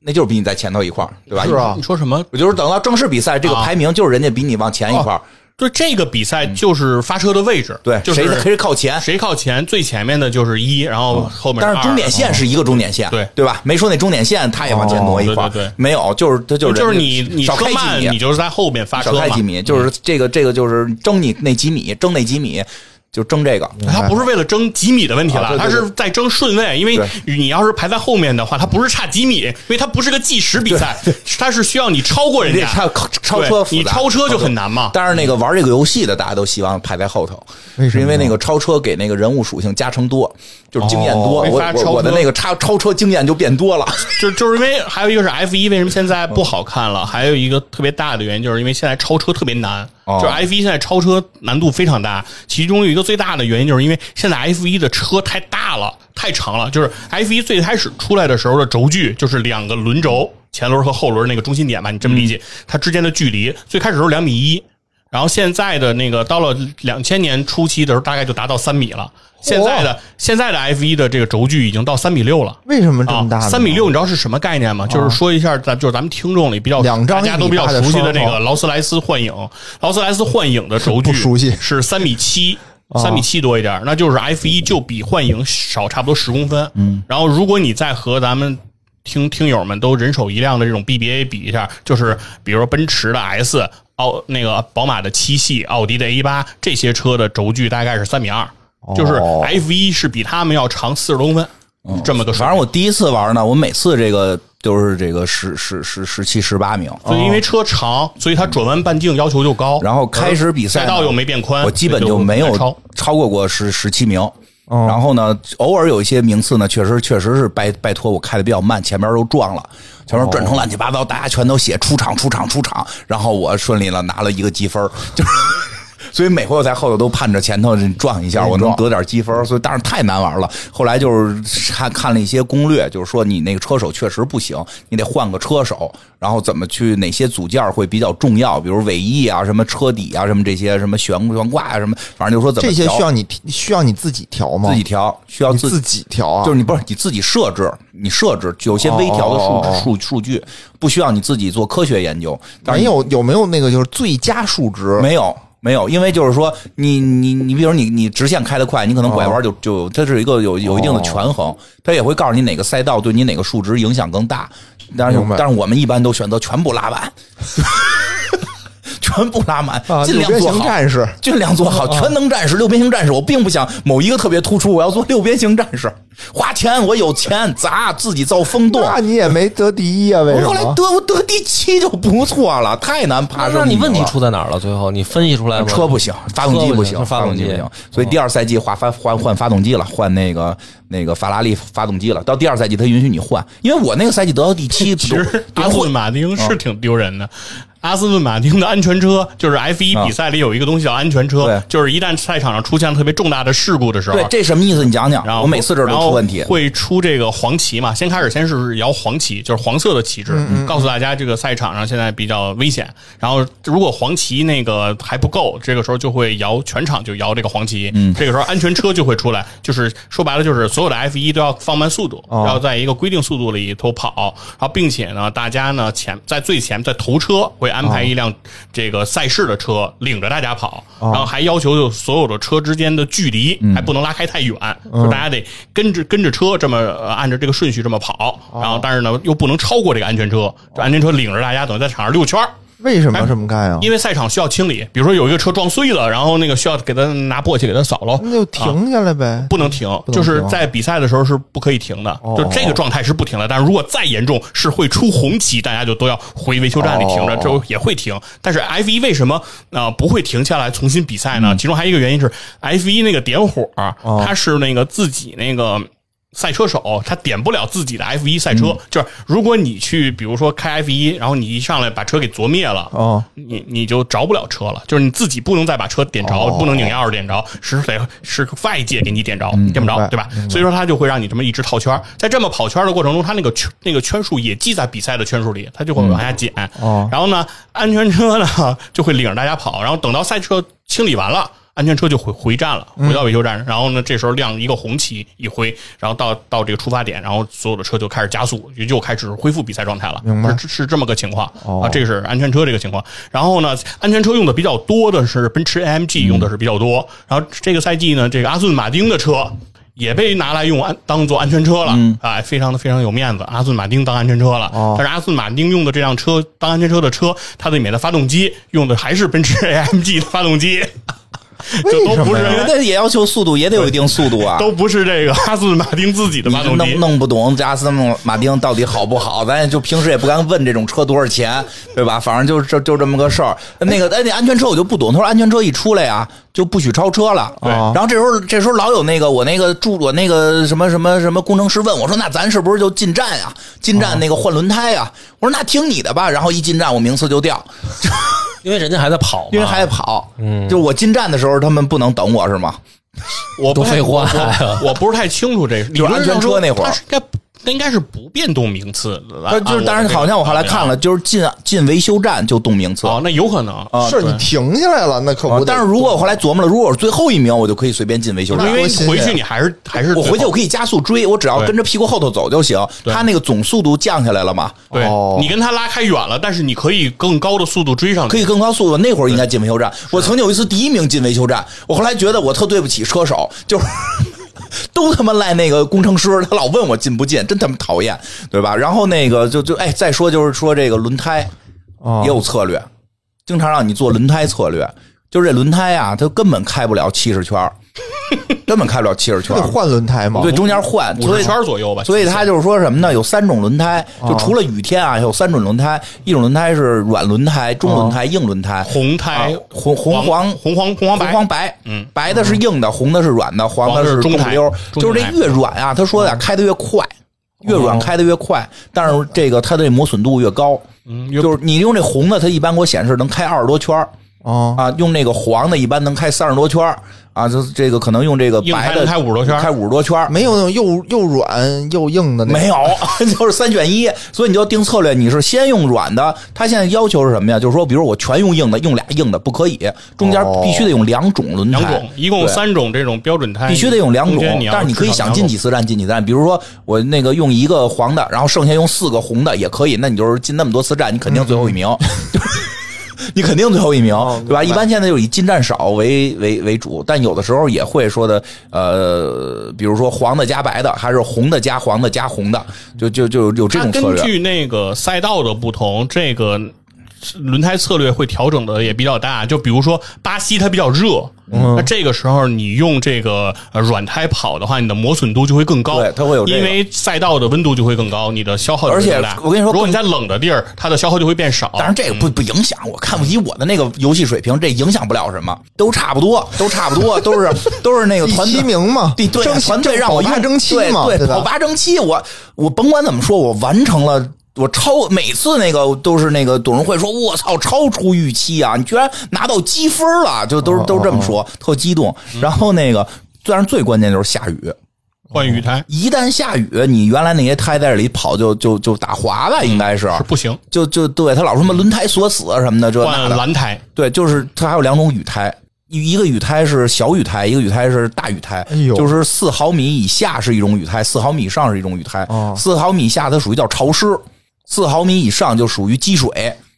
[SPEAKER 2] 那就是比你在前头一块儿，对吧？
[SPEAKER 4] 是啊
[SPEAKER 3] 你说什么？
[SPEAKER 2] 我就是等到正式比赛，这个
[SPEAKER 3] 啊
[SPEAKER 2] 排名就是人家比你往前一块儿，
[SPEAKER 3] 就这个比赛就是发车的位置，
[SPEAKER 2] 嗯对，
[SPEAKER 3] 就
[SPEAKER 2] 谁
[SPEAKER 3] 是
[SPEAKER 2] 谁靠前，
[SPEAKER 3] 谁靠前，最前面的就是一，然后
[SPEAKER 2] 哦
[SPEAKER 3] 后面
[SPEAKER 2] 但是
[SPEAKER 3] 二哦
[SPEAKER 2] 终点线是一个终点线，
[SPEAKER 3] 对
[SPEAKER 2] 对吧？没说那终点线他也往前挪一块儿，
[SPEAKER 3] 哦对对对
[SPEAKER 2] 没有，就是他就是
[SPEAKER 3] 就是
[SPEAKER 2] 人
[SPEAKER 3] 你你
[SPEAKER 2] 少
[SPEAKER 3] 车
[SPEAKER 2] 开
[SPEAKER 3] 慢，
[SPEAKER 2] 几
[SPEAKER 3] 你
[SPEAKER 2] 米，
[SPEAKER 3] 就是在后面发车
[SPEAKER 2] 少开
[SPEAKER 3] 嘛嗯
[SPEAKER 2] 几。米，就是这个这个就是争你那几米，争那几米，就争这个。
[SPEAKER 3] 他不是为了争几米的问题
[SPEAKER 2] 啊
[SPEAKER 3] 了，
[SPEAKER 2] 对对
[SPEAKER 3] 他
[SPEAKER 2] 对
[SPEAKER 3] 是在争顺位，因为
[SPEAKER 2] 对
[SPEAKER 3] 你要是排在后面的话，他不是差几米，因为他不是个计时比赛，他是需要你超过人
[SPEAKER 2] 你得
[SPEAKER 3] 家，
[SPEAKER 2] 超超车复杂，
[SPEAKER 3] 对
[SPEAKER 2] 哦
[SPEAKER 3] 你超车就很难嘛。
[SPEAKER 2] 但是那个玩这个游戏的，大家都希望排在后头，
[SPEAKER 4] 为什
[SPEAKER 2] 是
[SPEAKER 4] 么
[SPEAKER 2] 因为那个超车给那个人物属性加成多，就是经验多。
[SPEAKER 3] 哦
[SPEAKER 2] 我
[SPEAKER 3] 没法超
[SPEAKER 2] 我
[SPEAKER 3] 车
[SPEAKER 2] 我的那个超超车经验就变多了。
[SPEAKER 3] 就就是因为还有一个是 F 一为什么现在不好看了，还有一个特别大的原因就是因为现在超车特别难，
[SPEAKER 2] 哦
[SPEAKER 3] 就是 F 一现在超车难度非常大。其中有一个最大的原因就是因为现在 F 一的车太大了，太长了。就是 F 一最开始出来的时候的轴距就是两个轮轴前轮和后轮那个中心点吧，你这么理解，它之间的距离最开始时候两米一。然后现在的那个到了两千年初期的时候，大概就达到三米了。现在的、现在的 F 一的这个轴距已经到三米六了。
[SPEAKER 4] 为什么这么大呢？啊
[SPEAKER 3] 啊？三米六，你知道是什么概念吗？就是说一下，咱就是咱们听众里比较
[SPEAKER 4] 两张
[SPEAKER 3] 大家都比较熟悉的这个劳斯莱斯幻影，劳斯莱斯幻影的轴距
[SPEAKER 4] 不熟悉啊
[SPEAKER 3] 是三米 七。三米七多一点，那就是 F 一就比幻影少差不多十公分。嗯，然后如果你再和咱们听听友们都人手一辆的这种 BBA 比一下，就是比如说奔驰的 S、奥那个宝马的七系、奥迪的 A 八这些车的轴距大概是三米二，
[SPEAKER 4] 哦
[SPEAKER 3] 就是 F 一是比他们要长四十多公分，
[SPEAKER 4] 嗯
[SPEAKER 3] 这么个水
[SPEAKER 2] 反正我第一次玩呢，我每次这个就是这个十十十十七十八名，
[SPEAKER 3] 所以因为车长，所以它转弯半径要求就高。
[SPEAKER 2] 然后开始比赛呢
[SPEAKER 3] 赛道又没变宽，
[SPEAKER 2] 我基本
[SPEAKER 3] 所以
[SPEAKER 2] 就
[SPEAKER 3] 就
[SPEAKER 2] 没有
[SPEAKER 3] 太超。
[SPEAKER 2] 超过过十十七名。然后呢，偶尔有一些名次呢，确实确实是拜拜托我开的比较慢，前面都撞了，前面转成乱七八糟，大家全都写出场出场出场，然后我顺利了拿了一个积分儿，就是。所以每回我在后头都盼着前头撞一下，我能得点积分儿。所以但是太难玩了。后来就是看看了一些攻略，就是说你那个车手确实不行，你得换个车手，然后怎么去哪些组件儿会比较重要，比如尾翼啊、什么车底啊、什么这些什么悬悬挂啊、什么，反正就说怎么
[SPEAKER 4] 这些
[SPEAKER 2] 调
[SPEAKER 4] 需要你需要你自己调吗？
[SPEAKER 2] 自己调，需要
[SPEAKER 4] 你
[SPEAKER 2] 自
[SPEAKER 4] 自己调啊？
[SPEAKER 2] 就是你不是你自己设置，你设置有些微调的数
[SPEAKER 4] 哦哦哦
[SPEAKER 2] 值数数据，不需要你自己做科学研究。但是
[SPEAKER 4] 没有有没有那个就是最佳数值？
[SPEAKER 2] 没有没有，因为就是说你你你，比如你你直线开得快，你可能
[SPEAKER 4] 哦
[SPEAKER 2] 拐弯就就它是一个有有一定的权衡，它也会告诉你哪个赛道对你哪个数值影响更大。但是
[SPEAKER 4] 明白
[SPEAKER 2] 但是我们一般都选择全部拉满， 全部拉满，
[SPEAKER 4] 啊，
[SPEAKER 2] 尽量
[SPEAKER 4] 六边
[SPEAKER 2] 做
[SPEAKER 4] 形
[SPEAKER 2] 好。
[SPEAKER 4] 战士哦
[SPEAKER 2] 尽量做好全能战士、六边形战士。我并不想某一个特别突出，我要做六边形战士，花钱，我有钱砸，自己造风洞。
[SPEAKER 4] 那你也没得第一啊？为
[SPEAKER 2] 啊我
[SPEAKER 4] 什
[SPEAKER 2] 后来
[SPEAKER 4] 么？
[SPEAKER 2] 得我得第七就不错了，太难爬升。
[SPEAKER 1] 那你问题出在哪儿了？最后你分析出来吗？
[SPEAKER 2] 车呃不行，发动机
[SPEAKER 1] 不
[SPEAKER 2] 行，
[SPEAKER 1] 发
[SPEAKER 2] 发
[SPEAKER 1] 动
[SPEAKER 2] 动机不哦
[SPEAKER 1] 机
[SPEAKER 2] 行。所以第二赛季换发换换发动机了，换那个那个法拉利发动机了。到第二赛季他允许你换，因为我那个赛季得到第 七，
[SPEAKER 3] 其实
[SPEAKER 2] 夺
[SPEAKER 3] 阿斯
[SPEAKER 2] 冠
[SPEAKER 3] 顿马丁
[SPEAKER 2] 嗯
[SPEAKER 3] 是挺丢人的。阿斯顿马丁的安全车就是 F 一
[SPEAKER 2] 啊
[SPEAKER 3] 比赛里有一个东西叫安全车
[SPEAKER 2] 对，
[SPEAKER 3] 就是一旦赛场上出现特别重大的事故的时候
[SPEAKER 2] 对，这什么意思？你讲
[SPEAKER 3] 然
[SPEAKER 2] 讲，
[SPEAKER 3] 后
[SPEAKER 2] 我每次这儿都
[SPEAKER 3] 然后
[SPEAKER 2] 出问题。
[SPEAKER 3] 会出这个黄旗嘛？先开始先是摇黄旗，就是黄色的旗帜，
[SPEAKER 2] 嗯
[SPEAKER 3] 告诉大家这个赛场上现在比较危险。然后如果黄旗那个还不够，这个时候就会摇全场就摇这个黄旗。
[SPEAKER 2] 嗯
[SPEAKER 3] 这个时候安全车就会出来，就是说白了就是所有的 F 一都要放慢速度，
[SPEAKER 2] 哦
[SPEAKER 3] 要在一个规定速度里头跑。然后并且呢，大家呢前在最前在头车会安排一辆这个赛事的车领着大家跑，
[SPEAKER 4] 哦
[SPEAKER 3] 然后还要求就所有的车之间的距离
[SPEAKER 4] 嗯
[SPEAKER 3] 还不能拉开太远，就大家得跟着跟着车这么、呃按照这个
[SPEAKER 4] 哦
[SPEAKER 3] 顺序这么跑，然后但是呢又不能超过这个安全车，这安全车领着大家等于在场上溜圈儿
[SPEAKER 4] 为什么要这么干呀？
[SPEAKER 3] 因为赛场需要清理，比如说有一个车撞碎了，然后那个需要给它拿簸箕给它扫喽，
[SPEAKER 4] 那就
[SPEAKER 3] 啊
[SPEAKER 4] 停下来呗。
[SPEAKER 3] 不能停，
[SPEAKER 4] 不能停
[SPEAKER 3] 就是在比赛的时候是不可以停的，
[SPEAKER 4] 哦
[SPEAKER 3] 就这个状态是不停的。但是如果再严重，是会出红旗，大家就都要回维修站里停着，
[SPEAKER 2] 哦
[SPEAKER 3] 这也会停。但是 F 一为什么啊、呃不会停下来重新比赛呢？
[SPEAKER 4] 嗯
[SPEAKER 3] 其中还有一个原因是 F 一那个点火，
[SPEAKER 4] 哦
[SPEAKER 3] 它是那个自己那个。赛车手他点不了自己的 F 一赛
[SPEAKER 4] 嗯
[SPEAKER 3] 车，就是如果你去，比如说开 F 一，然后你一上来把车给啄灭了，
[SPEAKER 4] 哦，
[SPEAKER 3] 你你就着不了车了，就是你自己不能再把车点着，不能拧钥匙点着，是得是外界给你点着，你点不着，对吧？所以说它就会让你这么一直套圈儿，在这么跑圈儿的过程中，它那个圈那个圈数也记在比赛的圈数里，它就会往下减。
[SPEAKER 4] 哦
[SPEAKER 3] 然后呢，安全车呢 就会领着大家跑，然后等到赛车清理完了。安全车就回回站了，
[SPEAKER 4] 嗯
[SPEAKER 3] 回到维修站，然后呢，这时候亮一个红旗一挥，然后到到这个出发点，然后所有的车就开始加速，就又开始恢复比赛状态了。
[SPEAKER 4] 明白
[SPEAKER 3] 是是这么个情况、
[SPEAKER 4] 哦
[SPEAKER 3] 啊，这个是安全车这个情况。然后呢，安全车用的比较多的是奔驰
[SPEAKER 4] 嗯
[SPEAKER 3] AMG 用的是比较多。然后这个赛季呢，这个阿斯顿马丁的车也被拿来用安当做安全车了、啊，非常的非常有面子，阿斯顿马丁当安全车了。
[SPEAKER 4] 嗯哦
[SPEAKER 3] 但是阿斯顿马丁用的这辆车当安全车的车，它的里面的发动机用的还是奔驰 AMG 的发动 机，就都不
[SPEAKER 4] 为什么
[SPEAKER 3] 是
[SPEAKER 4] 呀
[SPEAKER 2] 那也要求速度，也得有一定速度啊。
[SPEAKER 3] 都不是这个阿斯顿马丁自己的
[SPEAKER 2] 你
[SPEAKER 3] 发动机
[SPEAKER 2] 弄。弄不懂阿斯顿马丁到底好不好， 咱也就平时也不敢问这种车多少钱，对吧？反正就是就就这么个事儿。那个哎，那安全车我就不懂，他说安全车一出来啊，就不许超车了。啊
[SPEAKER 3] 对
[SPEAKER 2] 然后这时候这时候老有那个我那个住我那个什么什么什么工程师问我说，那咱是不是就进站呀、进站那个换轮胎呀、我说那听你的吧。然后一进站我名次就掉，
[SPEAKER 1] 因为人家还在跑嘛，
[SPEAKER 2] 因为还得跑。嗯，就我进站的时候他们不能等我是吗？
[SPEAKER 3] 我不
[SPEAKER 1] 多
[SPEAKER 3] 太
[SPEAKER 1] 废话
[SPEAKER 3] 我
[SPEAKER 1] 呀
[SPEAKER 3] 我我不是太清楚这个，理
[SPEAKER 2] 就是
[SPEAKER 3] 论
[SPEAKER 2] 安全
[SPEAKER 3] 上
[SPEAKER 2] 车
[SPEAKER 3] 说
[SPEAKER 2] 那会儿
[SPEAKER 3] 它是应该那应该是不变动名次的吧，啊
[SPEAKER 2] 但就是当然啊好像我后来看了，就是进进维修站就动名次。
[SPEAKER 3] 哦，那有可能，
[SPEAKER 4] 是你停下来了，那可
[SPEAKER 2] 啊
[SPEAKER 4] 不得。
[SPEAKER 2] 但是如果我后来琢磨了，如果我是最后一名，我就可以随便进维修站
[SPEAKER 3] 因。为你回
[SPEAKER 4] 多新
[SPEAKER 3] 去
[SPEAKER 4] 鲜
[SPEAKER 3] 你还是还是
[SPEAKER 2] 我回去我可以加速追，我只要
[SPEAKER 3] 对
[SPEAKER 2] 跟着屁股后头走就行。
[SPEAKER 3] 对
[SPEAKER 2] 他那个总速度降下来了嘛，
[SPEAKER 3] 对
[SPEAKER 4] 哦
[SPEAKER 3] 你跟他拉开远了，但是你可以更高的速度追上去，
[SPEAKER 2] 可以更高速度。那会儿应该进维修站。我曾经有一次第一名进维修站，我后来觉得我特对不起车手，就是 都他妈赖那个工程师，他老问我进不进，真他妈讨厌，对吧？然后那个就就哎，再说就是说这个轮胎
[SPEAKER 4] 哦
[SPEAKER 2] 也有策略，经常让你做轮胎策略，就是这轮胎啊，它根本开不了七十圈儿，根本开不了七十圈
[SPEAKER 4] 不得
[SPEAKER 2] 儿。
[SPEAKER 4] 换轮胎吗？
[SPEAKER 2] 对，中间换，
[SPEAKER 3] 五
[SPEAKER 2] 所
[SPEAKER 3] 十
[SPEAKER 2] 以
[SPEAKER 3] 圈左右吧。
[SPEAKER 2] 所以它就是说什么呢？有三种轮胎，就
[SPEAKER 4] 哦
[SPEAKER 2] 除了雨天啊，有三种轮胎，一种轮胎是软轮胎、中轮胎、硬轮胎。
[SPEAKER 3] 啊红胎
[SPEAKER 2] 啊、红红黄
[SPEAKER 3] 红黄红
[SPEAKER 2] 红
[SPEAKER 3] 黄白，
[SPEAKER 2] 黄白，
[SPEAKER 3] 嗯，
[SPEAKER 2] 白的是硬的，红的是软的，黄的
[SPEAKER 3] 黄的是
[SPEAKER 2] 中
[SPEAKER 3] 中
[SPEAKER 2] 不
[SPEAKER 3] 胎
[SPEAKER 2] 溜儿。
[SPEAKER 3] 中哦
[SPEAKER 2] 就是
[SPEAKER 3] 胎
[SPEAKER 2] 这越软啊，他说的开的越快，越软开的越快，但是这个它的磨损度越高。
[SPEAKER 3] 嗯，有
[SPEAKER 2] 就是你用这红的，它一般给我显示能开二十多圈儿
[SPEAKER 4] 哦，
[SPEAKER 2] 啊，用那个黄的，一般能开三十多圈儿啊，就是这个可能用这个
[SPEAKER 3] 硬
[SPEAKER 2] 白
[SPEAKER 3] 胎能
[SPEAKER 2] 的
[SPEAKER 3] 开50多圈儿
[SPEAKER 2] 开五十多圈儿
[SPEAKER 4] 没有那种又又软又硬的那种。
[SPEAKER 2] 没有， 就是三选一，所以你就定策略，你是先用软的。他现在要求是什么呀？就是说，比如我全用硬的，用俩硬的不可以，中间
[SPEAKER 4] 哦
[SPEAKER 2] 必须得用两种轮胎，
[SPEAKER 3] 两种，一共
[SPEAKER 2] 对
[SPEAKER 3] 三种这种标准胎，
[SPEAKER 2] 必须得用两种
[SPEAKER 3] 中间你。要
[SPEAKER 2] 但是你可以
[SPEAKER 3] 至少
[SPEAKER 2] 想进
[SPEAKER 3] 两
[SPEAKER 2] 几
[SPEAKER 3] 种
[SPEAKER 2] 次站进几次站，比如说我那个用一个黄的，然后剩下用四个红的也可以，那你就是进那么多次站，你肯定最后一名。
[SPEAKER 3] 嗯
[SPEAKER 2] 你肯定最后一名，
[SPEAKER 3] 哦
[SPEAKER 2] 对吧？一般现在就以进站少为为为主，但有的时候也会说的，呃，比如说黄的加白的，还是红的加黄的加红的，就就就有这
[SPEAKER 3] 它
[SPEAKER 2] 种策
[SPEAKER 3] 根
[SPEAKER 2] 略。
[SPEAKER 3] 据那个赛道的不同，这个轮胎策略会调整的也比较大。就比如说巴西它比较热，
[SPEAKER 2] 嗯
[SPEAKER 3] 那这个时候你用这个呃软胎跑的话，你的磨损度就会更高，
[SPEAKER 2] 对它会有这个
[SPEAKER 3] 因为赛道的温度就会更高，你的消耗就
[SPEAKER 2] 而且
[SPEAKER 3] 更大
[SPEAKER 2] 我跟你说
[SPEAKER 3] 如果你在冷的地儿，它的消耗就会变少。嗯
[SPEAKER 2] 当然，这个不不影响，我看不起我的那个游戏水平，这影响不了什么，都差不多，都差不多，都是都是那个
[SPEAKER 4] 第
[SPEAKER 2] 团
[SPEAKER 4] 七
[SPEAKER 2] 队
[SPEAKER 4] 名嘛，
[SPEAKER 2] 对对，
[SPEAKER 4] 争
[SPEAKER 2] 团队让我
[SPEAKER 4] 跑八
[SPEAKER 2] 用
[SPEAKER 4] 争七嘛，
[SPEAKER 2] 对
[SPEAKER 4] 对
[SPEAKER 2] 跑
[SPEAKER 4] 吧？
[SPEAKER 2] 八争七，我我甭管怎么说，我完成了。我超每次那个都是那个董事会说，我操，超出预期啊！你居然拿到积分了，就都是都是这么说，特激动。然后那个，当然最关键就是下雨，
[SPEAKER 3] 换雨胎
[SPEAKER 2] 一旦下雨，你原来那些胎在这里跑就就就打滑吧，应该是
[SPEAKER 3] 是不行，
[SPEAKER 2] 就就对他老说什么轮胎锁死啊什么的，这那
[SPEAKER 3] 换
[SPEAKER 2] 的
[SPEAKER 3] 蓝胎。
[SPEAKER 2] 对，就是它还有两种雨胎，一一个雨胎是小雨胎，一个雨胎是大雨胎。
[SPEAKER 4] 哎呦
[SPEAKER 2] 就是四毫米以下是一种雨胎，四毫米以上是一种雨胎
[SPEAKER 4] 哦。
[SPEAKER 2] 四、毫米以下它属于叫潮湿，四毫米以上就属于积水。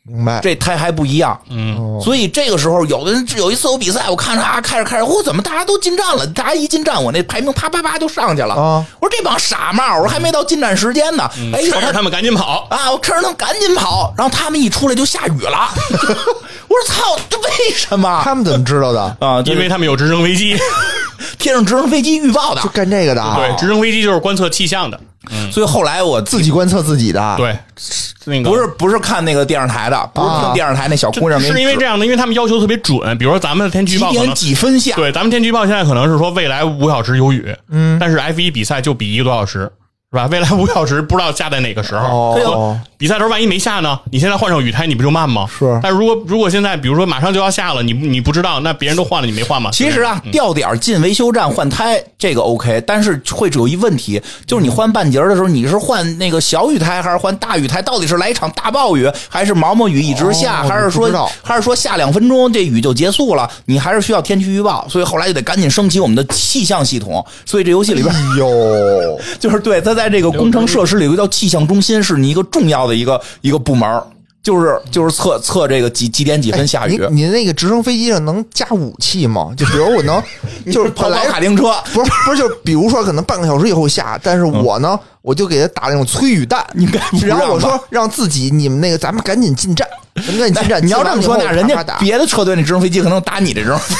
[SPEAKER 4] 明白？
[SPEAKER 2] 这胎还不一样，
[SPEAKER 4] 哦
[SPEAKER 2] 嗯，所以这个时候有的人有一次有比赛，我看着啊，开着开着，我怎么大家都进站了？大家一进站，我那排名啪啪啪就上去了。
[SPEAKER 4] 啊
[SPEAKER 2] 我说这帮傻帽，我说还没到进站时间呢，哎， 一会
[SPEAKER 3] 趁
[SPEAKER 2] 儿
[SPEAKER 3] 嗯着他们赶紧跑。
[SPEAKER 2] 啊，我看着他们赶紧跑，然后他们一出来就下雨了， 我说操，这为什么
[SPEAKER 4] 他们怎么知道的？
[SPEAKER 2] 啊？就
[SPEAKER 3] 因
[SPEAKER 2] 是
[SPEAKER 3] 为他们有直升 飞机，
[SPEAKER 2] 天上直升飞机预报的
[SPEAKER 4] 就，干这个的啊，
[SPEAKER 3] 对，直升飞机就是观测气象的，
[SPEAKER 2] 所以后来我自
[SPEAKER 4] 自己观测自己的，，啊
[SPEAKER 3] 对，那个
[SPEAKER 2] 不是不是看啊那个电视台的，不是听电视台那小姑娘给你
[SPEAKER 3] 啊是因为
[SPEAKER 2] 指
[SPEAKER 3] 这样的，因为他们要求特别准，比如说咱们的天气预
[SPEAKER 2] 几
[SPEAKER 3] 报可
[SPEAKER 2] 点
[SPEAKER 3] 能
[SPEAKER 2] 几分下，
[SPEAKER 3] 对，咱们天气预报现在可能是说未来五小时有雨，嗯，但是 F 一比赛就比一个多小时，是吧？未来五小时不知道下在哪个时候。
[SPEAKER 2] 对
[SPEAKER 4] 哦
[SPEAKER 2] 啊，
[SPEAKER 3] 比赛时候万一没下呢？你现在换上雨胎，你不就慢吗？
[SPEAKER 4] 是
[SPEAKER 3] 但如果如果现在比如说马上就要下了，你你不知道，那别人都换了，你没换吗？嗯
[SPEAKER 2] 其实啊，掉点儿进维修站换胎这个 OK，但是会有一问题，就是你换半截儿的时候，你是换那个小雨胎还是换大雨胎？到底是来一场大暴雨，还是毛毛雨一直下，
[SPEAKER 4] 哦
[SPEAKER 2] 还是
[SPEAKER 4] 我不知道
[SPEAKER 2] 说还是说下两分钟这雨就结束了？你还是需要天气预报，所以后来就得赶紧升级我们的气象系统。所以这游戏里 边
[SPEAKER 4] 哎呦，
[SPEAKER 2] 就是对，它在这个工程设施里有一个叫气象中心，是你一个重要的一个一个部门儿，就是就是测测这个几几点几分下雨，
[SPEAKER 4] 您您哎那个直升飞机上能加武器吗？就比如我 能，就是
[SPEAKER 2] 跑
[SPEAKER 4] 本
[SPEAKER 2] 跑
[SPEAKER 4] 来
[SPEAKER 2] 卡丁车，
[SPEAKER 4] 不是不是，就比如说可能半个小时以后下，但是我呢，我就给他打那种催雨弹，
[SPEAKER 2] 嗯你该不
[SPEAKER 4] 然后我
[SPEAKER 2] 让吧
[SPEAKER 4] 说让自己你们那个咱们赶紧进站，咱们赶紧进
[SPEAKER 2] 哎
[SPEAKER 4] 站。
[SPEAKER 2] 你要
[SPEAKER 4] 进
[SPEAKER 2] 这
[SPEAKER 4] 完
[SPEAKER 2] 么说，
[SPEAKER 4] 以后
[SPEAKER 2] 那人
[SPEAKER 4] 啪
[SPEAKER 2] 家
[SPEAKER 4] 啪打
[SPEAKER 2] 别的车队那直升飞机可 能打你这直升飞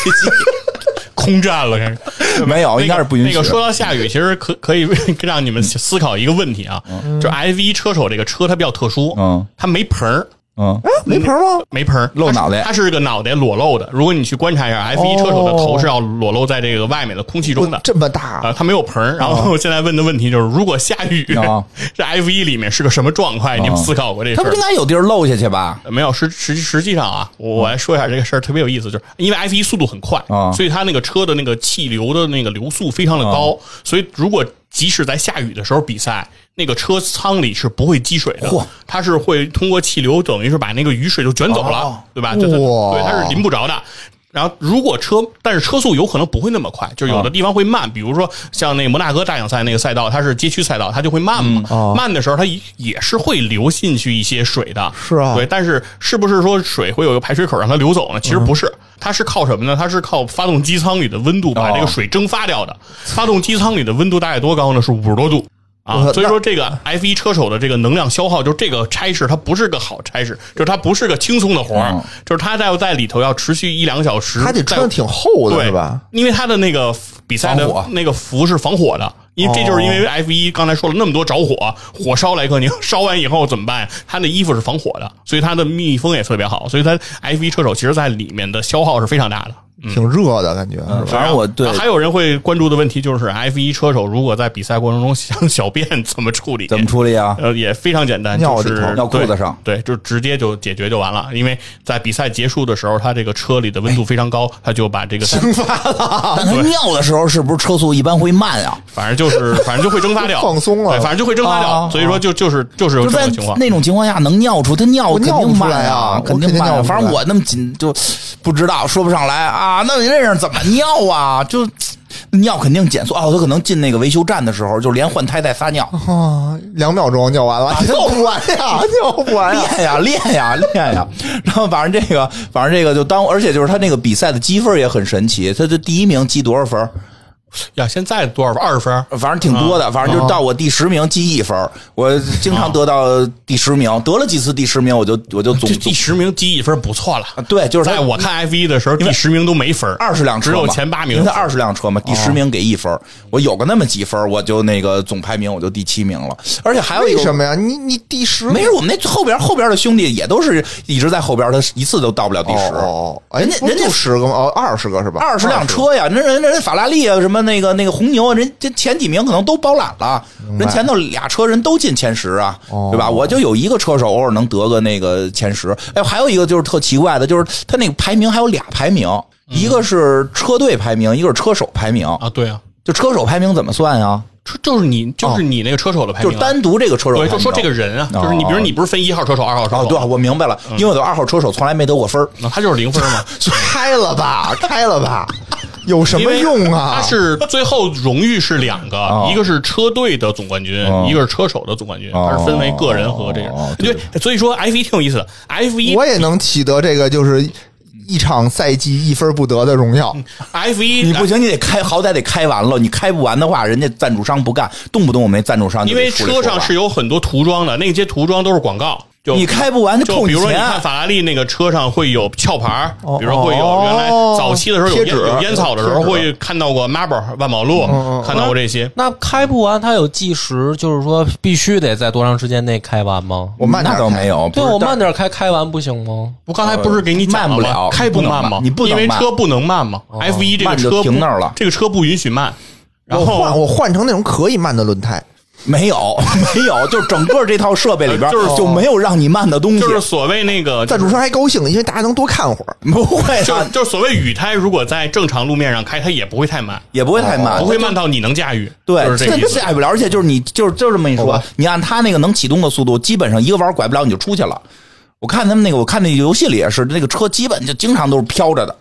[SPEAKER 3] 空战了，开始。
[SPEAKER 2] 机，没有，应该是不允
[SPEAKER 3] 那
[SPEAKER 2] 许。
[SPEAKER 3] 个说到下雨，其实可可以 让你们思考一个问题啊，就 F 一车手这个车它比较特殊，
[SPEAKER 2] 嗯，
[SPEAKER 3] 它没盆儿，
[SPEAKER 2] 嗯，
[SPEAKER 4] 啊没盆吗？
[SPEAKER 3] 没盆儿，
[SPEAKER 2] 露脑袋哦
[SPEAKER 3] 它是它是个脑袋裸露的。如果你去观察一下，F 一车手的头是要裸露在这个外面的空气中的。
[SPEAKER 4] 这么大
[SPEAKER 3] 啊，它没有盆儿。然
[SPEAKER 2] 哦
[SPEAKER 3] 后现在问的问题就是，如果下雨
[SPEAKER 2] 啊，
[SPEAKER 3] 这 F 一里面是个什么状态？
[SPEAKER 2] 哦
[SPEAKER 3] 你们思考过这事
[SPEAKER 2] 他不
[SPEAKER 3] 儿
[SPEAKER 2] 应？该有地儿漏下去吧？
[SPEAKER 3] 没有，实实实际上啊，我我来说一下这个事儿特别有意思，就是因为 F 一速度很快，
[SPEAKER 2] 啊
[SPEAKER 3] 所以它那个车的那个气流的那个流速非常的高，
[SPEAKER 2] 啊
[SPEAKER 3] 所以如果即使在下雨的时候比赛，那个车舱里是不会积水的
[SPEAKER 2] 嚯，
[SPEAKER 3] 它是会通过气流，等于是把那个雨水就卷走了，
[SPEAKER 2] 哦
[SPEAKER 3] 对吧？就它
[SPEAKER 4] 哇
[SPEAKER 3] 对，它是淋不着的。然后，如果车，但是车速有可能不会那么快，就是有的地方会慢，比如说像那个摩纳哥大奖赛那个赛道，它是街区赛道，它就会慢嘛。慢的时候，它也也是会流进去一些水的。
[SPEAKER 4] 是啊
[SPEAKER 3] 对，但是是不是说水会有一个排水口让它流走呢？其实不是，它是靠什么呢？它是靠发动机舱里的温度把这个水蒸发掉的。发动机舱里的温度大概多高呢？是五十多度。啊，
[SPEAKER 4] 呃
[SPEAKER 3] 所以说这个 F 一车手的这个能量消耗，就是这个差事，它不是个好差事，就是它不是个轻松的活儿，就是它在在里头要持续一两个小时，
[SPEAKER 4] 嗯他得穿的
[SPEAKER 3] 在
[SPEAKER 4] 挺厚的
[SPEAKER 3] 对
[SPEAKER 4] 是吧？？
[SPEAKER 3] 因为他的那个比赛的
[SPEAKER 2] 防火
[SPEAKER 3] 那个服是防火的，因为这就是因
[SPEAKER 4] 哦
[SPEAKER 3] 为 F 一刚才说了那么多着火，火烧莱克宁，烧完以后怎么办呀？他的衣服是防火的，所以他的密封也特别好，所以他 F 一车手其实在里面的消耗是非常大的。
[SPEAKER 4] 挺热的感觉，是吧？
[SPEAKER 2] 反正我对
[SPEAKER 3] 然后还有人会关注的问题就是 F 一车手如果在比赛过程中想小便怎么处理？
[SPEAKER 2] 怎么处理啊？
[SPEAKER 3] 呃，也非常简单，
[SPEAKER 4] 尿
[SPEAKER 3] 就是
[SPEAKER 4] 里头
[SPEAKER 2] 尿裤子上
[SPEAKER 3] 对，对，就直接就解决就完了。因为在比赛结束的时候，他这个车里的
[SPEAKER 2] 哎
[SPEAKER 3] 温度非常高，他就把这个
[SPEAKER 2] 但他尿的时候是不是车速一般会慢啊？
[SPEAKER 3] 反正就是，反正就会 蒸发掉，
[SPEAKER 4] 放松了
[SPEAKER 3] 对，反正就会蒸发掉。
[SPEAKER 2] 啊
[SPEAKER 3] 所以说就就是就是有
[SPEAKER 2] 就
[SPEAKER 3] 这
[SPEAKER 2] 在
[SPEAKER 3] 种情况。
[SPEAKER 2] 那种情况下能尿出，他尿
[SPEAKER 4] 我
[SPEAKER 2] 肯
[SPEAKER 4] 尿不
[SPEAKER 2] 定
[SPEAKER 4] 出
[SPEAKER 2] 慢
[SPEAKER 4] 来啊
[SPEAKER 2] 肯
[SPEAKER 4] 我
[SPEAKER 2] 定
[SPEAKER 4] 肯定
[SPEAKER 2] 慢
[SPEAKER 4] 尿
[SPEAKER 2] 啊。
[SPEAKER 4] 不出
[SPEAKER 2] 反
[SPEAKER 4] 来
[SPEAKER 2] 正我那么紧就不知道，说不上来啊。那你这样怎么尿啊？就尿肯定减速哦，他可能进那个维修站的时候，就连换胎带撒尿。
[SPEAKER 4] 啊，两秒钟尿完了，
[SPEAKER 2] 啊
[SPEAKER 4] 尿不完 呀，尿不完呀！
[SPEAKER 2] 练呀，练呀，练呀！然后反正这个，反正这个就当，而且就是他那个比赛的积分也很神奇，他的第一名积多少分儿？
[SPEAKER 3] 呀，现在多少分？二十分。
[SPEAKER 2] 反正挺多
[SPEAKER 3] 嗯
[SPEAKER 2] 的，反正
[SPEAKER 3] 哦
[SPEAKER 2] 就是到我第十名积一分儿，我经常得到第十名，得了几次第十名，我就我就总
[SPEAKER 3] 这第十名积一分不错了。
[SPEAKER 2] 呃啊对，就是
[SPEAKER 3] 在
[SPEAKER 2] 他
[SPEAKER 3] 我看 F 一的时候，第十名都没分，
[SPEAKER 2] 二十辆车
[SPEAKER 3] 只
[SPEAKER 2] 嘛
[SPEAKER 3] 有前八名哦
[SPEAKER 2] 因为他二十辆车嘛，第十名给一分儿，我有个那么几分儿，我就那个总排名我就第七名了，而且还有一
[SPEAKER 4] 为
[SPEAKER 2] 个
[SPEAKER 4] 什么呀？你你第十
[SPEAKER 2] 没事，我们那后边后边的兄弟也都是一直在后边，他一次都到不了第
[SPEAKER 4] 哦
[SPEAKER 2] 十。
[SPEAKER 4] 哦哦，哎，
[SPEAKER 2] 人家
[SPEAKER 4] 不
[SPEAKER 2] 人家
[SPEAKER 4] 就十个吗？哦，二十个是吧？
[SPEAKER 2] 二十辆车呀，那人人家法拉利啊，什么那个那个红牛啊，人这前几名可能都包揽了，人前头俩车人都进前十啊，
[SPEAKER 4] 哦
[SPEAKER 2] 对吧？我就有一个车手偶尔能得个那个前十。哎，还有一个就是特奇怪的，就是他那个排名还有俩排名，一个是车队排名，一个是车手排名。
[SPEAKER 3] 嗯啊，对啊，
[SPEAKER 2] 就车手排名怎么算呀？
[SPEAKER 3] 车就是你就是你那个车手的排
[SPEAKER 2] 哦就
[SPEAKER 3] 名
[SPEAKER 2] 是
[SPEAKER 3] 啊，
[SPEAKER 2] 单独这个车手排
[SPEAKER 3] 对，
[SPEAKER 2] 名，
[SPEAKER 3] 就说这个人啊，就是你，比如你不是分一号车手、二号车
[SPEAKER 2] 哦，对，
[SPEAKER 3] 手，
[SPEAKER 2] 我明白了，
[SPEAKER 3] 嗯
[SPEAKER 2] 因为我的二号车手从来没得过分儿。
[SPEAKER 3] 那他就是零分嘛。
[SPEAKER 4] 开了吧，开了吧，有什么用啊
[SPEAKER 3] 他？是最后荣誉是两个，
[SPEAKER 2] 哦
[SPEAKER 3] 一个是车队的总冠军，一个是车手的总冠军，
[SPEAKER 2] 哦
[SPEAKER 3] 它是分为个人和这个。
[SPEAKER 2] 哦对
[SPEAKER 3] 对，所以说 F 一挺有意思的，F 一
[SPEAKER 4] 我也能取得这个就是一场赛季一分不得的荣耀。
[SPEAKER 2] 嗯
[SPEAKER 3] F 一
[SPEAKER 2] 你不行，你得开，好歹得开完了。你开不完的话，人家赞助商不干，动不动我们那赞助商就
[SPEAKER 3] 因
[SPEAKER 2] 得
[SPEAKER 3] 为
[SPEAKER 2] 出来
[SPEAKER 3] 车上
[SPEAKER 2] 说话
[SPEAKER 3] 是有很多涂装的，那些涂装都是广告。就
[SPEAKER 2] 你开不完就
[SPEAKER 3] 就
[SPEAKER 2] 扣
[SPEAKER 3] 比如说，你
[SPEAKER 2] 钱
[SPEAKER 3] 看
[SPEAKER 2] 啊。
[SPEAKER 3] 法拉利那个车上会有壳牌儿，比如说会有
[SPEAKER 4] 哦
[SPEAKER 3] 原来早期的时候有
[SPEAKER 4] 贴
[SPEAKER 3] 烟
[SPEAKER 4] 纸
[SPEAKER 3] 有烟草的时候
[SPEAKER 4] 贴纸
[SPEAKER 3] 会看到过 Marble 万宝
[SPEAKER 2] 哦
[SPEAKER 3] 路，看到过这些。
[SPEAKER 1] 那开不完，它有计时，就是说必须得在多长时间内开完吗？
[SPEAKER 4] 我慢点
[SPEAKER 2] 那倒
[SPEAKER 4] 开
[SPEAKER 2] 没有，
[SPEAKER 1] 对，啊
[SPEAKER 2] 不是
[SPEAKER 1] 我
[SPEAKER 2] 但
[SPEAKER 1] 慢点开，开完不行吗？
[SPEAKER 3] 我刚才不是给你讲
[SPEAKER 2] 慢不
[SPEAKER 3] 吗
[SPEAKER 2] 了
[SPEAKER 3] 开不能
[SPEAKER 2] 不能
[SPEAKER 3] 吗？
[SPEAKER 2] 慢你不能
[SPEAKER 3] 因为
[SPEAKER 2] 慢哦
[SPEAKER 3] 车不能慢嘛。F 一这个
[SPEAKER 2] 慢就
[SPEAKER 3] 车不
[SPEAKER 2] 停那儿了
[SPEAKER 3] 这个车不允许慢。然
[SPEAKER 4] 我换
[SPEAKER 3] 后
[SPEAKER 4] 我换成那种可以慢的轮胎，
[SPEAKER 2] 没有 没有，就整个这套设备里边
[SPEAKER 3] 就是
[SPEAKER 2] 就没有让你慢的东西
[SPEAKER 3] 就，是所谓那个
[SPEAKER 4] 赞助商还高兴，因为大家能多看会儿。
[SPEAKER 2] 不会
[SPEAKER 3] 就
[SPEAKER 2] 的，
[SPEAKER 3] 就是所谓雨胎，如果在正常路面上开，它也不会太慢，
[SPEAKER 2] 也不会太慢，
[SPEAKER 3] 哦不会慢到你能驾驭。
[SPEAKER 2] 啊对，
[SPEAKER 3] 就是这个意
[SPEAKER 2] 这
[SPEAKER 3] 思。
[SPEAKER 2] 下不了，而且就是你就是就这么一说，你按他那个能启动的速度，基本上一个弯拐不了你就出去了。我看他们那个，我看那游戏里也是，那个车基本就经常都是飘着的。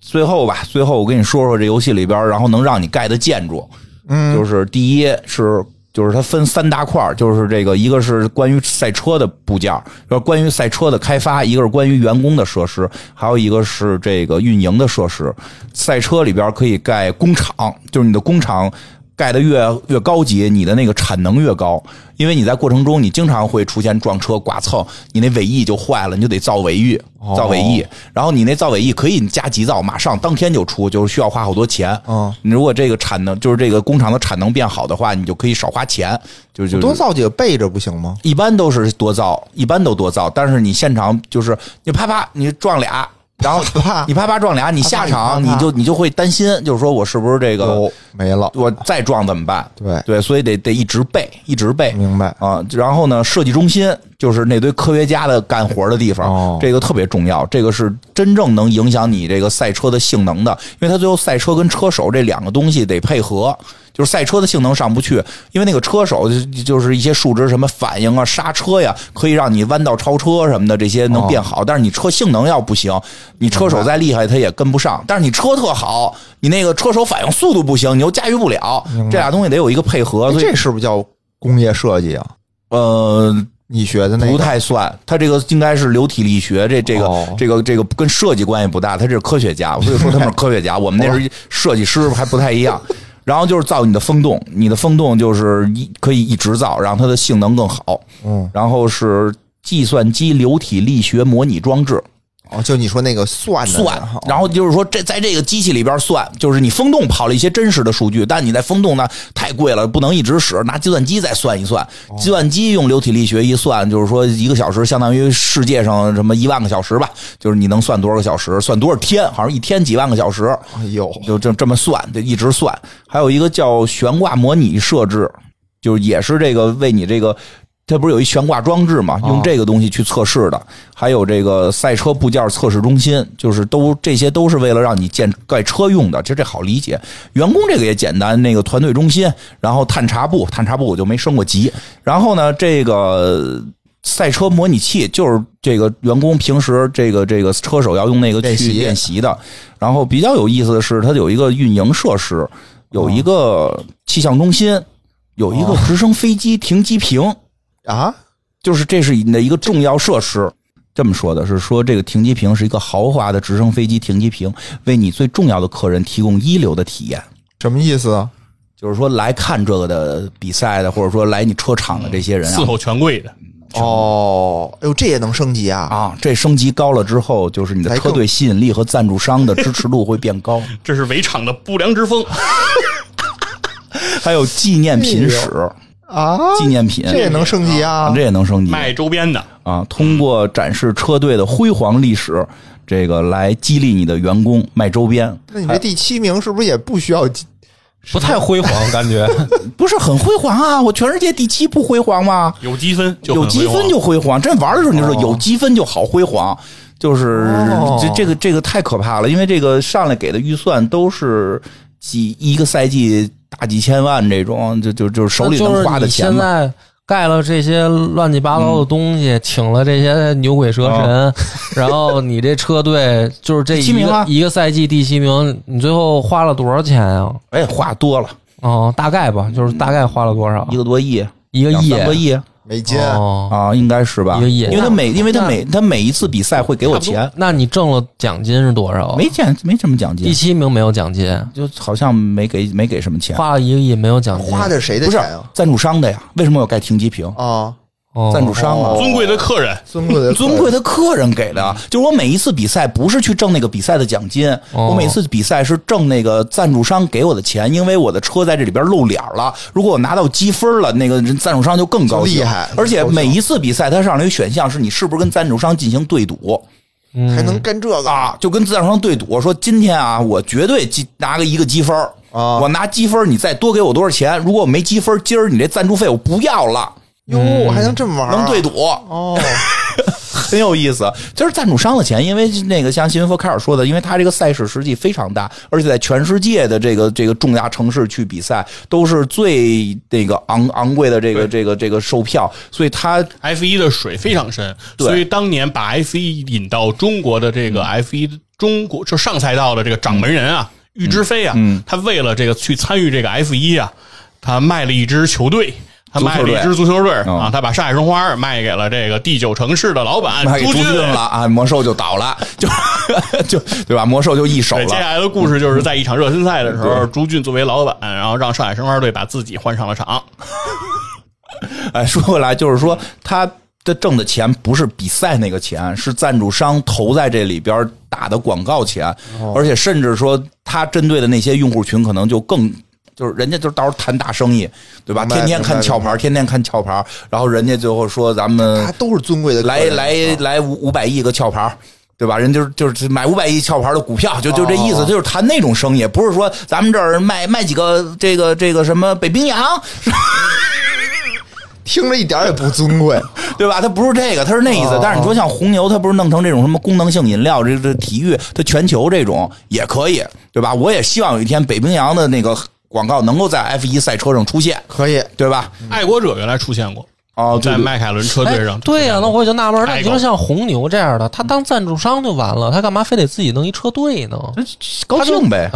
[SPEAKER 2] 最后吧，最后我跟你说说这游戏里边，然后能让你盖的建筑，嗯，就是第一是。就是它分三大块儿就是这个，一个是关于赛车的部件儿，然后关于赛车的开发，一个是关于员工的设施，还有一个是这个运营的设施。赛车里边可以盖工厂，就是你的工厂盖得越越高级，你的那个产能越高，因为你在过程中你经常会出现撞车、剐蹭，你那尾翼就坏了，你就得造尾翼，造尾翼。然后你那造尾翼可以你加急造，马上当天就出，就是需要花好多钱。
[SPEAKER 4] 嗯，
[SPEAKER 2] 你如果这个产能就是这个工厂的产能变好的话，你就可以少花钱，就就
[SPEAKER 4] 多造几个备着不行吗？
[SPEAKER 2] 一般都是多造，一般都多造，但是你现场就是你啪啪你撞俩。然后
[SPEAKER 4] 啪啪
[SPEAKER 2] 你啪啪撞俩，你
[SPEAKER 4] 啪啪
[SPEAKER 2] 下
[SPEAKER 4] 你啊啪
[SPEAKER 2] 场
[SPEAKER 4] 啪
[SPEAKER 2] 你就你就会担心，就是说我是不是这个
[SPEAKER 4] 有没了，
[SPEAKER 2] 我再撞怎么办？
[SPEAKER 4] 对
[SPEAKER 2] 对，所以得得一直背，一直背。
[SPEAKER 4] 明白？
[SPEAKER 2] 啊，然后呢，设计中心就是那堆科学家的干活的地方，
[SPEAKER 4] 哦
[SPEAKER 2] 这个特别重要，这个是真正能影响你这个赛车的性能的，因为它最后赛车跟车手这两个东西得配合，就是赛车的性能上不去，因为那个车手就就是一些数值什么反应啊、刹车呀，可以让你弯道超车什么的这些能变好，但是你车性能要不行，你车手再厉害他也跟不上，但是你车特好，你那个车手反应速度不行，你又驾驭不了，呃这俩东西得有一个配合，
[SPEAKER 4] 哎
[SPEAKER 2] 所以
[SPEAKER 4] 这是不是叫工业设计啊？
[SPEAKER 2] 呃。
[SPEAKER 4] 你学的那个
[SPEAKER 2] 不太算，他这个应该是流体力学，这这个、
[SPEAKER 4] 哦
[SPEAKER 2] 这个这个跟设计关系不大，他这是科学家，所以说他们是科学家，我们那是设计师还不太一样。然后就是造你的风洞，你的风洞就是一可以一直造，让它的性能更好。
[SPEAKER 4] 嗯，
[SPEAKER 2] 然后是计算机流体力学模拟装置，
[SPEAKER 4] 哦，就你说那个算的
[SPEAKER 2] 算
[SPEAKER 4] 那个，
[SPEAKER 2] 然后就是说这在这个机器里边算，就是你风洞跑了一些真实的数据，但你在风洞呢太贵了，不能一直使，拿计算机再算一算，
[SPEAKER 4] 哦
[SPEAKER 2] 计算机用流体力学一算，就是说一个小时相当于世界上什么一万个小时吧，就是你能算多少个小时，算多少天，好像一天几万个小时，
[SPEAKER 4] 哎呦，
[SPEAKER 2] 就这这么算，就一直算。还有一个叫悬挂模拟设置，就是也是这个为你这个，它不是有一悬挂装置嘛，用这个东西去测试的。还有这个赛车部件测试中心，就是都这些都是为了让你建盖车用的。其实这好理解，员工这个也简单，那个团队中心，然后探查部，探查部我就没升过级。然后呢，这个。赛车模拟器就是这个员工平时这个这个车手要用那个
[SPEAKER 4] 练
[SPEAKER 2] 去
[SPEAKER 4] 习
[SPEAKER 2] 练习的，然后比较有意思的是，它有一个运营设施，有一个气象中心，有一个直升飞机停机坪，
[SPEAKER 4] 啊，
[SPEAKER 2] 就是这是你的一个重要设施。这么说的是说，这个停机坪是一个豪华的直升飞机停机坪，为你最重要的客人提供一流的体验。
[SPEAKER 4] 什么意思啊？
[SPEAKER 2] 就是说，来看这个的比赛的，或者说来你车场的这些人啊
[SPEAKER 3] 伺，候权贵的，
[SPEAKER 4] 哦，哎呦，这也能升级啊！
[SPEAKER 2] 啊，这升级高了之后，就是你的车队吸引力和赞助商的支持度会变 高。
[SPEAKER 3] 这是围场的不良之风。
[SPEAKER 2] 嗯还有纪念品室，
[SPEAKER 4] 啊，
[SPEAKER 2] 纪念品
[SPEAKER 4] 这也能升级啊！
[SPEAKER 2] 这也能升级，
[SPEAKER 3] 卖周边的，
[SPEAKER 2] 啊，通过展示车队的辉煌历史，这个来激励你的员工卖周边，
[SPEAKER 4] 那你这第七名是不是也不需要级？
[SPEAKER 1] 不太辉煌，感 觉
[SPEAKER 2] 不是很辉煌啊？我全世界第七不辉煌吗？
[SPEAKER 3] 有积分就很
[SPEAKER 2] 有积
[SPEAKER 3] 辉煌
[SPEAKER 2] 分就辉煌，真玩的时候你就
[SPEAKER 1] 哦
[SPEAKER 2] 说有积分就好辉煌，就是
[SPEAKER 4] 哦
[SPEAKER 2] 这这个这个太可怕了，因为这个上来给的预算都是几一个赛季大几千万这种，就就就是手
[SPEAKER 1] 那
[SPEAKER 2] 里
[SPEAKER 1] 就
[SPEAKER 2] 能
[SPEAKER 1] 是
[SPEAKER 2] 花的
[SPEAKER 1] 你
[SPEAKER 2] 钱
[SPEAKER 1] 现
[SPEAKER 2] 嘛。
[SPEAKER 1] 在盖了这些乱七八糟的东西，请了这些牛鬼蛇神， 然后你这车队就是这
[SPEAKER 2] 七
[SPEAKER 1] 一
[SPEAKER 2] 名
[SPEAKER 1] 个、
[SPEAKER 2] 啊
[SPEAKER 1] 一个赛季第七名，你最后花了多少钱啊？
[SPEAKER 2] 哎，话多了，
[SPEAKER 1] 哦，大概吧，就是大概花了多少？
[SPEAKER 2] 一个多亿，
[SPEAKER 1] 啊一个
[SPEAKER 2] 两
[SPEAKER 1] 亿，
[SPEAKER 2] 三个亿
[SPEAKER 4] 美金，
[SPEAKER 1] 哦，
[SPEAKER 2] 啊，应该是吧？
[SPEAKER 1] 一个亿
[SPEAKER 2] 因为他每因为他每他每一次比赛会给我钱，
[SPEAKER 1] 那你挣了奖金是多少？
[SPEAKER 2] 没见没什么奖
[SPEAKER 1] 第
[SPEAKER 2] 金，
[SPEAKER 1] 七名没有奖金，
[SPEAKER 2] 就好像没给没给什么钱，
[SPEAKER 1] 花了一个亿没有奖金，
[SPEAKER 4] 花的谁的
[SPEAKER 2] 不是
[SPEAKER 4] 钱啊？
[SPEAKER 2] 赞助商的呀？为什么要盖停机坪？
[SPEAKER 4] 啊，
[SPEAKER 1] 哦
[SPEAKER 2] 赞助商啊。
[SPEAKER 3] 尊贵的客人，
[SPEAKER 4] 尊贵的
[SPEAKER 2] 尊贵的客人给的，啊就是我每一次比赛不是去挣那个比赛的奖金，
[SPEAKER 1] 哦
[SPEAKER 2] 我每次比赛是挣那个赞助商给我的钱，因为我的车在这里边露脸了。如果我拿到积分了，那个人赞助商就更高兴。
[SPEAKER 4] 厉害
[SPEAKER 2] 而且
[SPEAKER 4] 高兴
[SPEAKER 2] 每一次比赛，它上来有选项是你是不是跟赞助商进行对赌
[SPEAKER 4] 还能干这个
[SPEAKER 2] 啊？就跟赞助商对赌，我说今天啊，我绝对积拿个一个积分儿
[SPEAKER 4] 啊
[SPEAKER 2] 我拿积分儿你再多给我多少钱？如果我没积分儿，今儿你这赞助费我不要了，
[SPEAKER 4] 哟，还能这么玩？
[SPEAKER 2] 能对赌。
[SPEAKER 4] 哦，
[SPEAKER 2] 很有意思，就是赞助商的钱，因为那个像新闻科凯尔说的，因为他这个赛事实际非常大，而且在全世界的这个这个重大城市去比赛，都是最那个昂昂贵的这个这个这个售票，所以他
[SPEAKER 3] F 一的水非常深，
[SPEAKER 2] 对嗯
[SPEAKER 3] 所以当年把 F 一引到中国的这个 F 一中国就上赛道的这个掌门人啊，
[SPEAKER 2] 嗯
[SPEAKER 3] 玉之飞啊，他为了这个去参与这个 F 一啊，他卖了一支球队。他
[SPEAKER 2] 足球
[SPEAKER 3] 卖
[SPEAKER 2] 队
[SPEAKER 3] 了一支足球队
[SPEAKER 2] 嗯
[SPEAKER 3] 啊，他把上海申花儿卖给了这个第九城市的老板
[SPEAKER 2] 卖给
[SPEAKER 3] 哎朱
[SPEAKER 2] 朱
[SPEAKER 3] 军
[SPEAKER 2] 军了啊，魔兽就倒了，就 就对吧？魔兽就一手
[SPEAKER 3] 对，接下
[SPEAKER 2] 了。嗯
[SPEAKER 3] 来的故事就是在一场热身赛的时候，朱俊作为老板，然后让上海申花队把自己换上了场。
[SPEAKER 2] 哎，说回来就是说他。的挣的钱不是比赛那个钱，是赞助商投在这里边打的广告钱，
[SPEAKER 4] 哦
[SPEAKER 2] 而且甚至说他针对的那些用户群可能就更就是人家就是到时候谈大生意，对吧？
[SPEAKER 4] 明白
[SPEAKER 2] 天天
[SPEAKER 4] 明白
[SPEAKER 2] 看壳牌，天天看壳牌，然后人家最后说咱们
[SPEAKER 4] 他都是尊贵的客
[SPEAKER 2] 来
[SPEAKER 4] 人，
[SPEAKER 2] 来
[SPEAKER 4] 啊
[SPEAKER 2] 来五五百亿个壳牌。对吧？人就是就是买五百亿壳牌的股票，就就这意思，
[SPEAKER 4] 哦
[SPEAKER 2] 就是谈那种生意，不是说咱们这儿卖卖几个这个这个什么北冰洋，
[SPEAKER 4] 听着一点儿也不尊贵。
[SPEAKER 2] 对吧？它不是这个，它是那意思。
[SPEAKER 4] 哦
[SPEAKER 2] 但是你说像红牛，它不是弄成这种什么功能性饮料，这这体育，它全球这种也可以，对吧？我也希望有一天北冰洋的那个广告能够在 F 一赛车上出现，
[SPEAKER 4] 可以，
[SPEAKER 2] 对吧？
[SPEAKER 3] 爱国者原来出现过，
[SPEAKER 2] 哦，对
[SPEAKER 3] 在迈凯伦车
[SPEAKER 1] 哎
[SPEAKER 3] 队上。
[SPEAKER 1] 对呀、那我也就纳闷儿，那你
[SPEAKER 3] 太
[SPEAKER 1] 说
[SPEAKER 3] 高
[SPEAKER 1] 像红牛这样的，他当赞助商就完了，他干嘛非得自己弄一车队呢？
[SPEAKER 2] 高兴呗，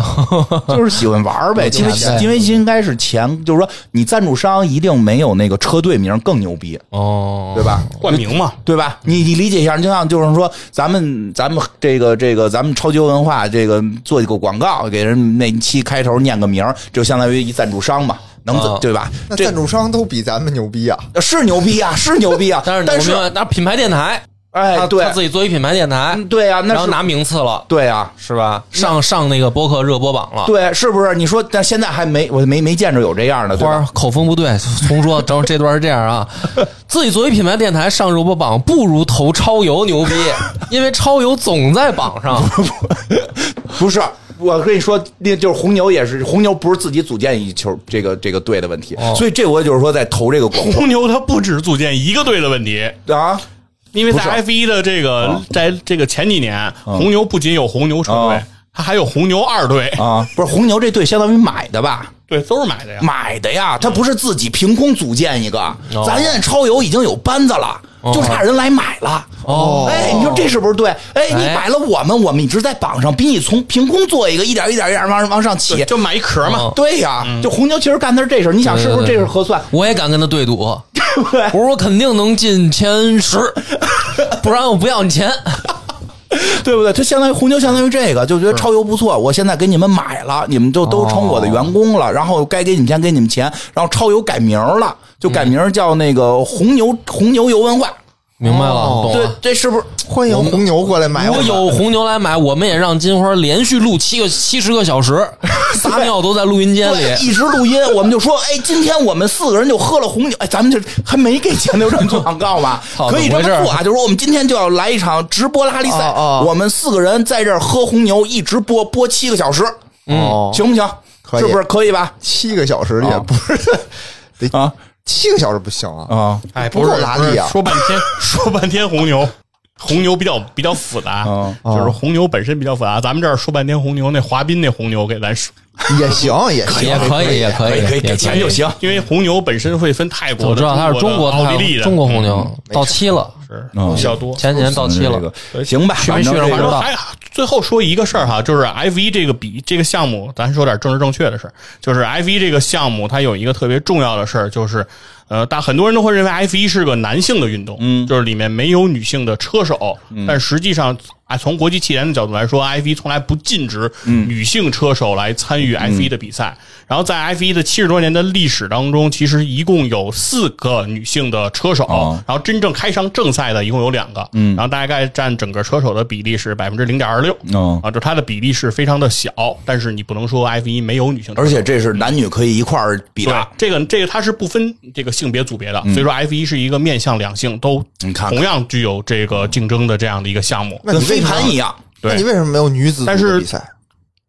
[SPEAKER 2] 就是喜欢玩儿呗。因为
[SPEAKER 1] 钱
[SPEAKER 2] 因为应该是钱，就是说你赞助商一定没有那个车队名更牛逼，
[SPEAKER 1] 哦，
[SPEAKER 2] 对？吧？
[SPEAKER 3] 冠名嘛，
[SPEAKER 2] 对吧？你你理解一下，就像就是说，咱们咱们这个这个咱们超级文化这个做一个广告，给人那期开头念个名儿，就相当于一赞助商嘛，能怎、
[SPEAKER 1] 啊
[SPEAKER 2] 对吧？
[SPEAKER 4] 那
[SPEAKER 2] 这
[SPEAKER 4] 赞助商都比咱们牛逼啊！
[SPEAKER 2] 是牛逼啊，是牛逼啊！
[SPEAKER 1] 但是
[SPEAKER 2] 但
[SPEAKER 1] 你
[SPEAKER 2] 是
[SPEAKER 1] 明白那品牌电台，
[SPEAKER 2] 哎，
[SPEAKER 1] 他
[SPEAKER 2] 对
[SPEAKER 1] 他自己做一品牌电台，
[SPEAKER 2] 对啊，那
[SPEAKER 1] 然后
[SPEAKER 2] 是
[SPEAKER 1] 拿名次了，
[SPEAKER 2] 对啊。
[SPEAKER 1] 是吧？上上那个播客热播榜了。
[SPEAKER 2] 对，是不是？你说，但现在还没，我没没见着有这样的，对
[SPEAKER 1] 花儿
[SPEAKER 2] 吧？
[SPEAKER 1] 口风不对，重说。等会儿这段是这样 啊，自己作为品牌电台上热播榜，不如投超游牛逼，因为超游总在榜 上。
[SPEAKER 2] 不是，我跟你说，那就是红牛也是，红牛不是自己组建一球这个这个队的问题，
[SPEAKER 1] 哦
[SPEAKER 2] 所以这我就是说在投这个广
[SPEAKER 3] 红牛它不止组建一个队的问题，
[SPEAKER 2] 告啊，
[SPEAKER 3] 因为在
[SPEAKER 2] 不是
[SPEAKER 3] F 一的这个
[SPEAKER 2] 啊
[SPEAKER 3] 在这个前几年，红牛不仅有红牛车队
[SPEAKER 2] 啊，
[SPEAKER 3] 它还有红牛二队，
[SPEAKER 2] 啊，不是红牛这队相当于买的吧？
[SPEAKER 3] 对，都是买的呀。
[SPEAKER 2] 买的呀，他不是自己凭空组建一个，咱现在超游已经有班子了。就差人来买了
[SPEAKER 1] 哦
[SPEAKER 2] 哎，你说这是不是对？哎，你
[SPEAKER 1] 哎
[SPEAKER 2] 买了我们，我们一直在榜上，比你从凭空做一个，一点一点一点往往上
[SPEAKER 3] 对
[SPEAKER 2] 起。
[SPEAKER 3] 就买一壳嘛，
[SPEAKER 1] 哦
[SPEAKER 2] 对呀，就红牛其实干的是这事儿，你想是不是这是核算？
[SPEAKER 1] 我也敢跟他对赌，我说我肯定能进前十，不然我不要你钱。
[SPEAKER 2] 对不对？它相当于红牛，相当于这个，就觉得超游不错，我现在给你们买了，你们就都成我的员工了，然后该给你们钱给你们钱，然后超游改名了，就改名叫那个红牛红牛游文化，
[SPEAKER 1] 明白了，
[SPEAKER 4] 哦
[SPEAKER 1] 懂
[SPEAKER 2] 对
[SPEAKER 1] 了。，
[SPEAKER 2] 这是不是？
[SPEAKER 4] 欢迎红牛过来买
[SPEAKER 1] 如
[SPEAKER 4] 我
[SPEAKER 1] 果
[SPEAKER 4] 们。
[SPEAKER 1] 有红牛来买，我们也让金花连续录七个七十个小时，撒尿都在录音间
[SPEAKER 2] 对，
[SPEAKER 1] 里。
[SPEAKER 2] 一直录音，我们就说，哎，今天我们四个人就喝了红酒，哎，咱们这还没给钱就这么做广告嘛
[SPEAKER 1] 操，
[SPEAKER 2] 可以这
[SPEAKER 1] 怎么回
[SPEAKER 2] 么
[SPEAKER 1] 事
[SPEAKER 2] 做啊，就是说我们今天就要来一场直播拉力赛，
[SPEAKER 4] 哦哦
[SPEAKER 2] 我们四个人在这儿喝红牛，一直播播七个小时，嗯
[SPEAKER 4] 哦，
[SPEAKER 2] 行不行？
[SPEAKER 4] 可以
[SPEAKER 2] 是不是可以吧？
[SPEAKER 4] 七个小时也不是，得
[SPEAKER 2] 啊
[SPEAKER 4] 七个小时不行啊。
[SPEAKER 2] 啊，
[SPEAKER 3] 哎，
[SPEAKER 4] 不
[SPEAKER 3] 不
[SPEAKER 4] 够
[SPEAKER 3] 是
[SPEAKER 4] 拉
[SPEAKER 3] 不是
[SPEAKER 4] 力啊
[SPEAKER 3] 说半天说半天红牛，红牛比较比较复杂
[SPEAKER 2] 嗯，
[SPEAKER 3] 就是红牛本身比较复杂。咱们这儿说半天红牛，那华彬那红牛给咱说，
[SPEAKER 4] 也行，也行，
[SPEAKER 1] 也可以，也可以，
[SPEAKER 2] 可
[SPEAKER 1] 也
[SPEAKER 2] 以给钱就行。
[SPEAKER 3] 因为红牛本身会分泰国的，
[SPEAKER 1] 我知道它是嗯
[SPEAKER 3] 中
[SPEAKER 1] 中
[SPEAKER 3] 国
[SPEAKER 1] 国
[SPEAKER 3] 的奥地利
[SPEAKER 1] 泰
[SPEAKER 3] 的
[SPEAKER 1] 中国红牛到期了，
[SPEAKER 3] 是
[SPEAKER 2] 嗯
[SPEAKER 3] 比较多。
[SPEAKER 1] 前几年到期
[SPEAKER 2] 这
[SPEAKER 1] 了
[SPEAKER 2] 个，行吧，
[SPEAKER 1] 续没续
[SPEAKER 2] 反
[SPEAKER 1] 上
[SPEAKER 2] 正这
[SPEAKER 3] 反
[SPEAKER 2] 个
[SPEAKER 3] 正还最后说一个事儿哈，就是 F 一这个比这个项目，咱说点政治正确的事儿，就是 F 一这个项目它有一个特别重要的事儿，就是呃，大很多人都会认为 F 一是个男性的运动，嗯，就是里面没有女性的车手，
[SPEAKER 2] 嗯
[SPEAKER 3] 但实际上啊，从国际汽联的角度来说，F 一从来不禁止
[SPEAKER 2] 嗯
[SPEAKER 3] 女性车手来参与 F 一的比赛。然后在 F 一的七十多年的历史当中，其实一共有四个女性的车手，
[SPEAKER 2] 哦
[SPEAKER 3] 然后真正开上正赛的一共有两个，嗯，然后大概占整个车手的比例是百分之零点二六，
[SPEAKER 2] 哦
[SPEAKER 3] 啊，就它的比例是非常的小，但是你不能说 F 一没有女性车手，
[SPEAKER 2] 而且这是男女可以一块儿比
[SPEAKER 3] 对
[SPEAKER 2] 的，
[SPEAKER 3] 这个这个它是不分这个性别组别的，所以说 F 一是一个面向两性都
[SPEAKER 2] 嗯你看看
[SPEAKER 3] 同样具有这个竞争的这样的一个项目，
[SPEAKER 4] 那
[SPEAKER 2] 跟
[SPEAKER 4] 你
[SPEAKER 2] 飞
[SPEAKER 4] 为什么
[SPEAKER 2] 盘一样。
[SPEAKER 4] 那你
[SPEAKER 3] 对。
[SPEAKER 4] 为什么没有女子组
[SPEAKER 3] 但是
[SPEAKER 4] 的比赛？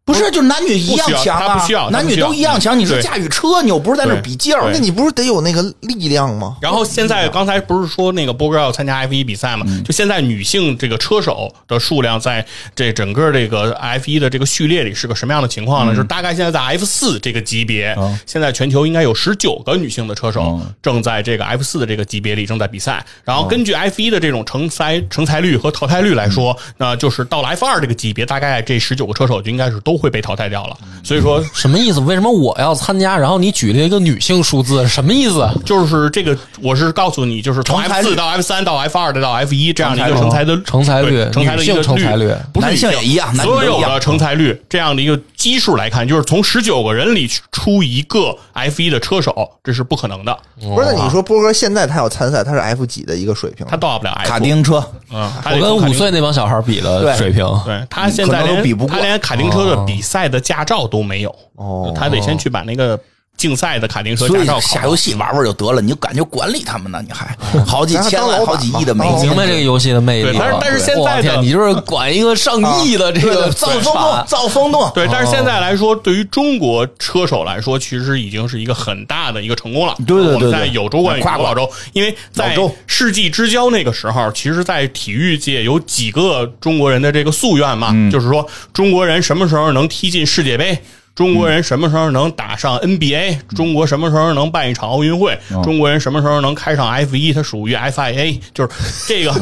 [SPEAKER 2] 不是，就男女一样
[SPEAKER 3] 不需
[SPEAKER 2] 强
[SPEAKER 3] 要他
[SPEAKER 2] 啊
[SPEAKER 3] 不需要，他
[SPEAKER 2] 男
[SPEAKER 3] 不
[SPEAKER 2] 女
[SPEAKER 3] 需要
[SPEAKER 2] 都一样强。你是
[SPEAKER 3] 对
[SPEAKER 2] 驾驭车，你又不是在那儿
[SPEAKER 3] 对
[SPEAKER 2] 比劲儿
[SPEAKER 3] 对
[SPEAKER 4] 那。你不是得有那个力量吗？
[SPEAKER 3] 然后现在刚才不是说那个波哥要参加 F 一比赛嘛？就现在女性这个车手的数量，在这整个这个 F 一的这个序列里是个什么样的情况呢？就是大概现在在 F 四这个级别，现在全球应该有十九个女性的车手正在这个 F 四的这个级别里正在比赛。然后根据 F 一的这种成赛成才率和淘汰率来说，那就是到了 F 二这个级别，大概这十九个车手就应该是都会被淘汰掉了。所以说，
[SPEAKER 1] 什么意思？为什么我要参加？然后你举了一个女性数字，什么意思？
[SPEAKER 3] 就是这个，我是告诉你，就是从
[SPEAKER 2] 成才
[SPEAKER 3] F
[SPEAKER 2] 率
[SPEAKER 3] 四到 F 三到 F 二再到 F 一这样的一个成才的
[SPEAKER 1] 成才率
[SPEAKER 3] 对成才的一个
[SPEAKER 1] 女性成才率
[SPEAKER 3] 率，不是
[SPEAKER 2] 男性
[SPEAKER 3] 女
[SPEAKER 2] 也一样男女都
[SPEAKER 3] 所有
[SPEAKER 2] 一样
[SPEAKER 3] 的成才率这样的一个基数来看，就是从十九个人里出一个 F 一的车手，这是不可能的，
[SPEAKER 1] 嗯
[SPEAKER 4] 不是，那你说波哥现在他要参赛，他是 F 几的一个水平？
[SPEAKER 3] 他到不了 F
[SPEAKER 2] 卡，丁车，
[SPEAKER 3] 嗯，他
[SPEAKER 1] 我
[SPEAKER 3] 得
[SPEAKER 1] 跟
[SPEAKER 3] 从卡
[SPEAKER 1] 五
[SPEAKER 3] 丁
[SPEAKER 1] 岁。那帮小孩比的
[SPEAKER 2] 对
[SPEAKER 1] 水平，
[SPEAKER 3] 对他现
[SPEAKER 2] 可
[SPEAKER 3] 在
[SPEAKER 2] 能都
[SPEAKER 3] 连
[SPEAKER 2] 比不过哦
[SPEAKER 3] 他连卡丁车的比赛的驾照都没有，
[SPEAKER 4] 哦
[SPEAKER 3] 他得先去把那个竞赛的卡丁车
[SPEAKER 2] 所
[SPEAKER 3] 驾
[SPEAKER 2] 以
[SPEAKER 3] 照考
[SPEAKER 2] 下游戏玩玩就得了，你就感觉管理他们呢，你还好几千
[SPEAKER 4] 嗯咱还当
[SPEAKER 2] 万、
[SPEAKER 4] 老板哦
[SPEAKER 2] 好几亿的
[SPEAKER 4] 吧
[SPEAKER 2] 美
[SPEAKER 1] 我
[SPEAKER 2] 金
[SPEAKER 1] 明。白这个游戏的魅力
[SPEAKER 3] 对但
[SPEAKER 1] 了
[SPEAKER 3] 是。但是现在的啊
[SPEAKER 1] 我天，你就是管一个上亿的这个
[SPEAKER 2] 造
[SPEAKER 1] 资
[SPEAKER 2] 风洞，
[SPEAKER 4] 哦
[SPEAKER 1] 产，
[SPEAKER 2] 造风洞。
[SPEAKER 3] 对，但是现在来说，对于中国车手来说，其实已经是一个很大的一个成功了。
[SPEAKER 2] 对对对
[SPEAKER 3] 我们在
[SPEAKER 2] 对
[SPEAKER 3] 有州冠宇、
[SPEAKER 2] 跨
[SPEAKER 3] 有
[SPEAKER 2] 过
[SPEAKER 3] 老州，因为
[SPEAKER 2] 老
[SPEAKER 3] 在
[SPEAKER 2] 周
[SPEAKER 3] 世纪之交那个时候，其实，在体育界有几个中国人的这个夙愿嘛，
[SPEAKER 2] 嗯
[SPEAKER 3] 就是说中国人什么时候能踢进世界杯。中国人什么时候能打上 NBA？、中国什么时候能办一场奥运会？
[SPEAKER 2] 哦
[SPEAKER 3] 中国人什么时候能开上 F 一？它属于 FIA，就是这个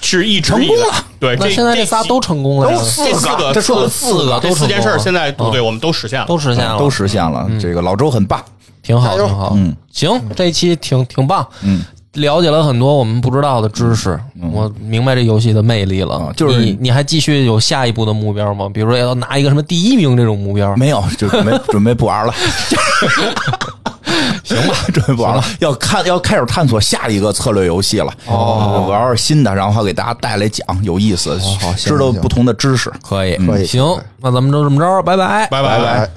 [SPEAKER 3] 是一直
[SPEAKER 2] 哦成
[SPEAKER 3] 以
[SPEAKER 2] 功
[SPEAKER 3] 来
[SPEAKER 2] 了。
[SPEAKER 3] 对，
[SPEAKER 1] 那
[SPEAKER 3] 这
[SPEAKER 1] 现在这仨
[SPEAKER 3] 几
[SPEAKER 1] 都成功了呀，
[SPEAKER 3] 这四个，
[SPEAKER 1] 他说了四个
[SPEAKER 3] 这
[SPEAKER 1] 都
[SPEAKER 3] 四件
[SPEAKER 1] 成功
[SPEAKER 3] 事儿，
[SPEAKER 1] 了
[SPEAKER 3] 现在对我们都实现了，
[SPEAKER 1] 嗯都实现了，
[SPEAKER 2] 都实现了，这个老周很棒。
[SPEAKER 1] 挺好，
[SPEAKER 4] 加油
[SPEAKER 1] 挺好。嗯，行，这一期挺挺棒，嗯，了解了很多我们不知道的知识，
[SPEAKER 3] 嗯
[SPEAKER 1] 我明白这游戏的魅力了
[SPEAKER 2] 啊。就是
[SPEAKER 1] 你，你还继续有下一步的目标吗？比如说要拿一个什么第一名这种目标？
[SPEAKER 2] 没有，就准备准备不玩了。行吧， 准备不玩了，要看要开始探索下一个策略游戏了。哦，玩玩新的，然后还给大家带来讲，有意思，
[SPEAKER 4] 好行
[SPEAKER 2] 知道
[SPEAKER 4] 行
[SPEAKER 2] 不同的知识。
[SPEAKER 1] 可以，
[SPEAKER 4] 可以
[SPEAKER 1] 行
[SPEAKER 4] 可以，
[SPEAKER 1] 那咱们就这么着，拜拜，
[SPEAKER 3] 拜拜。
[SPEAKER 4] 哎。